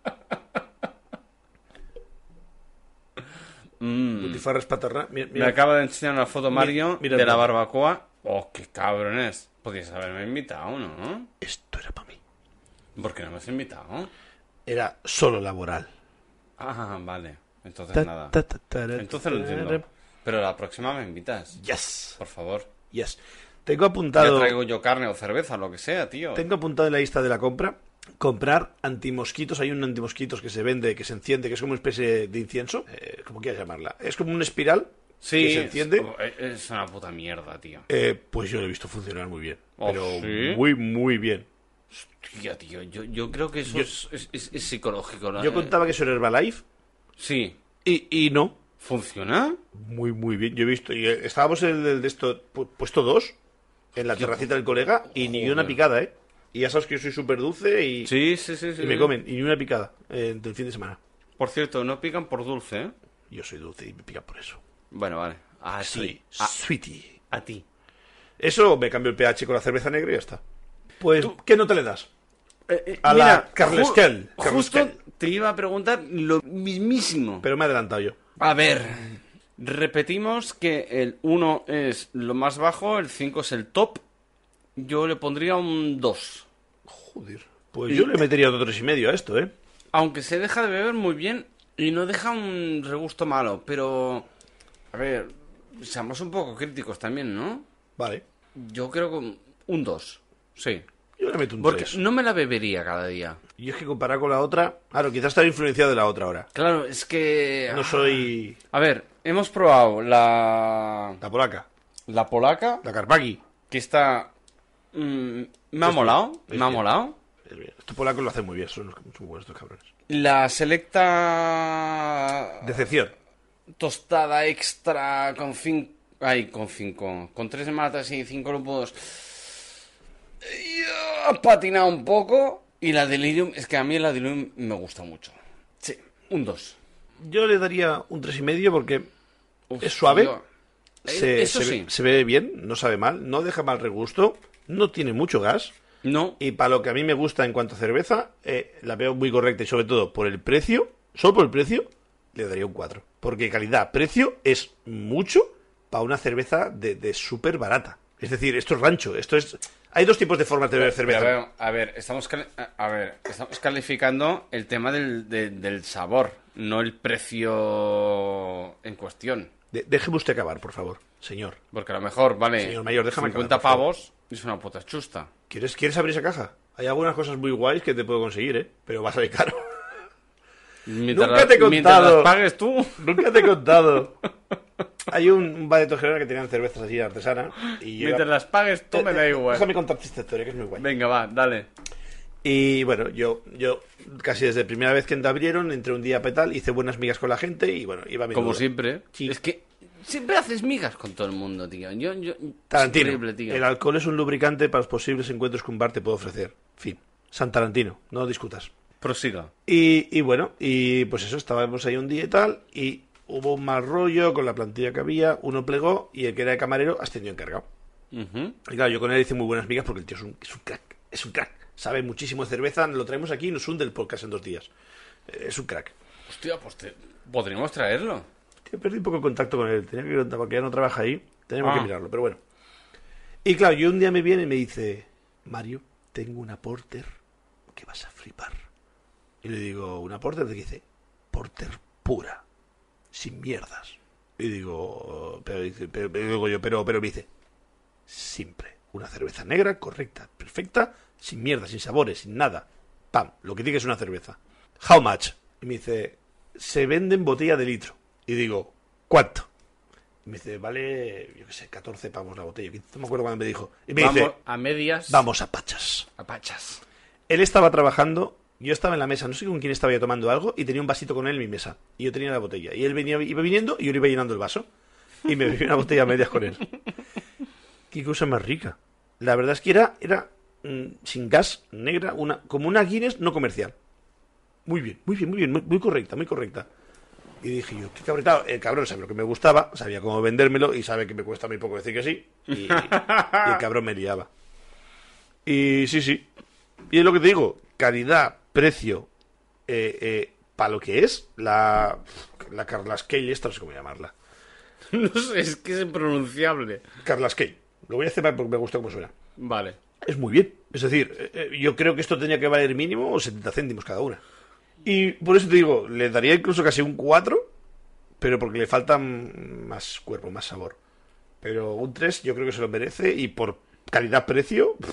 [SPEAKER 1] Mm.
[SPEAKER 2] Butifarras patarra. Mira,
[SPEAKER 1] Me
[SPEAKER 2] mira.
[SPEAKER 1] acaba de enseñar una foto Mario
[SPEAKER 2] mira
[SPEAKER 1] de
[SPEAKER 2] el
[SPEAKER 1] la
[SPEAKER 2] nombre.
[SPEAKER 1] barbacoa. Oh, qué cabrón es. Podías haberme invitado, ¿no?
[SPEAKER 2] Esto era para mí.
[SPEAKER 1] ¿Por qué no me has invitado?
[SPEAKER 2] Era solo laboral.
[SPEAKER 1] Ah, vale. Entonces
[SPEAKER 3] Ta,
[SPEAKER 1] nada.
[SPEAKER 3] ta, ta, tara,
[SPEAKER 1] Entonces lo entiendo. Pero la próxima me invitas,
[SPEAKER 2] Yes.
[SPEAKER 1] por favor.
[SPEAKER 2] Yes. Tengo
[SPEAKER 1] Ya
[SPEAKER 2] apuntado.
[SPEAKER 1] traigo yo carne o cerveza, lo que sea, tío.
[SPEAKER 2] Tengo apuntado en la lista de la compra comprar antimosquitos. Hay un antimosquitos que se vende, que se enciende, que es como una especie de incienso. Eh, ¿Cómo quieras llamarla? Es como una espiral
[SPEAKER 1] Sí,
[SPEAKER 2] que se
[SPEAKER 1] es- eh,
[SPEAKER 2] enciende.
[SPEAKER 1] Es, una puta mierda, tío.
[SPEAKER 2] Eh, pues yo lo he visto funcionar muy bien.
[SPEAKER 1] ¿Ah,
[SPEAKER 2] Pero
[SPEAKER 1] sí?
[SPEAKER 2] muy, muy bien.
[SPEAKER 1] Tío, tío, yo, yo creo que eso
[SPEAKER 2] Yo-
[SPEAKER 1] es, es- es- es psicológico. ¿no?
[SPEAKER 2] Yo contaba que eso era Herbalife
[SPEAKER 1] Sí.
[SPEAKER 2] y, y no.
[SPEAKER 1] ¿Funciona?
[SPEAKER 2] Muy, muy bien. Yo he visto. Y eh, estábamos en el de esto, pu- puesto 2, en la terracita del colega, y ni
[SPEAKER 1] Joder.
[SPEAKER 2] una picada, ¿eh? Y ya sabes que yo soy súper dulce y,
[SPEAKER 1] Sí, sí, sí. sí
[SPEAKER 2] y me
[SPEAKER 1] sí.
[SPEAKER 2] comen. Y ni una picada eh, del fin de semana.
[SPEAKER 1] Por cierto, no pican por dulce, ¿eh?
[SPEAKER 2] Yo soy dulce y me pica por eso.
[SPEAKER 1] Bueno, vale. A
[SPEAKER 2] Soy
[SPEAKER 1] ti. A,
[SPEAKER 2] Ah, sweetie.
[SPEAKER 1] a ti.
[SPEAKER 2] Eso me cambio el pH con la cerveza negra y ya está. Pues, ¿qué no te le das?
[SPEAKER 1] Eh,
[SPEAKER 2] A la Carlesquel.
[SPEAKER 1] Justo
[SPEAKER 2] Carlesquel.
[SPEAKER 1] te iba a preguntar lo mismísimo.
[SPEAKER 2] Pero me he adelantado yo.
[SPEAKER 1] A ver, repetimos que el 1 es lo más bajo, el 5 es el top. Yo le pondría un 2.
[SPEAKER 2] Joder. Pues yo le metería otro tres y medio a esto, ¿eh?
[SPEAKER 1] Aunque se deja de beber muy bien y no deja un regusto malo, pero... A ver, seamos un poco críticos también, ¿no?
[SPEAKER 2] Vale.
[SPEAKER 1] Yo creo que un 2. Sí.
[SPEAKER 2] Yo le meto un
[SPEAKER 1] Porque
[SPEAKER 2] tres.
[SPEAKER 1] no me la bebería cada día.
[SPEAKER 2] Y es que comparar con la otra... Claro, quizás estar influenciado de la otra ahora.
[SPEAKER 1] Claro, es que... ah,
[SPEAKER 2] No soy
[SPEAKER 1] A ver, hemos probado la...
[SPEAKER 2] la polaca,
[SPEAKER 1] La polaca,
[SPEAKER 2] la carpaqui.
[SPEAKER 1] que está... mm, me ha molado, me ha
[SPEAKER 2] bien.
[SPEAKER 1] molado.
[SPEAKER 2] Es bien. Estos polacos lo hacen muy bien, son, unos- son buenos estos cabrones.
[SPEAKER 1] La
[SPEAKER 2] Ah.
[SPEAKER 1] selecta
[SPEAKER 2] Decepción.
[SPEAKER 1] tostada extra con cinco... Ay, con cinco. Con tres matas y cinco lúpulos. Y, ah, Ha patinado un poco. Y la delirium... Es que a mí la delirium me gusta mucho. Sí, un 2.
[SPEAKER 2] Yo le daría un tres y medio porque es suave. Se,
[SPEAKER 1] Eso
[SPEAKER 2] se
[SPEAKER 1] sí.
[SPEAKER 2] ve, se ve bien, no sabe mal, no deja mal regusto, no tiene mucho gas.
[SPEAKER 1] No,
[SPEAKER 2] Y para lo que a mí me gusta en cuanto a cerveza, eh, la veo muy correcta y sobre todo por el precio, solo por el precio, le daría un 4. Porque calidad-precio es mucho para una cerveza de, de súper barata. Es decir, esto es rancho, esto es... Hay dos tipos de formas de beber
[SPEAKER 1] Pero,
[SPEAKER 2] cerveza.
[SPEAKER 1] bueno, a ver, estamos cali- a- a ver, estamos calificando el tema del, de- del sabor, no el precio en cuestión.
[SPEAKER 2] De- déjeme usted acabar, por favor, señor.
[SPEAKER 1] Porque a lo mejor, vale,
[SPEAKER 2] Señor mayor, déjame acabar,
[SPEAKER 1] 50
[SPEAKER 2] por favor.
[SPEAKER 1] pavos es una puta chusta.
[SPEAKER 2] ¿Quieres, ¿Quieres abrir esa caja? Hay algunas cosas muy guays que te puedo conseguir, ¿eh? Pero va a salir caro.
[SPEAKER 1] Mientras,
[SPEAKER 2] Nunca te he
[SPEAKER 1] mientras
[SPEAKER 2] contado.
[SPEAKER 1] las pagues tú.
[SPEAKER 2] Nunca te he contado. Hay un, un bareto general que tenían cervezas así artesanas. Y yo Eh,
[SPEAKER 1] Mientras las pagues tú me da igual.
[SPEAKER 2] Déjame contarte esta historia que es muy guay.
[SPEAKER 1] Venga, va, dale.
[SPEAKER 2] Y bueno, yo, yo casi desde primera vez que abrieron, entré un día a Petal, hice buenas migas con la gente y bueno, iba a mi
[SPEAKER 1] Como
[SPEAKER 2] duro.
[SPEAKER 1] siempre.
[SPEAKER 2] Sí.
[SPEAKER 1] Es que siempre haces migas con todo el mundo, tío. Yo, yo,
[SPEAKER 2] Tarantino.
[SPEAKER 1] es horrible, tío.
[SPEAKER 2] El alcohol es un lubricante para los posibles encuentros que un bar te puede ofrecer. Fin. San Tarantino, no discutas.
[SPEAKER 1] Prosiga.
[SPEAKER 2] Y, y bueno, y pues eso, estábamos ahí un día y tal, y hubo un mal rollo con la plantilla que había, uno plegó y el que era de camarero ascendió encargado.
[SPEAKER 1] Ujú.
[SPEAKER 2] Y claro, yo con él hice muy buenas migas porque el tío es un, es un crack, es un crack. Sabe muchísimo de cerveza, lo traemos aquí y nos hunde el podcast en dos días. Eh, Es un crack.
[SPEAKER 1] Hostia, pues te- podríamos traerlo.
[SPEAKER 2] Tío, perdí un poco de contacto con él. Tenía que contar porque ya no trabaja ahí. Tenemos
[SPEAKER 1] Ah.
[SPEAKER 2] que mirarlo, pero bueno. Y claro, yo un día me viene y me dice, Mario, tengo una porter que vas a flipar. Y le digo, ¿una porter? de qué?". dice, porter pura, sin mierdas. Y digo, pero, dice- pero, pero- digo yo, pero, pero me dice, simple. Una cerveza negra, correcta, perfecta, sin mierda, sin sabores, sin nada. Pam, lo que diga es una cerveza. How much? Y me dice, se vende en botella de litro. Y digo, ¿cuánto? Y me dice, vale, yo qué sé, 14 pavos la botella. 15, No me acuerdo cuándo me dijo. Y me
[SPEAKER 1] Vamos
[SPEAKER 2] dice,
[SPEAKER 1] a medias.
[SPEAKER 2] vamos a pachas.
[SPEAKER 1] A pachas.
[SPEAKER 2] Él estaba trabajando, yo estaba en la mesa, no sé con quién estaba yo tomando algo, y tenía un vasito con él en mi mesa. Y yo tenía la botella. Y él venía, iba viniendo y yo le iba llenando el vaso. Y me bebí una botella a medias con él. Qué cosa más rica. La verdad es que era, era mm, sin gas, negra, una, como una Guinness no comercial. Muy bien, muy bien, muy bien, muy, muy correcta, muy correcta. Y dije yo, qué cabretado. El cabrón sabía lo que me gustaba, sabía cómo vendérmelo y sabe que me cuesta muy poco decir que sí. Y, y el cabrón me liaba. Y sí, sí. Y es lo que te digo, calidad, precio, eh, para lo que es, la, la Carlaskey esta, no sé cómo llamarla.
[SPEAKER 1] No sé, es que es impronunciable.
[SPEAKER 2] Carlaskey. Lo voy a hacer porque me gusta cómo suena.
[SPEAKER 1] Vale.
[SPEAKER 2] Es muy bien. Es decir, eh, eh, yo creo que esto tenía que valer mínimo 70 céntimos cada una. Y por eso te digo, le daría incluso casi un 4, pero porque le faltan más cuerpo, más sabor. Pero un 3 yo creo que se lo merece y por calidad-precio, pff,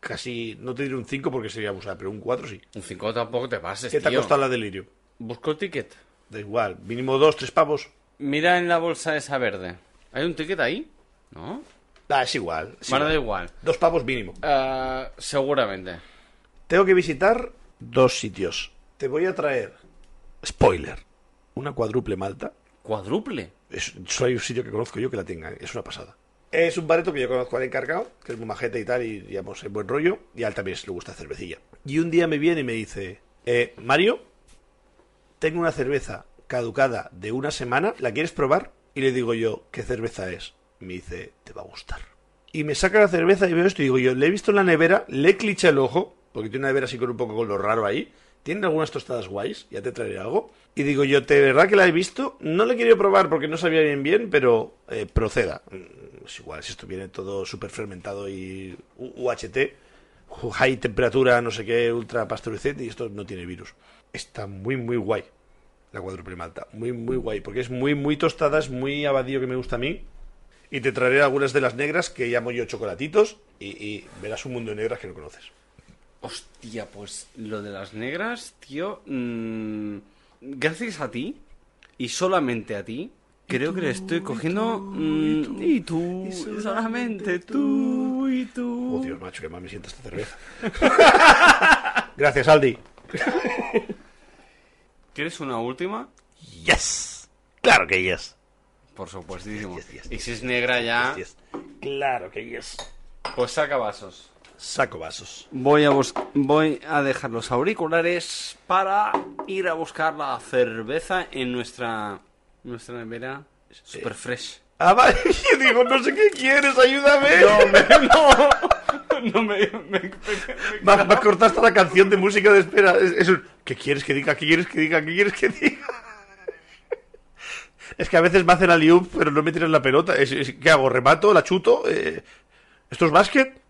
[SPEAKER 2] casi no te diré un 5 porque sería abusar, pero un 4 sí.
[SPEAKER 1] Un 5 tampoco te pases,
[SPEAKER 2] ¿Qué te ha
[SPEAKER 1] tío.
[SPEAKER 2] costado la delirio?
[SPEAKER 1] Busco el ticket.
[SPEAKER 2] Da igual, mínimo 2, 3 pavos.
[SPEAKER 1] Mira en la bolsa esa verde. ¿Hay un ticket ahí? ¿No?
[SPEAKER 2] Ah, es igual. es
[SPEAKER 1] Bueno, da
[SPEAKER 2] igual.
[SPEAKER 1] igual.
[SPEAKER 2] Dos pavos mínimo.
[SPEAKER 1] Ah, seguramente.
[SPEAKER 2] Tengo que visitar dos sitios. Te voy a traer, spoiler, una cuádruple malta.
[SPEAKER 1] ¿Cuádruple?
[SPEAKER 2] Es, solo hay un sitio que conozco yo que la tenga, ¿eh? es una pasada. Es un bareto que yo conozco al encargado, que es muy majete y tal, y digamos, es buen rollo, y a él también le gusta cervecilla. Y un día me viene y me dice, eh, Mario, tengo una cerveza caducada de una semana, ¿la quieres probar? Y le digo yo, ¿qué cerveza es? Me dice, te va a gustar. Y me saca la cerveza y veo esto y digo yo, le he visto en la nevera, le cliché el ojo, porque tiene una nevera así con un poco con lo raro ahí. Tiene algunas tostadas guays, ya te traeré algo. Y digo yo, ¿de verdad que la he visto? No la he querido probar porque no sabía bien bien, pero eh, proceda. Mm, Es igual, si esto viene todo súper fermentado y U- UHT, high temperatura, no sé qué, ultra pasteurized y esto no tiene virus. Está muy, muy guay la cuádruple malta. Muy, muy guay, porque es muy, muy tostada, es muy abadío que me gusta a mí. Y te traeré algunas de las negras que llamo yo chocolatitos y, y verás un mundo de negras que no conoces.
[SPEAKER 1] Hostia, pues lo de las negras, tío. mm, gracias a ti, y solamente a ti, creo que le estoy cogiendo. mm, Y tú, y solamente tú, y tú.
[SPEAKER 2] Oh, Dios, macho, que más me sienta esta cerveza. Gracias, Aldi.
[SPEAKER 1] ¿Quieres una última?
[SPEAKER 2] Yes. Claro que yes.
[SPEAKER 1] Por supuestísimo.
[SPEAKER 2] Yes, yes, yes,
[SPEAKER 1] Y si es negra ya,
[SPEAKER 2] Yes. Claro que yes.
[SPEAKER 1] pues saca vasos.
[SPEAKER 2] Saco vasos.
[SPEAKER 1] Voy a, bus- voy a dejar los auriculares para ir a buscar la cerveza en nuestra, nuestra nevera super fresh.
[SPEAKER 2] Ah, vale. Yo digo, no sé qué quieres, ayúdame.
[SPEAKER 1] No, me, no, no me, me- me-
[SPEAKER 2] Va, va a cortar hasta la canción de música de espera. Es, es un, ¿Qué quieres que diga? ¿Qué quieres que diga? ¿Qué quieres que diga? Es que a veces me hacen aliup, pero no me tiran la pelota. Es, es- ¿Qué hago? ¿Remato? ¿La chuto? Eh, ¿Esto es básquet?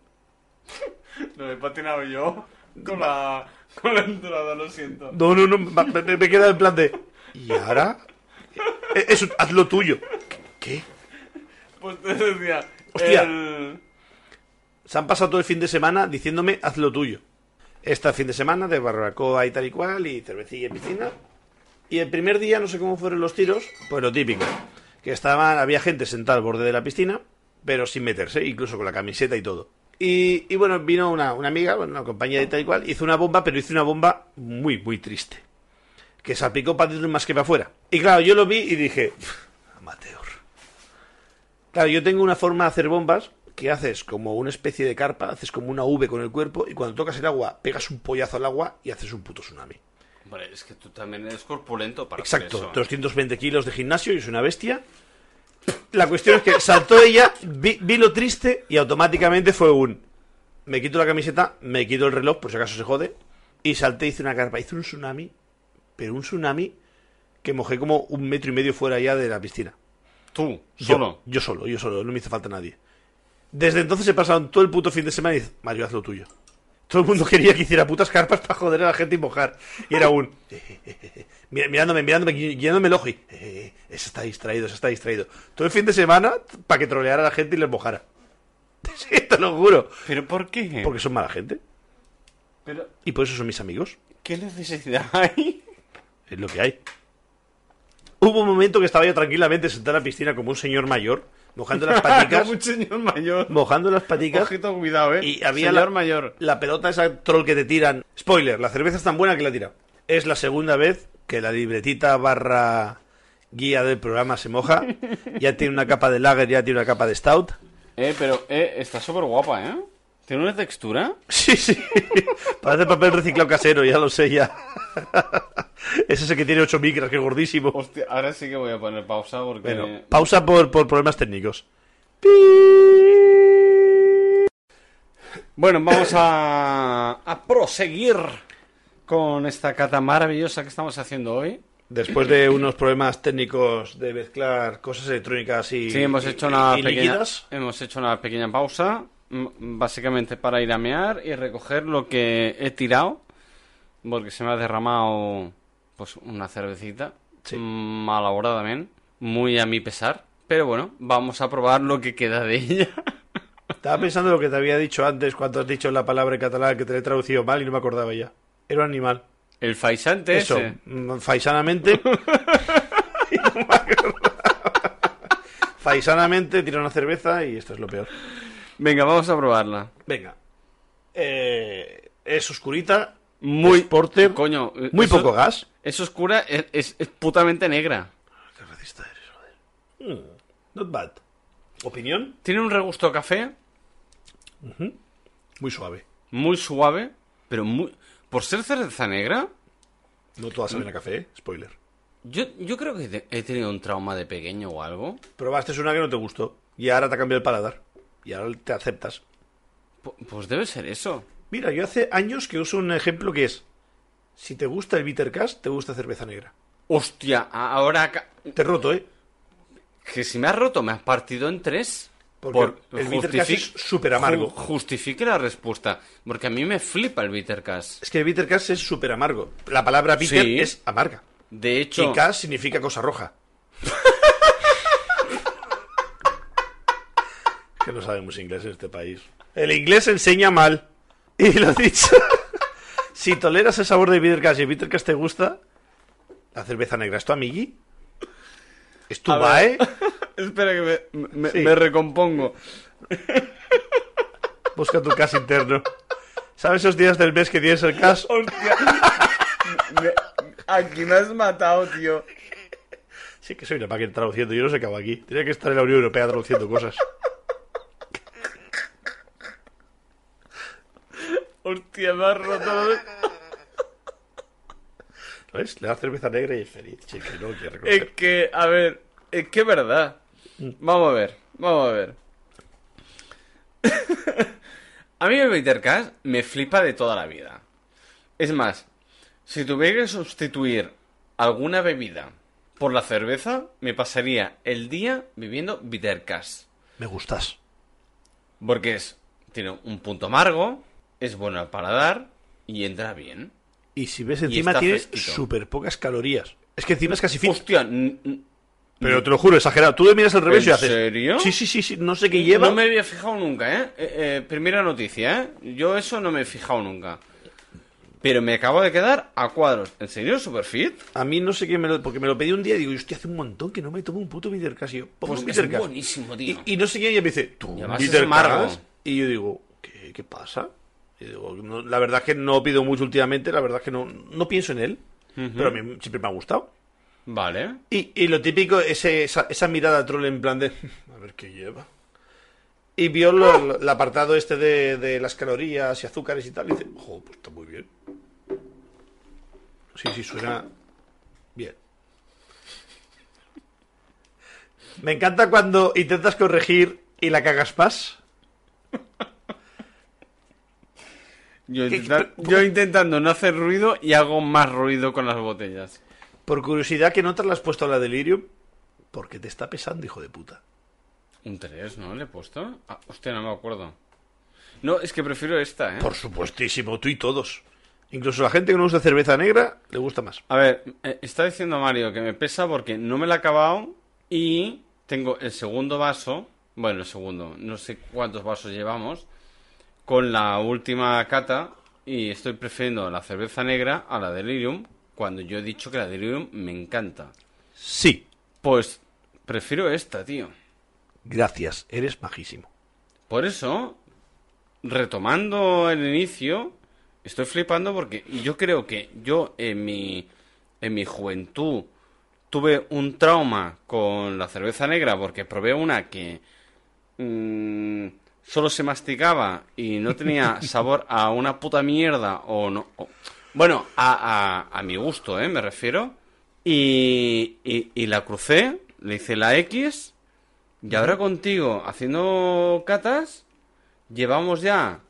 [SPEAKER 1] no me he patinado yo con la, con la entrada, lo siento.
[SPEAKER 2] No, no, no. va- Me, me queda en plan de. ¿Y ahora? Eso, haz lo tuyo. ¿Qué?
[SPEAKER 1] Pues te decía.
[SPEAKER 2] Hostia.
[SPEAKER 1] el-
[SPEAKER 2] Se han pasado todo el fin de semana diciéndome haz lo tuyo. Este fin de semana de barbacoa y tal y cual, y cervecilla y piscina. Y el primer día, no sé cómo fueron los tiros, pues lo típico. Que estaban, había gente sentada al borde de la piscina, pero sin meterse, incluso con la camiseta y todo. Y, y bueno, vino una, una amiga, bueno, una compañía de tal y cual, hizo una bomba, pero hizo una bomba muy, muy triste. Que salpicó para dentro más que para afuera. Y claro, yo lo vi y dije, amateur. Claro, yo tengo una forma de hacer bombas que haces como una especie de carpa, haces como una V con el cuerpo y cuando tocas el agua pegas un pollazo al agua y haces un puto tsunami.
[SPEAKER 1] Hombre, es que tú también eres corpulento para hacer
[SPEAKER 2] Exacto,
[SPEAKER 1] eso.
[SPEAKER 2] 220 kilos de gimnasio y es una bestia. La cuestión es que saltó ella, vi, vi lo triste y automáticamente fue un... Me quito la camiseta, me quito el reloj por si acaso se jode y salté, hice una carpa, hice un tsunami, pero un tsunami que mojé como un metro y medio fuera ya de la piscina.
[SPEAKER 1] Tú,
[SPEAKER 2] Yo-
[SPEAKER 1] solo.
[SPEAKER 2] Yo, solo, yo solo, no me hizo falta nadie. Desde entonces se pasaron todo el puto fin de semana y dice, Mario, haz lo tuyo. Todo el mundo quería que hiciera putas carpas para joder a la gente y mojar. Y era un... mira- mirándome, mirándome, gui- guiándome el ojo y... "Eh, ese está distraído, ese está distraído. Todo el fin de semana para que troleara a la gente y les mojara. Sí, te lo juro.
[SPEAKER 1] ¿Pero por qué?
[SPEAKER 2] Porque son mala gente.
[SPEAKER 1] Pero,
[SPEAKER 2] Y por eso son mis amigos.
[SPEAKER 1] ¿Qué necesidad hay?
[SPEAKER 2] Es lo que hay. Hubo un momento que estaba yo tranquilamente sentado en la piscina como un señor mayor, mojando las paticas.
[SPEAKER 1] un señor mayor.
[SPEAKER 2] mojando las paticas.
[SPEAKER 1] Ojito, cuidado, eh.
[SPEAKER 2] Y había
[SPEAKER 1] señor
[SPEAKER 2] la-
[SPEAKER 1] mayor.
[SPEAKER 2] La pelota esa troll que te tiran. Spoiler, la cerveza es tan buena que la tira. Es la segunda vez que la libretita barra guía del programa se moja. Ya tiene una capa de lager, ya tiene una capa de stout.
[SPEAKER 1] Eh, pero, eh, está súper guapa, eh. ¿Tiene una textura?
[SPEAKER 2] Sí, sí. Parece papel reciclado casero, ya lo sé, ya. Es ese que tiene 8 micras, que es gordísimo.
[SPEAKER 1] Hostia, ahora sí que voy a poner pausa porque...
[SPEAKER 2] Bueno, pausa por, por problemas técnicos.
[SPEAKER 1] Bueno, vamos a, a proseguir con esta cata maravillosa que estamos haciendo hoy.
[SPEAKER 2] Después de unos problemas técnicos de mezclar cosas electrónicas y,
[SPEAKER 1] Sí, hemos hecho
[SPEAKER 2] y-
[SPEAKER 1] una
[SPEAKER 2] y
[SPEAKER 1] pequeña,
[SPEAKER 2] líquidas.
[SPEAKER 1] hemos hecho una pequeña pausa, m- básicamente para ir a mear y recoger lo que he tirado, porque se me ha derramado pues una cervecita,
[SPEAKER 2] Sí.
[SPEAKER 1] malabradamente, muy a mi pesar, pero bueno, vamos a probar lo que queda de ella.
[SPEAKER 2] Estaba pensando lo que te había dicho antes cuando has dicho la palabra en catalán que te la he traducido mal y no me acordaba ya. Era un animal.
[SPEAKER 1] El faisante
[SPEAKER 2] Eso,
[SPEAKER 1] ese.
[SPEAKER 2] mm, faisanamente. Y no me acordaba. faisanamente tira una cerveza y esto es lo peor.
[SPEAKER 1] Venga, vamos a probarla.
[SPEAKER 2] Venga. Eh, es oscurita.
[SPEAKER 1] Muy
[SPEAKER 2] es porter.
[SPEAKER 1] Coño, eh,
[SPEAKER 2] muy
[SPEAKER 1] eso-
[SPEAKER 2] poco gas. Ah,
[SPEAKER 1] Es oscura, es, es- es putamente negra.
[SPEAKER 2] Qué racista eres, joder. Mm, not bad. Opinión.
[SPEAKER 1] Tiene un regusto a café
[SPEAKER 2] Muy suave.
[SPEAKER 1] muy suave, pero muy... Por ser cerveza negra,
[SPEAKER 2] No todas saben a café, ¿eh? spoiler.
[SPEAKER 1] yo, yo creo que te- he tenido un trauma de pequeño o algo.
[SPEAKER 2] Probaste una que no te gustó y ahora te ha cambiado el paladar. Y ahora te aceptas.
[SPEAKER 1] Pu- Pues debe ser eso.
[SPEAKER 2] Mira, yo hace años que uso un ejemplo que es: si te gusta el Bittercast, te gusta cerveza negra.
[SPEAKER 1] Hostia, a- ahora... ca-
[SPEAKER 2] Te he roto, ¿eh?
[SPEAKER 1] Que si me has roto, me has partido en tres.
[SPEAKER 2] Porque el Bittercast es
[SPEAKER 1] justific-
[SPEAKER 2] súper amargo.
[SPEAKER 1] ju- justifique la respuesta, porque a mí me flipa el Bittercast.
[SPEAKER 2] Es que el Bittercast es súper amargo. La palabra bitter
[SPEAKER 1] Sí.
[SPEAKER 2] es amarga.
[SPEAKER 1] De hecho...
[SPEAKER 2] Y cast significa cosa roja. que no sabemos inglés en este país. El inglés enseña mal. Y lo dicho. si toleras el sabor de Bittercast y el Bittercast te gusta, la cerveza negra es tu amigui. Es tu
[SPEAKER 1] A
[SPEAKER 2] bae.
[SPEAKER 1] ver. Espera que me, me-
[SPEAKER 2] Sí.
[SPEAKER 1] me recompongo.
[SPEAKER 2] Busca tu cas interno. ¿Sabes esos días del mes que tienes el cas?
[SPEAKER 1] Hostia. Me- aquí me has matado, tío.
[SPEAKER 2] Sí, que soy la máquina traduciendo. Yo no sé qué hago aquí. Tenía que estar en la Unión Europea traduciendo cosas.
[SPEAKER 1] Hostia, me has roto.
[SPEAKER 2] ¿Ves? Le da cerveza negra y es feliz. Sí, que no lo quiere reconocer.
[SPEAKER 1] Es que, a ver, es que es verdad. Vamos a ver, vamos a ver. a mí el Bittercast me flipa de toda la vida. Es más, si tuviera que sustituir alguna bebida por la cerveza, me pasaría el día bebiendo Bittercast.
[SPEAKER 2] Me gustas.
[SPEAKER 1] Porque es, tiene un punto amargo, es bueno al paladar y entra bien.
[SPEAKER 2] Y si ves encima
[SPEAKER 1] está
[SPEAKER 2] tiene
[SPEAKER 1] fresquito.
[SPEAKER 2] súper pocas calorías. Es que encima es casi fit.
[SPEAKER 1] Hostia, n- n-
[SPEAKER 2] Pero te lo juro, exagerado. Tú le miras al revés
[SPEAKER 1] ¿En
[SPEAKER 2] y haces.
[SPEAKER 1] serio?
[SPEAKER 2] Sí, sí, sí, sí, no sé qué lleva.
[SPEAKER 1] No me había fijado nunca, ¿eh? Eh, eh, Primera noticia, ¿eh? Yo eso no me he fijado nunca. Pero me acabo de quedar a cuadros. ¿En serio, Superfit?
[SPEAKER 2] A mí no sé qué me lo. Porque me lo pedí un día y digo, hostia, hace un montón que no me tomo un puto Bittercast. Y yo, pongo
[SPEAKER 1] Pues
[SPEAKER 2] un
[SPEAKER 1] es
[SPEAKER 2] Bittercast.
[SPEAKER 1] buenísimo,
[SPEAKER 2] Y,
[SPEAKER 1] tío.
[SPEAKER 2] y no sé quién, y me dice, tú,
[SPEAKER 1] Y además
[SPEAKER 2] Bitter
[SPEAKER 1] es amargo.
[SPEAKER 2] Cast. Y yo digo, ¿qué, qué pasa? Y digo, "No, la verdad es que no pido mucho últimamente, la verdad es que no, no pienso en él, pero a mí siempre me ha gustado.
[SPEAKER 1] Vale.
[SPEAKER 2] Y, y lo típico, ese, esa, esa mirada troll en plan de, "Hmm, a ver qué lleva. Y vio lo- el apartado este de, de las calorías y azúcares y tal, y dice, jo, pues está muy bien. Sí, sí, suena bien. Me encanta cuando intentas corregir y la cagas más.
[SPEAKER 1] Yo,
[SPEAKER 2] ¿Qué-
[SPEAKER 1] intentar-
[SPEAKER 2] qué-
[SPEAKER 1] yo intentando no hacer ruido y hago más ruido con las botellas.
[SPEAKER 2] Por curiosidad, ¿qué nota le has puesto a la Delirium? Porque te está pesando, hijo de puta.
[SPEAKER 1] Un 3, ¿no? ¿Le he puesto? Ah, hostia, no me acuerdo. No, es que prefiero esta, ¿eh?
[SPEAKER 2] Por supuestísimo, tú y todos. Incluso la gente que no usa cerveza negra le gusta más.
[SPEAKER 1] A ver, eh, está diciendo Mario que me pesa porque no me la he acabado y tengo el segundo vaso, bueno, el segundo, no sé cuántos vasos llevamos, con la última cata y estoy prefiriendo la cerveza negra a la delirium cuando yo he dicho que la delirium me encanta.
[SPEAKER 2] Sí.
[SPEAKER 1] Pues prefiero esta, tío.
[SPEAKER 2] Gracias, eres majísimo.
[SPEAKER 1] Por eso, retomando el inicio, estoy flipando porque yo creo que yo en mi, en mi juventud tuve un trauma con la cerveza negra porque probé una que mm, solo se masticaba y no tenía sabor a una puta mierda o no. o- bueno, a, a- a mi gusto, ¿eh? Me refiero. Y, y- y la crucé, le hice la X y ahora contigo, haciendo catas, llevamos ya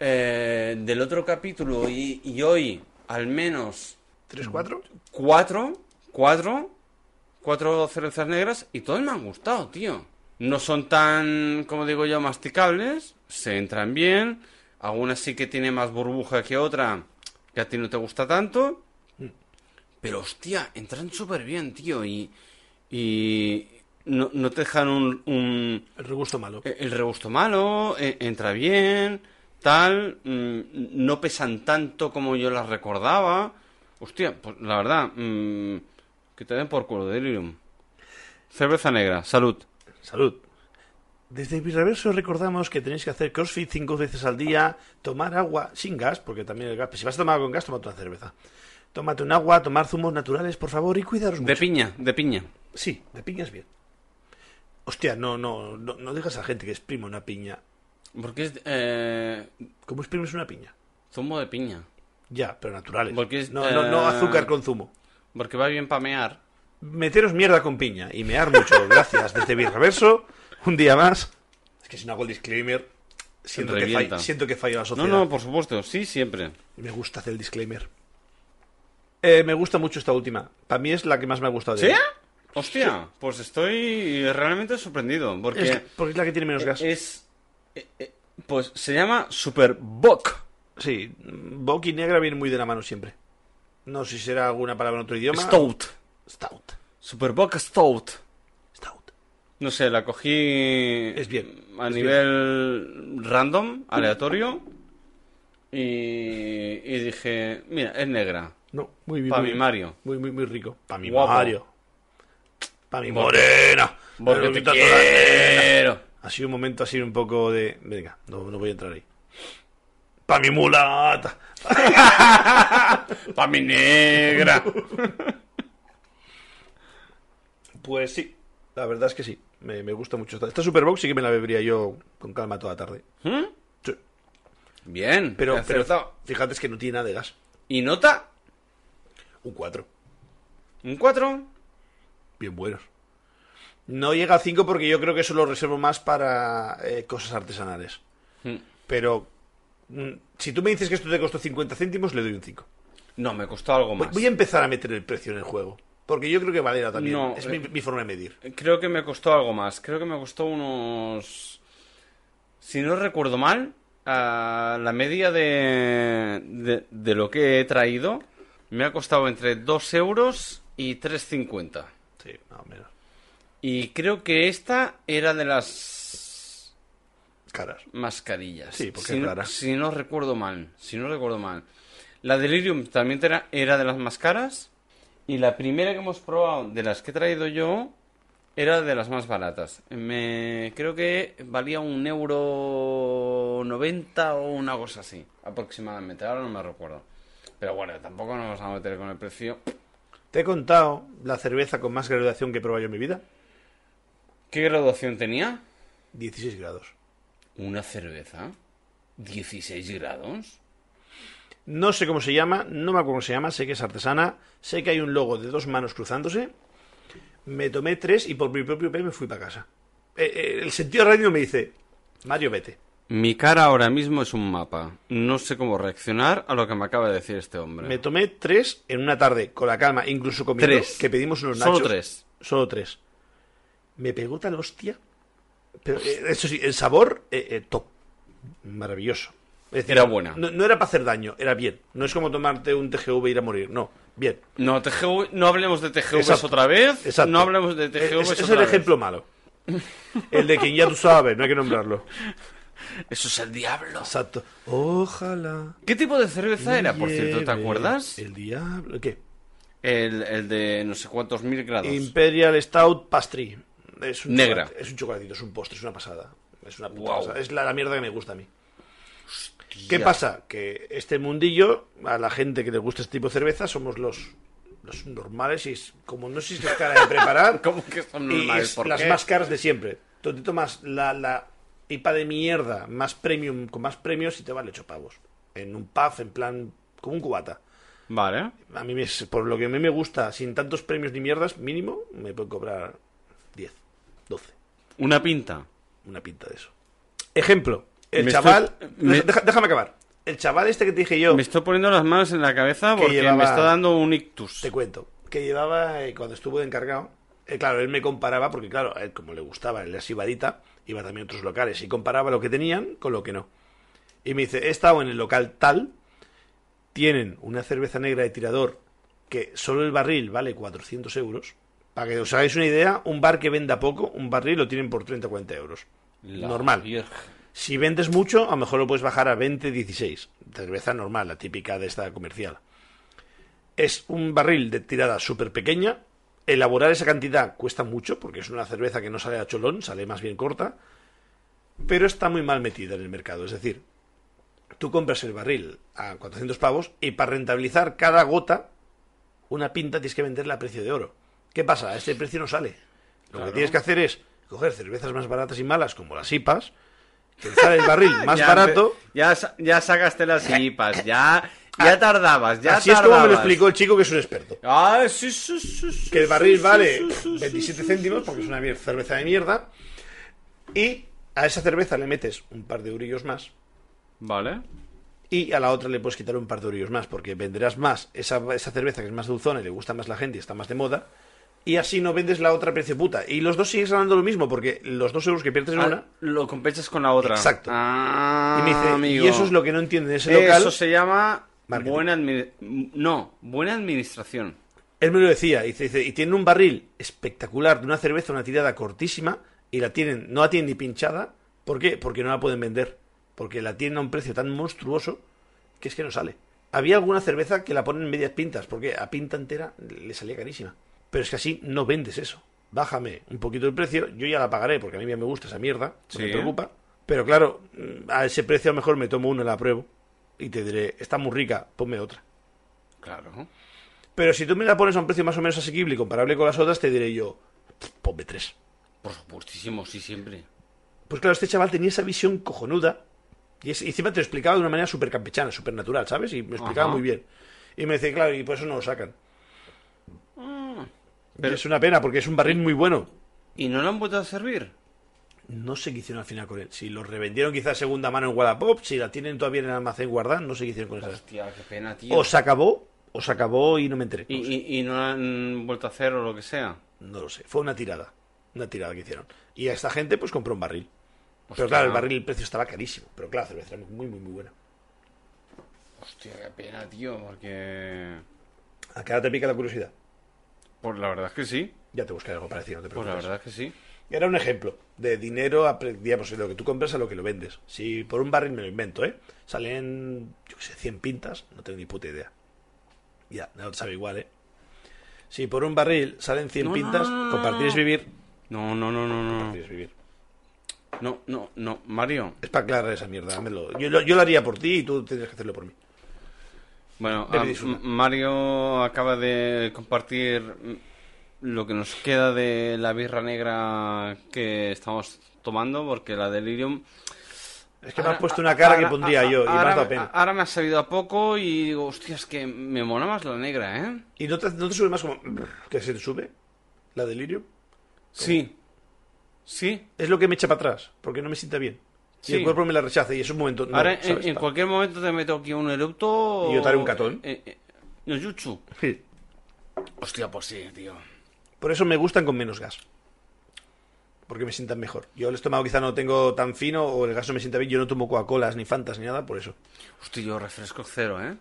[SPEAKER 1] eh, del otro capítulo y, y hoy al menos
[SPEAKER 2] ¿Tres, cuatro?
[SPEAKER 1] cuatro, cuatro, cuatro cervezas negras y todas me han gustado, tío. No son tan, como digo yo, masticables, se entran bien, algunas sí que tiene más burbuja que otra, que a ti no te gusta tanto, pero hostia, entran súper bien, tío, y, y no, no te dejan un- un,
[SPEAKER 2] El regusto malo.
[SPEAKER 1] eh, El regusto malo, eh, entra bien, tal, mm, no pesan tanto como yo las recordaba. Hostia, pues la verdad, mm, que te den por culo, Delirium. Cerveza negra, salud.
[SPEAKER 2] Salud. Desde Virreverso recordamos que tenéis que hacer crossfit cinco veces al día, tomar agua sin gas, porque también el gas. Si vas a tomar algo con gas, tómate una cerveza. Tómate un agua, tomar zumos naturales, por favor, y cuidaros mucho.
[SPEAKER 1] De piña, de piña.
[SPEAKER 2] Sí, de piñas bien. Hostia, no, no, no, no digas a la gente que exprime una piña.
[SPEAKER 1] Porque es eh,
[SPEAKER 2] ¿Cómo exprimes una piña?
[SPEAKER 1] zumo de piña.
[SPEAKER 2] Ya, pero naturales.
[SPEAKER 1] Porque es,
[SPEAKER 2] no, no, no
[SPEAKER 1] eh,
[SPEAKER 2] azúcar con zumo.
[SPEAKER 1] Porque va bien pamear.
[SPEAKER 2] meteros mierda con piña y mear mucho. Gracias desde Virreverso. Un día más. Es que si no hago el disclaimer, siento, que,
[SPEAKER 1] Revienta.
[SPEAKER 2] fall- siento que fallo a la
[SPEAKER 1] No,
[SPEAKER 2] sociedad.
[SPEAKER 1] no, por supuesto, sí, siempre.
[SPEAKER 2] Me gusta hacer el disclaimer. Eh, me gusta mucho esta última. Para mí es la que más me ha gustado. de
[SPEAKER 1] ¿Sí?
[SPEAKER 2] hoy.
[SPEAKER 1] Hostia, pues estoy realmente sorprendido. Porque
[SPEAKER 2] Es que- porque es la que tiene menos gas.
[SPEAKER 1] es. eh, eh, pues se llama Super Bock.
[SPEAKER 2] Sí, Bock y negra vienen muy de la mano siempre. No sé si será alguna palabra en otro idioma.
[SPEAKER 1] Stout.
[SPEAKER 2] Stout.
[SPEAKER 1] Super Bock Stout.
[SPEAKER 2] Stout.
[SPEAKER 1] No sé, la cogí.
[SPEAKER 2] Es bien,
[SPEAKER 1] A
[SPEAKER 2] es
[SPEAKER 1] nivel random, aleatorio. Y, y dije, mira, es negra.
[SPEAKER 2] No, muy bien.
[SPEAKER 1] Pa'
[SPEAKER 2] muy
[SPEAKER 1] mi
[SPEAKER 2] bien.
[SPEAKER 1] Mario.
[SPEAKER 2] Muy, muy, muy rico. Para mi
[SPEAKER 1] Guapo.
[SPEAKER 2] Mario. Para mi
[SPEAKER 1] Porque-
[SPEAKER 2] morena.
[SPEAKER 1] Porque
[SPEAKER 2] Me
[SPEAKER 1] te
[SPEAKER 2] quita toda la nena.
[SPEAKER 1] quiero.
[SPEAKER 2] Ha sido un momento así un poco de. Venga, no, no voy a entrar ahí. Pa' mi mulata.
[SPEAKER 1] Pa' mi negra.
[SPEAKER 2] Pues sí, la verdad es que sí. Me, me gusta mucho. Esta, esta Superbox sí que me la bebería yo con calma toda la tarde.
[SPEAKER 1] ¿Mm?
[SPEAKER 2] Sí.
[SPEAKER 1] Bien,
[SPEAKER 2] Pero,
[SPEAKER 1] he
[SPEAKER 2] pero
[SPEAKER 1] acertado.
[SPEAKER 2] fíjate, es que no tiene nada de gas.
[SPEAKER 1] ¿Y nota?
[SPEAKER 2] Un 4.
[SPEAKER 1] ¿Un 4?
[SPEAKER 2] Bien buenos. No llega a 5 porque yo creo que eso lo reservo más para eh, cosas artesanales.
[SPEAKER 1] Hmm.
[SPEAKER 2] Pero mm, si tú me dices que esto te costó 50 céntimos, le doy un 5.
[SPEAKER 1] No, me costó algo
[SPEAKER 2] Voy,
[SPEAKER 1] más.
[SPEAKER 2] voy a empezar a meter el precio en el juego. Porque yo creo que valera también.
[SPEAKER 1] No,
[SPEAKER 2] es
[SPEAKER 1] eh,
[SPEAKER 2] mi, mi forma de medir.
[SPEAKER 1] Creo que me costó algo más. Creo que me costó unos. Si no recuerdo mal, a la media de, de, de lo que he traído me ha costado entre 2 euros y 3,50.
[SPEAKER 2] Sí, más o menos.
[SPEAKER 1] Y creo que esta era de las
[SPEAKER 2] Caras.
[SPEAKER 1] mascarillas.
[SPEAKER 2] Sí, porque
[SPEAKER 1] si,
[SPEAKER 2] es
[SPEAKER 1] no-
[SPEAKER 2] rara.
[SPEAKER 1] Si no recuerdo mal, si no recuerdo mal. La Delirium también era, era de las más caras. Y la primera que hemos probado, de las que he traído yo, era de las más baratas. Me creo que valía un euro noventa o una cosa así, aproximadamente. Ahora no me recuerdo. Pero bueno, tampoco nos vamos a meter con el precio.
[SPEAKER 2] ¿Te he contado la cerveza con más graduación que he probado yo en mi vida?
[SPEAKER 1] ¿Qué graduación tenía?
[SPEAKER 2] 16 grados.
[SPEAKER 1] Una cerveza. 16 grados.
[SPEAKER 2] No sé cómo se llama, no me acuerdo cómo se llama, sé que es artesana, sé que hay un logo de dos manos cruzándose. Me tomé tres y por mi propio pie me fui para casa. Eh, eh, el sentido radio me dice, Mario, vete.
[SPEAKER 1] Mi cara ahora mismo es un mapa. No sé cómo reaccionar a lo que me acaba de decir este hombre.
[SPEAKER 2] Me tomé tres en una tarde, con la calma, incluso comiendo,
[SPEAKER 1] Tres.
[SPEAKER 2] que pedimos unos
[SPEAKER 1] Solo
[SPEAKER 2] nachos.
[SPEAKER 1] tres.
[SPEAKER 2] Solo tres. Me pegó tal hostia. Pero eh, eso sí, el sabor, eh, eh, top. Maravilloso. Es
[SPEAKER 1] Era buena.
[SPEAKER 2] No, no era para hacer daño, era bien. No es como tomarte un TGV e ir a morir, no. Bien.
[SPEAKER 1] No, TGV, no hablemos de TGVs
[SPEAKER 2] Exacto.
[SPEAKER 1] otra vez.
[SPEAKER 2] Exacto.
[SPEAKER 1] No hablemos de
[SPEAKER 2] Eh,
[SPEAKER 1] TGVs
[SPEAKER 2] es, es
[SPEAKER 1] otra
[SPEAKER 2] el
[SPEAKER 1] vez.
[SPEAKER 2] ejemplo malo. El de quien ya tú sabes, no hay que nombrarlo.
[SPEAKER 1] Eso es el diablo.
[SPEAKER 2] Exacto. Ojalá.
[SPEAKER 1] ¿Qué tipo de cerveza Ah, era, por cierto? ¿Te
[SPEAKER 2] lleve
[SPEAKER 1] acuerdas?
[SPEAKER 2] El diablo. ¿Qué?
[SPEAKER 1] El, el de no sé cuántos mil grados.
[SPEAKER 2] Imperial Stout Pastry. Es un
[SPEAKER 1] Negra.
[SPEAKER 2] chocolate- Es un chocolatito, es un postre, es una pasada. Es una puta
[SPEAKER 1] Guau.
[SPEAKER 2] pasada. Es la, la mierda que me gusta a mí.
[SPEAKER 1] Hostia.
[SPEAKER 2] ¿Qué pasa? Que este mundillo, a la gente que le gusta este tipo de cerveza, somos los, los normales y es- como no sé si es cara de preparar,
[SPEAKER 1] ¿Cómo que son
[SPEAKER 2] y
[SPEAKER 1] normales?
[SPEAKER 2] es
[SPEAKER 1] ¿Por
[SPEAKER 2] las
[SPEAKER 1] qué?
[SPEAKER 2] más caras de siempre. Tú te tomas la, la pipa de mierda más premium con más premios y te vale 8 pavos. En un pub, en plan, como un cubata.
[SPEAKER 1] Vale.
[SPEAKER 2] A mí, me, por lo que a mí me gusta, sin tantos premios ni mierdas, mínimo, me pueden cobrar 10, 12.
[SPEAKER 1] Una pinta.
[SPEAKER 2] Una pinta de eso. Ejemplo, el
[SPEAKER 1] Me
[SPEAKER 2] chaval.
[SPEAKER 1] estoy- me-
[SPEAKER 2] Deja- déjame acabar. El chaval este que te dije yo.
[SPEAKER 1] Me estoy poniendo las manos en la cabeza
[SPEAKER 2] Que
[SPEAKER 1] porque me
[SPEAKER 2] llevaba-
[SPEAKER 1] está dando un ictus.
[SPEAKER 2] Te cuento. Que llevaba, eh, cuando estuvo de encargado, eh, claro, él me comparaba, porque claro, a él como le gustaba el así varita, iba también a otros locales y comparaba lo que tenían con lo que no. Y me dice, he estado en el local tal, tienen una cerveza negra de tirador que solo el barril vale 400 euros. Para que os hagáis una idea, un bar que venda poco, un barril lo tienen por 30 o 40 euros.
[SPEAKER 1] La
[SPEAKER 2] Normal.
[SPEAKER 1] Virgen.
[SPEAKER 2] Si vendes mucho, a lo mejor lo puedes bajar a 20, 16. Cerveza normal, la típica de esta comercial. Es un barril de tirada súper pequeña. Elaborar esa cantidad cuesta mucho porque es una cerveza que no sale a cholón, sale más bien corta. Pero está muy mal metida en el mercado. Es decir, tú compras el barril a 400 pavos y para rentabilizar cada gota, una pinta tienes que venderla a precio de oro. ¿Qué pasa? A este precio no sale. Lo
[SPEAKER 1] Claro.
[SPEAKER 2] que tienes que hacer es coger cervezas más baratas y malas como las IPAs, que sale el barril más
[SPEAKER 1] Ya,
[SPEAKER 2] barato.
[SPEAKER 1] pe- Ya, sa- ya sacaste las IPAs, ya, ya tardabas, ya
[SPEAKER 2] Ah, Así es como me lo
[SPEAKER 1] tardabas.
[SPEAKER 2] explicó el chico que es un experto.
[SPEAKER 1] Ah, sí, sí, sí, sí,
[SPEAKER 2] Que el
[SPEAKER 1] sí,
[SPEAKER 2] barril
[SPEAKER 1] sí,
[SPEAKER 2] vale
[SPEAKER 1] sí, sí, sí,
[SPEAKER 2] 27
[SPEAKER 1] sí,
[SPEAKER 2] céntimos
[SPEAKER 1] sí,
[SPEAKER 2] porque es una mier- cerveza de mierda. Y a esa cerveza le metes un par de eurillos más.
[SPEAKER 1] sí. Vale.
[SPEAKER 2] Y a la otra le puedes quitar un par de euros más, porque venderás más esa, esa cerveza que es más dulzona y le gusta más la gente y está más de moda. Y así no vendes la otra a precio puta. Y los dos sigues ganando lo mismo, porque los dos euros que pierdes en
[SPEAKER 1] Ah,
[SPEAKER 2] una.
[SPEAKER 1] lo compensas con la otra.
[SPEAKER 2] Exacto.
[SPEAKER 1] Ah,
[SPEAKER 2] Y me dice,
[SPEAKER 1] amigo.
[SPEAKER 2] y eso es lo que no entiende ese local.
[SPEAKER 1] Eso se llama
[SPEAKER 2] Marketing.
[SPEAKER 1] buena admi- no, buena administración.
[SPEAKER 2] Él me lo decía, y dice, dice, y tienen un barril espectacular de una cerveza, una tirada cortísima, y la tienen, no la tienen ni pinchada. ¿Por qué? Porque no la pueden vender. Porque la tienen a un precio tan monstruoso que es que no sale. Había alguna cerveza que la ponen en medias pintas, porque a pinta entera le salía carísima. Pero es que así no vendes eso. Bájame un poquito el precio, yo ya la pagaré, porque a mí ya me gusta esa mierda, no
[SPEAKER 1] Sí.
[SPEAKER 2] me preocupa. Pero claro, mm, a ese precio a lo mejor me tomo una, la pruebo, y te diré, está muy rica, ponme otra.
[SPEAKER 1] Claro.
[SPEAKER 2] Pero si tú me la pones a un precio más o menos asequible y comparable con las otras, te diré yo, ponme tres.
[SPEAKER 1] Por supuestísimo, sí, siempre.
[SPEAKER 2] Pues claro, este chaval tenía esa visión cojonuda. Y, es- y encima te lo explicaba de una manera súper campechana, súper natural, ¿sabes? Y me explicaba
[SPEAKER 1] Ajá.
[SPEAKER 2] muy bien. Y me decía, claro, y por eso no lo sacan.
[SPEAKER 1] Mm. Pero-
[SPEAKER 2] Pero es una pena, porque es un barril muy bueno.
[SPEAKER 1] ¿Y no lo han vuelto a servir?
[SPEAKER 2] No sé qué hicieron al final con él. Si lo revendieron quizás segunda mano en Wallapop, si la tienen todavía en el almacén guardada, no sé qué hicieron con esa.
[SPEAKER 1] Hostia, qué pena, tío.
[SPEAKER 2] O se acabó, o se acabó y no me enteré.
[SPEAKER 1] y, y- y no la han vuelto a hacer o lo que sea.
[SPEAKER 2] No lo sé. Fue una tirada. Una tirada que hicieron. Y a esta gente, pues compró un barril.
[SPEAKER 1] Hostia.
[SPEAKER 2] Pero claro, el barril, el precio estaba carísimo. Pero claro, la cerveza era muy, muy, muy buena.
[SPEAKER 1] Hostia, qué pena, tío, porque...
[SPEAKER 2] Ah, Acá te pica la curiosidad.
[SPEAKER 1] Pues la verdad es que sí.
[SPEAKER 2] Ya te buscaré algo parecido, no te
[SPEAKER 1] Pues
[SPEAKER 2] preocupes.
[SPEAKER 1] la verdad es que sí.
[SPEAKER 2] Era un ejemplo de dinero, a pre- digamos, de lo que tú compras a lo que lo vendes. Si por un barril me lo invento, ¿eh? Salen, yo qué sé, 100 pintas, no tengo ni puta idea. Ya, no te sabe igual, ¿eh? Si por un barril salen 100
[SPEAKER 1] No,
[SPEAKER 2] pintas,
[SPEAKER 1] no, no, no,
[SPEAKER 2] compartir es
[SPEAKER 1] no.
[SPEAKER 2] vivir.
[SPEAKER 1] No, no, no, no, no.
[SPEAKER 2] Compartir es vivir.
[SPEAKER 1] No, no, no. Mario.
[SPEAKER 2] Es para aclarar esa mierda. házmelo. Yo, lo, yo lo haría por ti y tú tienes que hacerlo por mí.
[SPEAKER 1] Bueno,
[SPEAKER 2] Debe
[SPEAKER 1] ah,
[SPEAKER 2] disfrutar.
[SPEAKER 1] M- Mario acaba de compartir mm, lo que nos queda de la birra negra que estamos tomando, porque la Delirium...
[SPEAKER 2] Es que me has puesto una cara que pondría yo y me has
[SPEAKER 1] ahora,
[SPEAKER 2] dado pena.
[SPEAKER 1] ahora me ha sabido a poco y digo, hostia, es que me mola más la negra, ¿eh?
[SPEAKER 2] ¿Y no te, no te sube más como... que se te sube? ¿La delirio?
[SPEAKER 1] Sí. Sí.
[SPEAKER 2] Es lo que me echa para atrás, porque no me sienta bien.
[SPEAKER 1] Sí.
[SPEAKER 2] Y el cuerpo me la rechaza y es un momento... no,
[SPEAKER 1] Ahora, en-
[SPEAKER 2] ¿sabes?
[SPEAKER 1] en,
[SPEAKER 2] Pa.
[SPEAKER 1] cualquier momento te meto aquí un erupto...
[SPEAKER 2] Y yo te haré un catón.
[SPEAKER 1] Eh, eh, no, Yuchu.
[SPEAKER 2] Sí.
[SPEAKER 1] Hostia, pues sí, tío.
[SPEAKER 2] Por eso me gustan con menos gas. Porque me sientan mejor. Yo el estómago quizá no tengo tan fino o el gas no me sienta bien. Yo no tomo Coca-Colas ni Fantas ni nada por eso.
[SPEAKER 1] Hostia, yo refresco cero, ¿eh?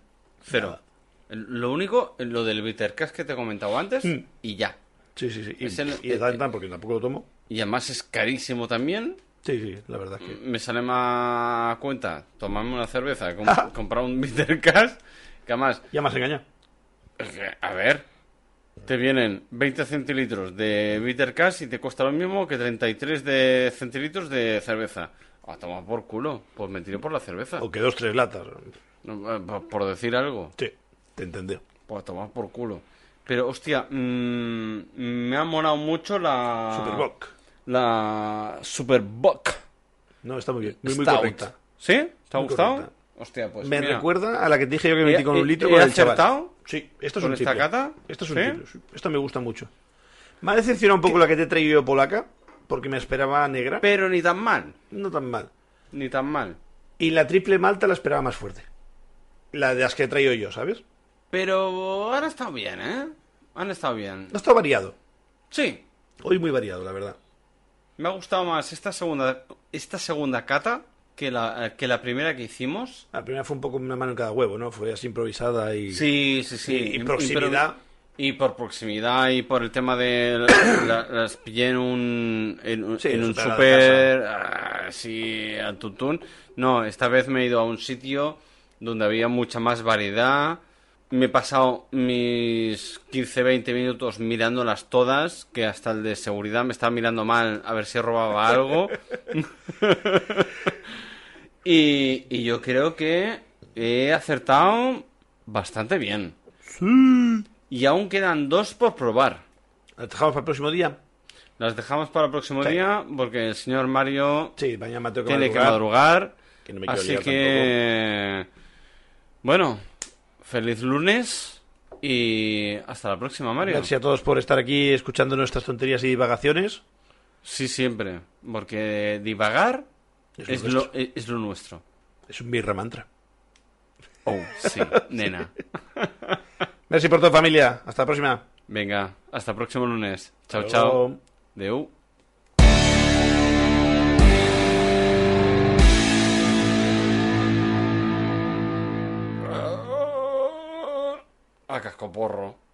[SPEAKER 1] Cero.
[SPEAKER 2] Nada.
[SPEAKER 1] El- Lo único, lo del bittercast que te he comentado antes
[SPEAKER 2] Mm.
[SPEAKER 1] y ya.
[SPEAKER 2] Sí, sí, sí. Y,
[SPEAKER 1] Es el-
[SPEAKER 2] y tan, tan, porque tampoco lo tomo.
[SPEAKER 1] Y además es carísimo también.
[SPEAKER 2] Sí, sí, la verdad es que...
[SPEAKER 1] Me sale más a cuenta tomarme una cerveza, com- comprar un bittercast, que además,
[SPEAKER 2] Ya me has engañado.
[SPEAKER 1] es que, a ver, te vienen 20 centilitros de bittercast y te cuesta lo mismo que 33 de centilitros de cerveza. A tomar por culo, pues me tiro por la cerveza.
[SPEAKER 2] O que dos, tres latas.
[SPEAKER 1] No, eh, por- por decir algo.
[SPEAKER 2] Sí, te entendí.
[SPEAKER 1] Pues a tomar por culo. Pero, hostia, mm, me ha molado mucho la.
[SPEAKER 2] Superbock.
[SPEAKER 1] La Superbock.
[SPEAKER 2] No, está muy bien. Muy, muy
[SPEAKER 1] Stout.
[SPEAKER 2] correcta.
[SPEAKER 1] ¿Sí? ¿Te ha
[SPEAKER 2] Muy
[SPEAKER 1] gustado?
[SPEAKER 2] correcta.
[SPEAKER 1] Hostia, pues.
[SPEAKER 2] me
[SPEAKER 1] mira.
[SPEAKER 2] recuerda a la que te dije yo que me metí con
[SPEAKER 1] ¿He-
[SPEAKER 2] un litro
[SPEAKER 1] he
[SPEAKER 2] con el
[SPEAKER 1] acertado
[SPEAKER 2] chaval. Sí, esto es
[SPEAKER 1] con
[SPEAKER 2] un
[SPEAKER 1] esta
[SPEAKER 2] triple.
[SPEAKER 1] cata?
[SPEAKER 2] Esto es un
[SPEAKER 1] ¿Sí?
[SPEAKER 2] triple, sí. Esto me gusta mucho. Me ha decepcionado un poco la que te he traído yo polaca, porque me esperaba negra.
[SPEAKER 1] Pero ni tan mal.
[SPEAKER 2] No tan mal.
[SPEAKER 1] Ni tan mal.
[SPEAKER 2] Y la triple malta la esperaba más fuerte. La de las que he traído yo, ¿sabes?
[SPEAKER 1] Pero han estado bien, ¿eh? Han estado bien.
[SPEAKER 2] No está variado.
[SPEAKER 1] Sí,
[SPEAKER 2] Hoy muy variado, la verdad.
[SPEAKER 1] me ha gustado más esta segunda, esta segunda cata que la, que la primera que hicimos.
[SPEAKER 2] La primera fue un poco una mano en cada huevo, ¿no? Fue así improvisada y...
[SPEAKER 1] Sí, sí, sí.
[SPEAKER 2] Y- y
[SPEAKER 1] Im-
[SPEAKER 2] proximidad.
[SPEAKER 1] improvi- Y por proximidad y por el tema de la- las pillé en un, en, un-
[SPEAKER 2] Sí,
[SPEAKER 1] en
[SPEAKER 2] en
[SPEAKER 1] un
[SPEAKER 2] un supermercado
[SPEAKER 1] super ah, así a tutún. No, esta vez me he ido a un sitio donde había mucha más variedad. Me he pasado mis 15-20 minutos mirándolas todas, que hasta el de seguridad me estaba mirando mal a ver si robaba algo. Y, y yo creo que he acertado bastante bien. Y aún quedan dos por probar.
[SPEAKER 2] ¿La dejamos para el próximo día?
[SPEAKER 1] Las dejamos para el próximo
[SPEAKER 2] Sí.
[SPEAKER 1] día porque el señor Mario
[SPEAKER 2] Sí, mañana tengo que
[SPEAKER 1] tiene que
[SPEAKER 2] madrugar.
[SPEAKER 1] madrugar.
[SPEAKER 2] Que no me quiero
[SPEAKER 1] así
[SPEAKER 2] liar
[SPEAKER 1] que... Bueno, feliz lunes y hasta la próxima, Mario.
[SPEAKER 2] Gracias a todos por estar aquí escuchando nuestras tonterías y divagaciones.
[SPEAKER 1] Sí, siempre. Porque divagar
[SPEAKER 2] Es lo
[SPEAKER 1] es lo, es, lo nuestro.
[SPEAKER 2] Es un birra mantra.
[SPEAKER 1] Oh, sí, nena.
[SPEAKER 2] Merci por todo, familia. Hasta la próxima.
[SPEAKER 1] Venga, hasta el próximo lunes. Chao,
[SPEAKER 2] Hasta
[SPEAKER 1] chao.
[SPEAKER 2] luego.
[SPEAKER 1] Deu. Ah, ah, A cascoporro.